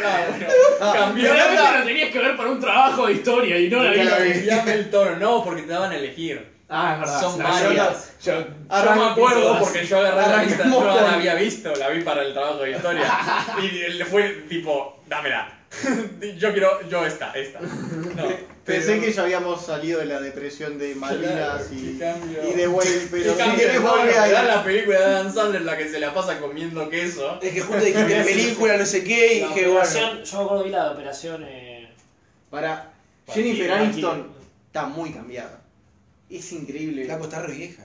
Speaker 4: Ah, bueno, cambió
Speaker 5: *laughs* Realmente lo tenías que ver para un trabajo de historia y no la
Speaker 2: Nunca la
Speaker 5: vi.
Speaker 2: vi.
Speaker 4: cambiame el tono, no, porque te daban a elegir.
Speaker 5: Ah, es verdad.
Speaker 4: Son
Speaker 5: la-
Speaker 4: varias.
Speaker 5: Yo, yo-
Speaker 4: yo me
Speaker 6: Arranquen
Speaker 4: acuerdo
Speaker 6: todas.
Speaker 4: porque yo agarré la lista, yo no
Speaker 6: Arranquemos
Speaker 4: la
Speaker 6: con-
Speaker 4: había visto, la vi para el trabajo de historia. Y él fue tipo, dámela. *laughs* Yo quiero, yo esta, esta. No,
Speaker 6: Pensé
Speaker 4: pero-
Speaker 6: que ya habíamos salido de la depresión de Malvinas
Speaker 4: Qué
Speaker 6: y,
Speaker 4: cambio.
Speaker 6: y de Whale,
Speaker 4: Y
Speaker 6: pero si
Speaker 4: cambio,
Speaker 6: querés
Speaker 4: no,
Speaker 6: volver
Speaker 4: me da
Speaker 6: ahí.
Speaker 4: la película de Dan Sandler la que se la pasa comiendo queso.
Speaker 2: Es que justo dijiste película, no sé qué, y
Speaker 3: La
Speaker 2: dije, bueno.
Speaker 3: operación- Yo me acuerdo que vi la de operación. eh,
Speaker 6: Para Jennifer
Speaker 3: Joaquín.
Speaker 6: Aniston está muy cambiada. Es increíble.
Speaker 2: La costa re vieja.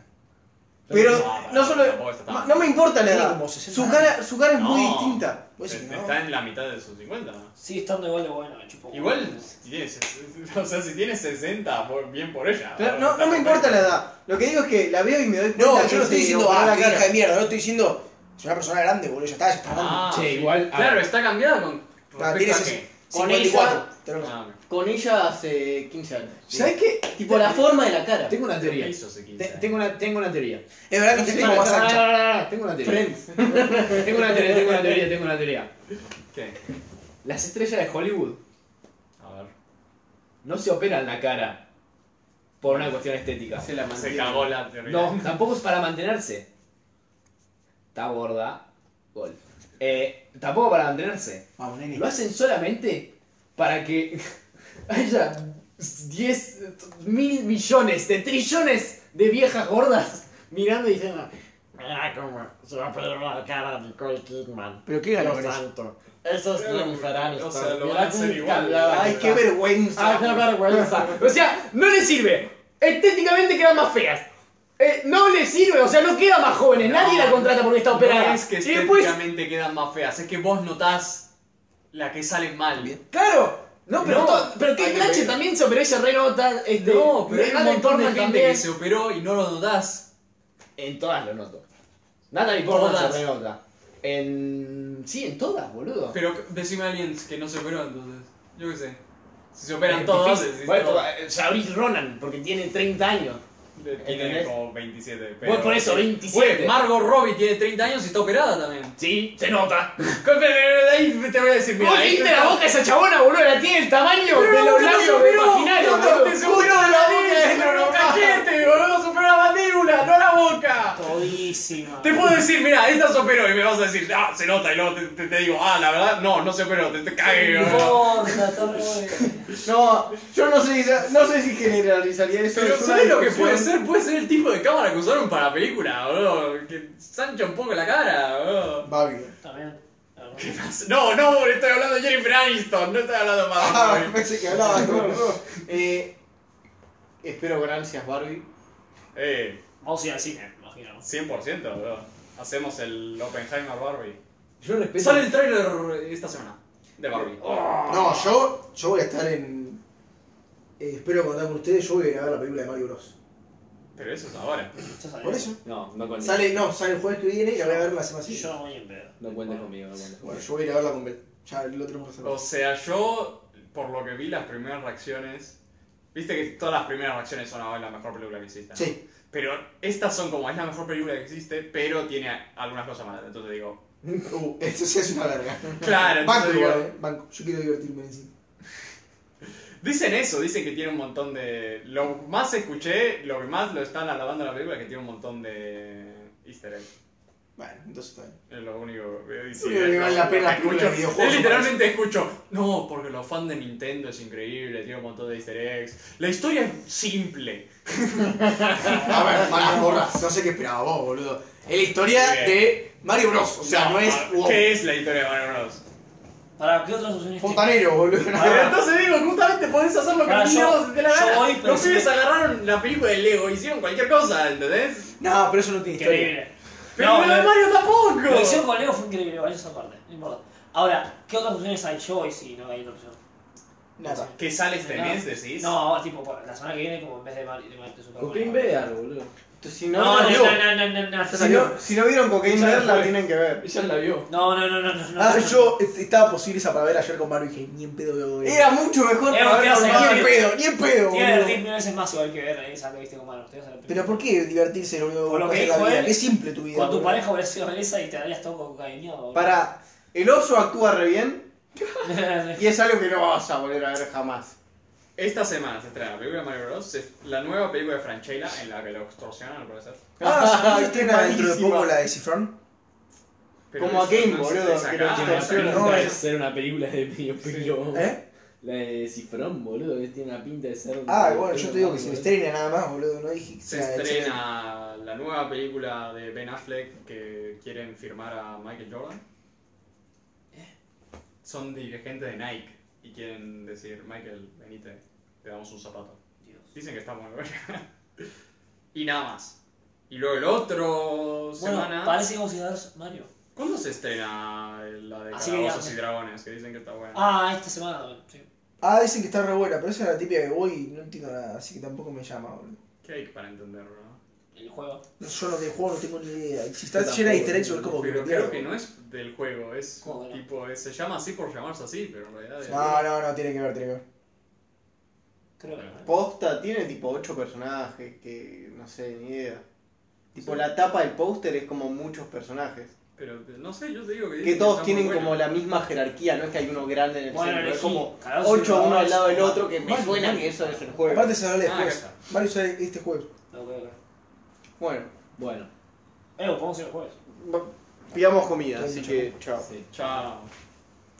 Speaker 6: Pero
Speaker 4: No,
Speaker 6: no solo.
Speaker 4: tampoco está tan-
Speaker 6: ma- No me importa la
Speaker 2: Tiene
Speaker 6: edad.
Speaker 2: como 60
Speaker 6: Su cara, su cara es muy
Speaker 4: No.
Speaker 6: distinta.
Speaker 4: Pues,
Speaker 2: Vos decís que no.
Speaker 4: Está en la mitad de sus 50, ¿no?
Speaker 3: Sigue estando igual de bueno, me chupo. huevo.
Speaker 4: Igual, si tiene, ses- *laughs* o sea, si tiene 60, por- bien por ella.
Speaker 6: Claro, No, no me importa la edad. Lo que digo es que la veo y me doy cuenta.
Speaker 2: No,
Speaker 6: que
Speaker 2: yo no
Speaker 6: se
Speaker 2: estoy diciendo,
Speaker 6: operó
Speaker 2: ah,
Speaker 6: la
Speaker 2: qué
Speaker 6: cara.
Speaker 2: hija de mierda, no estoy diciendo, es una persona grande, boludo, ya está, ya está grande.
Speaker 4: Ah,
Speaker 5: Che,
Speaker 4: sí.
Speaker 5: igual, a
Speaker 4: Claro,
Speaker 5: ver.
Speaker 4: está cambiada con.
Speaker 2: Ah,
Speaker 4: respecto
Speaker 2: tiene
Speaker 4: a
Speaker 2: ese-
Speaker 4: qué.
Speaker 6: Con
Speaker 2: 54. te lo-
Speaker 4: Ah,
Speaker 6: Con ella hace 15 años.
Speaker 5: ¿Sabes qué?
Speaker 6: Tipo la forma de la cara.
Speaker 5: Tengo una
Speaker 4: ¿qué
Speaker 5: teoría.
Speaker 4: hizo hace 15
Speaker 5: Te-
Speaker 4: años?
Speaker 5: Tengo una, tengo una teoría.
Speaker 2: Es verdad que es como más ancha.
Speaker 5: No, no, no, no, no, Tengo una teoría.
Speaker 1: *laughs*
Speaker 6: Friends.
Speaker 5: Tengo una teoría, tengo una teoría, tengo una teoría.
Speaker 4: ¿Qué?
Speaker 5: Las estrellas de Hollywood
Speaker 4: A ver.
Speaker 5: no se operan la cara por una cuestión estética.
Speaker 6: Se la
Speaker 4: Se
Speaker 6: mantiene.
Speaker 4: cagó la teoría.
Speaker 5: No, tampoco es para mantenerse. Está gorda. Gol. Eh,
Speaker 1: tampoco para mantenerse.
Speaker 2: Vamos,
Speaker 1: Lo
Speaker 2: nene.
Speaker 1: hacen solamente para que *laughs* haya 10 mil millones de trillones de viejas gordas mirando y diciendo.
Speaker 8: Ah, como se va a poner la cara de Nicole Kidman.
Speaker 2: Pero qué ganó
Speaker 8: Dios
Speaker 2: con eso.
Speaker 8: santo. Eso es
Speaker 4: Pero,
Speaker 8: Jennifer
Speaker 4: o sea,
Speaker 8: Aniston.
Speaker 4: lo
Speaker 8: Mirá
Speaker 4: van a hacer
Speaker 8: cómo
Speaker 4: igual.
Speaker 8: cambiada
Speaker 4: Ay,
Speaker 8: que
Speaker 2: qué
Speaker 8: está.
Speaker 2: vergüenza.
Speaker 5: Ah,
Speaker 8: Ay, qué vergüenza.
Speaker 5: O sea, no le sirve. Estéticamente quedan más feas. Eh, no le sirve, o sea, no queda más jóvenes. Nadie la contrata porque está operada.
Speaker 4: No es que
Speaker 5: y después,
Speaker 4: estéticamente quedan más feas, es que vos notás la que salen mal.
Speaker 5: claro. No, pero,
Speaker 4: No,
Speaker 5: to- pero
Speaker 4: hay
Speaker 5: Kate
Speaker 4: que
Speaker 5: Blanchett
Speaker 4: ver.
Speaker 5: también se operó y se renota. Este,
Speaker 4: No, pero hay un
Speaker 5: Natalie
Speaker 4: montón de
Speaker 5: Portman
Speaker 4: gente
Speaker 5: también.
Speaker 4: que se operó y no lo notás.
Speaker 5: En todas lo noto. Natalie Portman
Speaker 4: Todas.
Speaker 5: se renota. En... Sí, en todas, boludo.
Speaker 4: Pero decime a alguien que no se operó entonces. Yo qué sé. Si se operan
Speaker 5: Es
Speaker 4: todos,
Speaker 5: difícil.
Speaker 4: decís,
Speaker 5: Bueno,
Speaker 4: no,
Speaker 5: eh, Saoirse Ronan, porque tiene 30 años.
Speaker 4: tiene
Speaker 5: ¿entendés?
Speaker 4: como 27. Pero...
Speaker 5: Bueno, por eso, 27.
Speaker 4: Güey, Margot Robbie tiene 30 años y está operada también.
Speaker 5: Sí, se nota.
Speaker 4: Ahí te voy a decir, mira.
Speaker 5: Vos le diste la boca a esa chabona, boludo, la tiene el tamaño de los labios del imaginario, boludo.
Speaker 4: ¡Cachete, boludo! ¡Superó la mandíbula, no la boca!
Speaker 3: Todísima.
Speaker 4: Te puedo decir, mira, esta se operó y me vas a decir, ah, se nota, y luego te, te- te digo, ah, la verdad, no, no se operó, te, te cagué, boludo.
Speaker 2: *laughs*
Speaker 3: Corta, Torre.
Speaker 6: No, yo no sé, si- no sé si generalizaría eso.
Speaker 4: Pero
Speaker 6: es una
Speaker 4: ¿sabes lo que
Speaker 6: discusión.
Speaker 4: puede ser? Puede ser el tipo de cámara que usaron para la película, boludo. Que sancha un poco la cara, boludo.
Speaker 2: Va bien.
Speaker 3: También.
Speaker 4: No, no, estoy hablando de Jennifer Aniston, no estoy hablando
Speaker 2: Ah,
Speaker 4: más.
Speaker 2: pensé que hablaba de otro.
Speaker 6: Eh, espero con ansias Barbie.
Speaker 4: eh,
Speaker 3: Vamos a ir al cine, imagino.
Speaker 4: 100%, boludo. Hacemos el Oppenheimer Barbie.
Speaker 5: Yo respeto.
Speaker 4: Sale el tráiler esta semana de Barbie.
Speaker 2: Oh. No, yo, yo voy a estar en. eh, espero contar con ustedes, yo voy a ir a ver la película de Mario Bros.
Speaker 4: Pero eso es ahora.
Speaker 3: Yo sabía.
Speaker 2: Por eso.
Speaker 1: No, no cuentes.
Speaker 2: Sale, no, sale el jueves que viene y la voy a ver la semana
Speaker 3: Yo
Speaker 2: siguiente.
Speaker 3: no voy en pedo.
Speaker 1: No cuentes conmigo, no cuentes
Speaker 2: Bueno,
Speaker 1: conmigo.
Speaker 2: yo voy a ir a verla con Bel. Ya lo tenemos que hacer.
Speaker 4: O sea, yo, por lo que vi las primeras reacciones, viste que todas las primeras reacciones son "Ah, es la mejor película que existe. ¿no?
Speaker 2: Sí. *laughs*
Speaker 4: Pero estas son como, es la mejor película que existe, pero tiene algunas cosas malas. Entonces digo,
Speaker 2: Uh, esto sí es una verga.
Speaker 4: claro,
Speaker 2: Banco
Speaker 4: entonces
Speaker 2: igual,
Speaker 4: digo,
Speaker 2: eh. Banco. Yo quiero divertirme en sí.
Speaker 4: dicen eso, dicen que tiene un montón de... Lo más escuché, lo que más lo están alabando de la película, es que tiene un montón de easter eggs.
Speaker 2: Bueno, entonces está bien.
Speaker 4: Es lo único que
Speaker 2: Lo único que vale la pena es película de videojuegos,
Speaker 4: Yo literalmente escucho, no, porque los fans de Nintendo es increíble, tiene un montón de easter eggs. La historia es simple.
Speaker 2: A *laughs* ver, malas borras. No sé qué esperaba vos, boludo. Es la historia
Speaker 4: Bien.
Speaker 2: de Mario Bros. O sea, no, es.
Speaker 4: ah,
Speaker 2: wow,
Speaker 4: ¿Qué es la historia de Mario Bros?
Speaker 3: ¿Para qué otras opciones tiene?
Speaker 2: Fontanero, boludo.
Speaker 4: Pero entonces digo, justamente podés hacer lo que
Speaker 3: Ahora,
Speaker 4: mierda
Speaker 3: Ah, yo-
Speaker 4: se te la
Speaker 3: yo
Speaker 4: gana.
Speaker 3: voy, pero
Speaker 4: Los
Speaker 3: si
Speaker 4: pibes
Speaker 3: te-
Speaker 4: agarraron la película de Lego, hicieron cualquier cosa, ¿entendés?
Speaker 2: *laughs* No, pero eso no tiene historia.
Speaker 3: Increíble.
Speaker 4: Pero
Speaker 3: No,
Speaker 4: lo de
Speaker 3: lo-
Speaker 4: Mario tampoco.
Speaker 3: Lo que hicieron con Leo fue increíble, vale, esa parte. No importa. Ahora, ¿qué otras opciones hay? Yo voy si no hay otra opción.
Speaker 2: Nada.
Speaker 4: ¿Que sale este
Speaker 3: No.
Speaker 4: mes, decís?
Speaker 3: No, tipo, por- la semana que viene, como en vez de Mario, de Mario de Super
Speaker 1: Cocaine
Speaker 3: Mario.
Speaker 1: Bear, boludo.
Speaker 6: Entonces, si
Speaker 3: No,
Speaker 6: no,
Speaker 3: no,
Speaker 6: la vio-
Speaker 3: no, no, no, no.
Speaker 6: si, no, si no vieron Cocaine
Speaker 5: Ya
Speaker 6: Bear, la
Speaker 5: fue.
Speaker 6: tienen que ver.
Speaker 5: Ella la vio.
Speaker 3: No, no, no, no, no, no.
Speaker 2: Ah,
Speaker 3: no.
Speaker 2: yo este, estaba posible esa para ver ayer con Mario y dije, ni en pedo lo voy a ver.
Speaker 6: Era mucho mejor
Speaker 3: Era
Speaker 6: para
Speaker 3: que
Speaker 6: ver
Speaker 3: hace
Speaker 6: armada.
Speaker 2: Ni en pedo, ni en pedo,
Speaker 3: Tiene que
Speaker 2: boludo.
Speaker 3: divertir mil veces más igual que ver esa que viste con Mario. Ustedes a la película.
Speaker 2: Pero ¿por qué divertirse, boludo?
Speaker 3: Por lo
Speaker 2: con
Speaker 3: que
Speaker 2: la
Speaker 3: dijo
Speaker 2: vida?
Speaker 3: él,
Speaker 2: Qué simple tu vida.
Speaker 3: Con tu
Speaker 2: boludo.
Speaker 3: pareja hubieras sido esa y te darías todo con cariño. boludo. *laughs*
Speaker 6: Para, el oso actúa re bien y es algo que no vas a volver a ver jamás.
Speaker 4: Esta semana se estrena la película de Mario Bros. se- La nueva película de Franchella en la que lo extorsionan al parecer.
Speaker 2: Ah, ¿se estrena
Speaker 6: malísima.
Speaker 2: dentro de poco la de Cifrón?
Speaker 4: Pero
Speaker 6: Como a
Speaker 4: eso
Speaker 6: Game,
Speaker 4: no es-
Speaker 6: boludo,
Speaker 4: es acá,
Speaker 6: que lo
Speaker 4: es acá.
Speaker 6: extorsionan.
Speaker 2: No,
Speaker 1: Pinta de
Speaker 2: es-
Speaker 1: ser una película de medio pelo.
Speaker 2: ¿Eh?
Speaker 1: La de Cifrón, boludo, que tiene una pinta de ser un
Speaker 2: Ah,
Speaker 1: medio
Speaker 2: bueno, yo
Speaker 1: pelo
Speaker 2: te digo
Speaker 1: malo,
Speaker 2: que se
Speaker 1: boludo.
Speaker 2: estrena nada más, boludo. No dije que
Speaker 4: Se
Speaker 2: sea-
Speaker 4: estrena la nueva película de Ben Affleck que quieren firmar a Michael Jordan. Eh. Son dirigentes de Nike y quieren decir, Michael, venite, te damos un zapato.
Speaker 3: Dios.
Speaker 4: Dicen que está muy buena. *laughs* y nada más. Y luego el otro semana...
Speaker 3: Bueno, parece que vamos a ir a ver Mario.
Speaker 4: ¿Cuándo se estrena la de
Speaker 3: Así que
Speaker 4: Calabozos
Speaker 3: Ah, ya-
Speaker 4: y Dragones? Que dicen que está buena.
Speaker 3: Ah, esta semana. Sí.
Speaker 2: Ah, dicen que está re buena, pero esa es la típica que voy y no entiendo nada, así que tampoco me llama, boludo.
Speaker 4: ¿Qué hay para entenderlo? no?
Speaker 3: El juego.
Speaker 2: No, Yo no de juego no tengo ni idea. Y
Speaker 1: Yo
Speaker 2: Si está
Speaker 1: tampoco,
Speaker 2: llena de easter eggs, sobre
Speaker 1: boludo.
Speaker 2: como que
Speaker 4: Pero
Speaker 2: me
Speaker 4: creo
Speaker 2: pierdo.
Speaker 4: que no es del juego, es
Speaker 3: ¿Cómo que no?
Speaker 4: tipo... es- se llama así por llamarse así, pero en realidad... es-
Speaker 6: Ah.
Speaker 2: No, no, no, tiene que ver, tiene que ver.
Speaker 3: Creo que no.
Speaker 6: Posta tiene tipo 8 personajes que no sé ni idea. Tipo la tapa del póster es como muchos personajes.
Speaker 4: Pero no sé, yo te digo que.
Speaker 6: Que
Speaker 4: dicen
Speaker 6: todos
Speaker 4: está
Speaker 6: tienen
Speaker 4: muy
Speaker 6: como
Speaker 4: bueno.
Speaker 6: la misma jerarquía, no es que hay uno grande en el
Speaker 3: Bueno,
Speaker 6: centro, es
Speaker 3: elegí.
Speaker 6: como
Speaker 3: Cada uno
Speaker 6: 8
Speaker 3: se
Speaker 6: uno
Speaker 3: va,
Speaker 6: al lado
Speaker 3: es
Speaker 6: del
Speaker 3: un
Speaker 6: otro que me
Speaker 2: Mario,
Speaker 6: suena
Speaker 2: Mario.
Speaker 6: que eso es el juego.
Speaker 2: Aparte se habla
Speaker 4: Ah, acá
Speaker 2: después.
Speaker 4: está.
Speaker 2: Mario sale este juego.
Speaker 3: No creo que no.
Speaker 6: Bueno,
Speaker 1: Bueno,
Speaker 3: Eh, podemos ir al jueves.
Speaker 6: va- Pidamos comida, así que chao.
Speaker 2: Sí.
Speaker 4: Chao.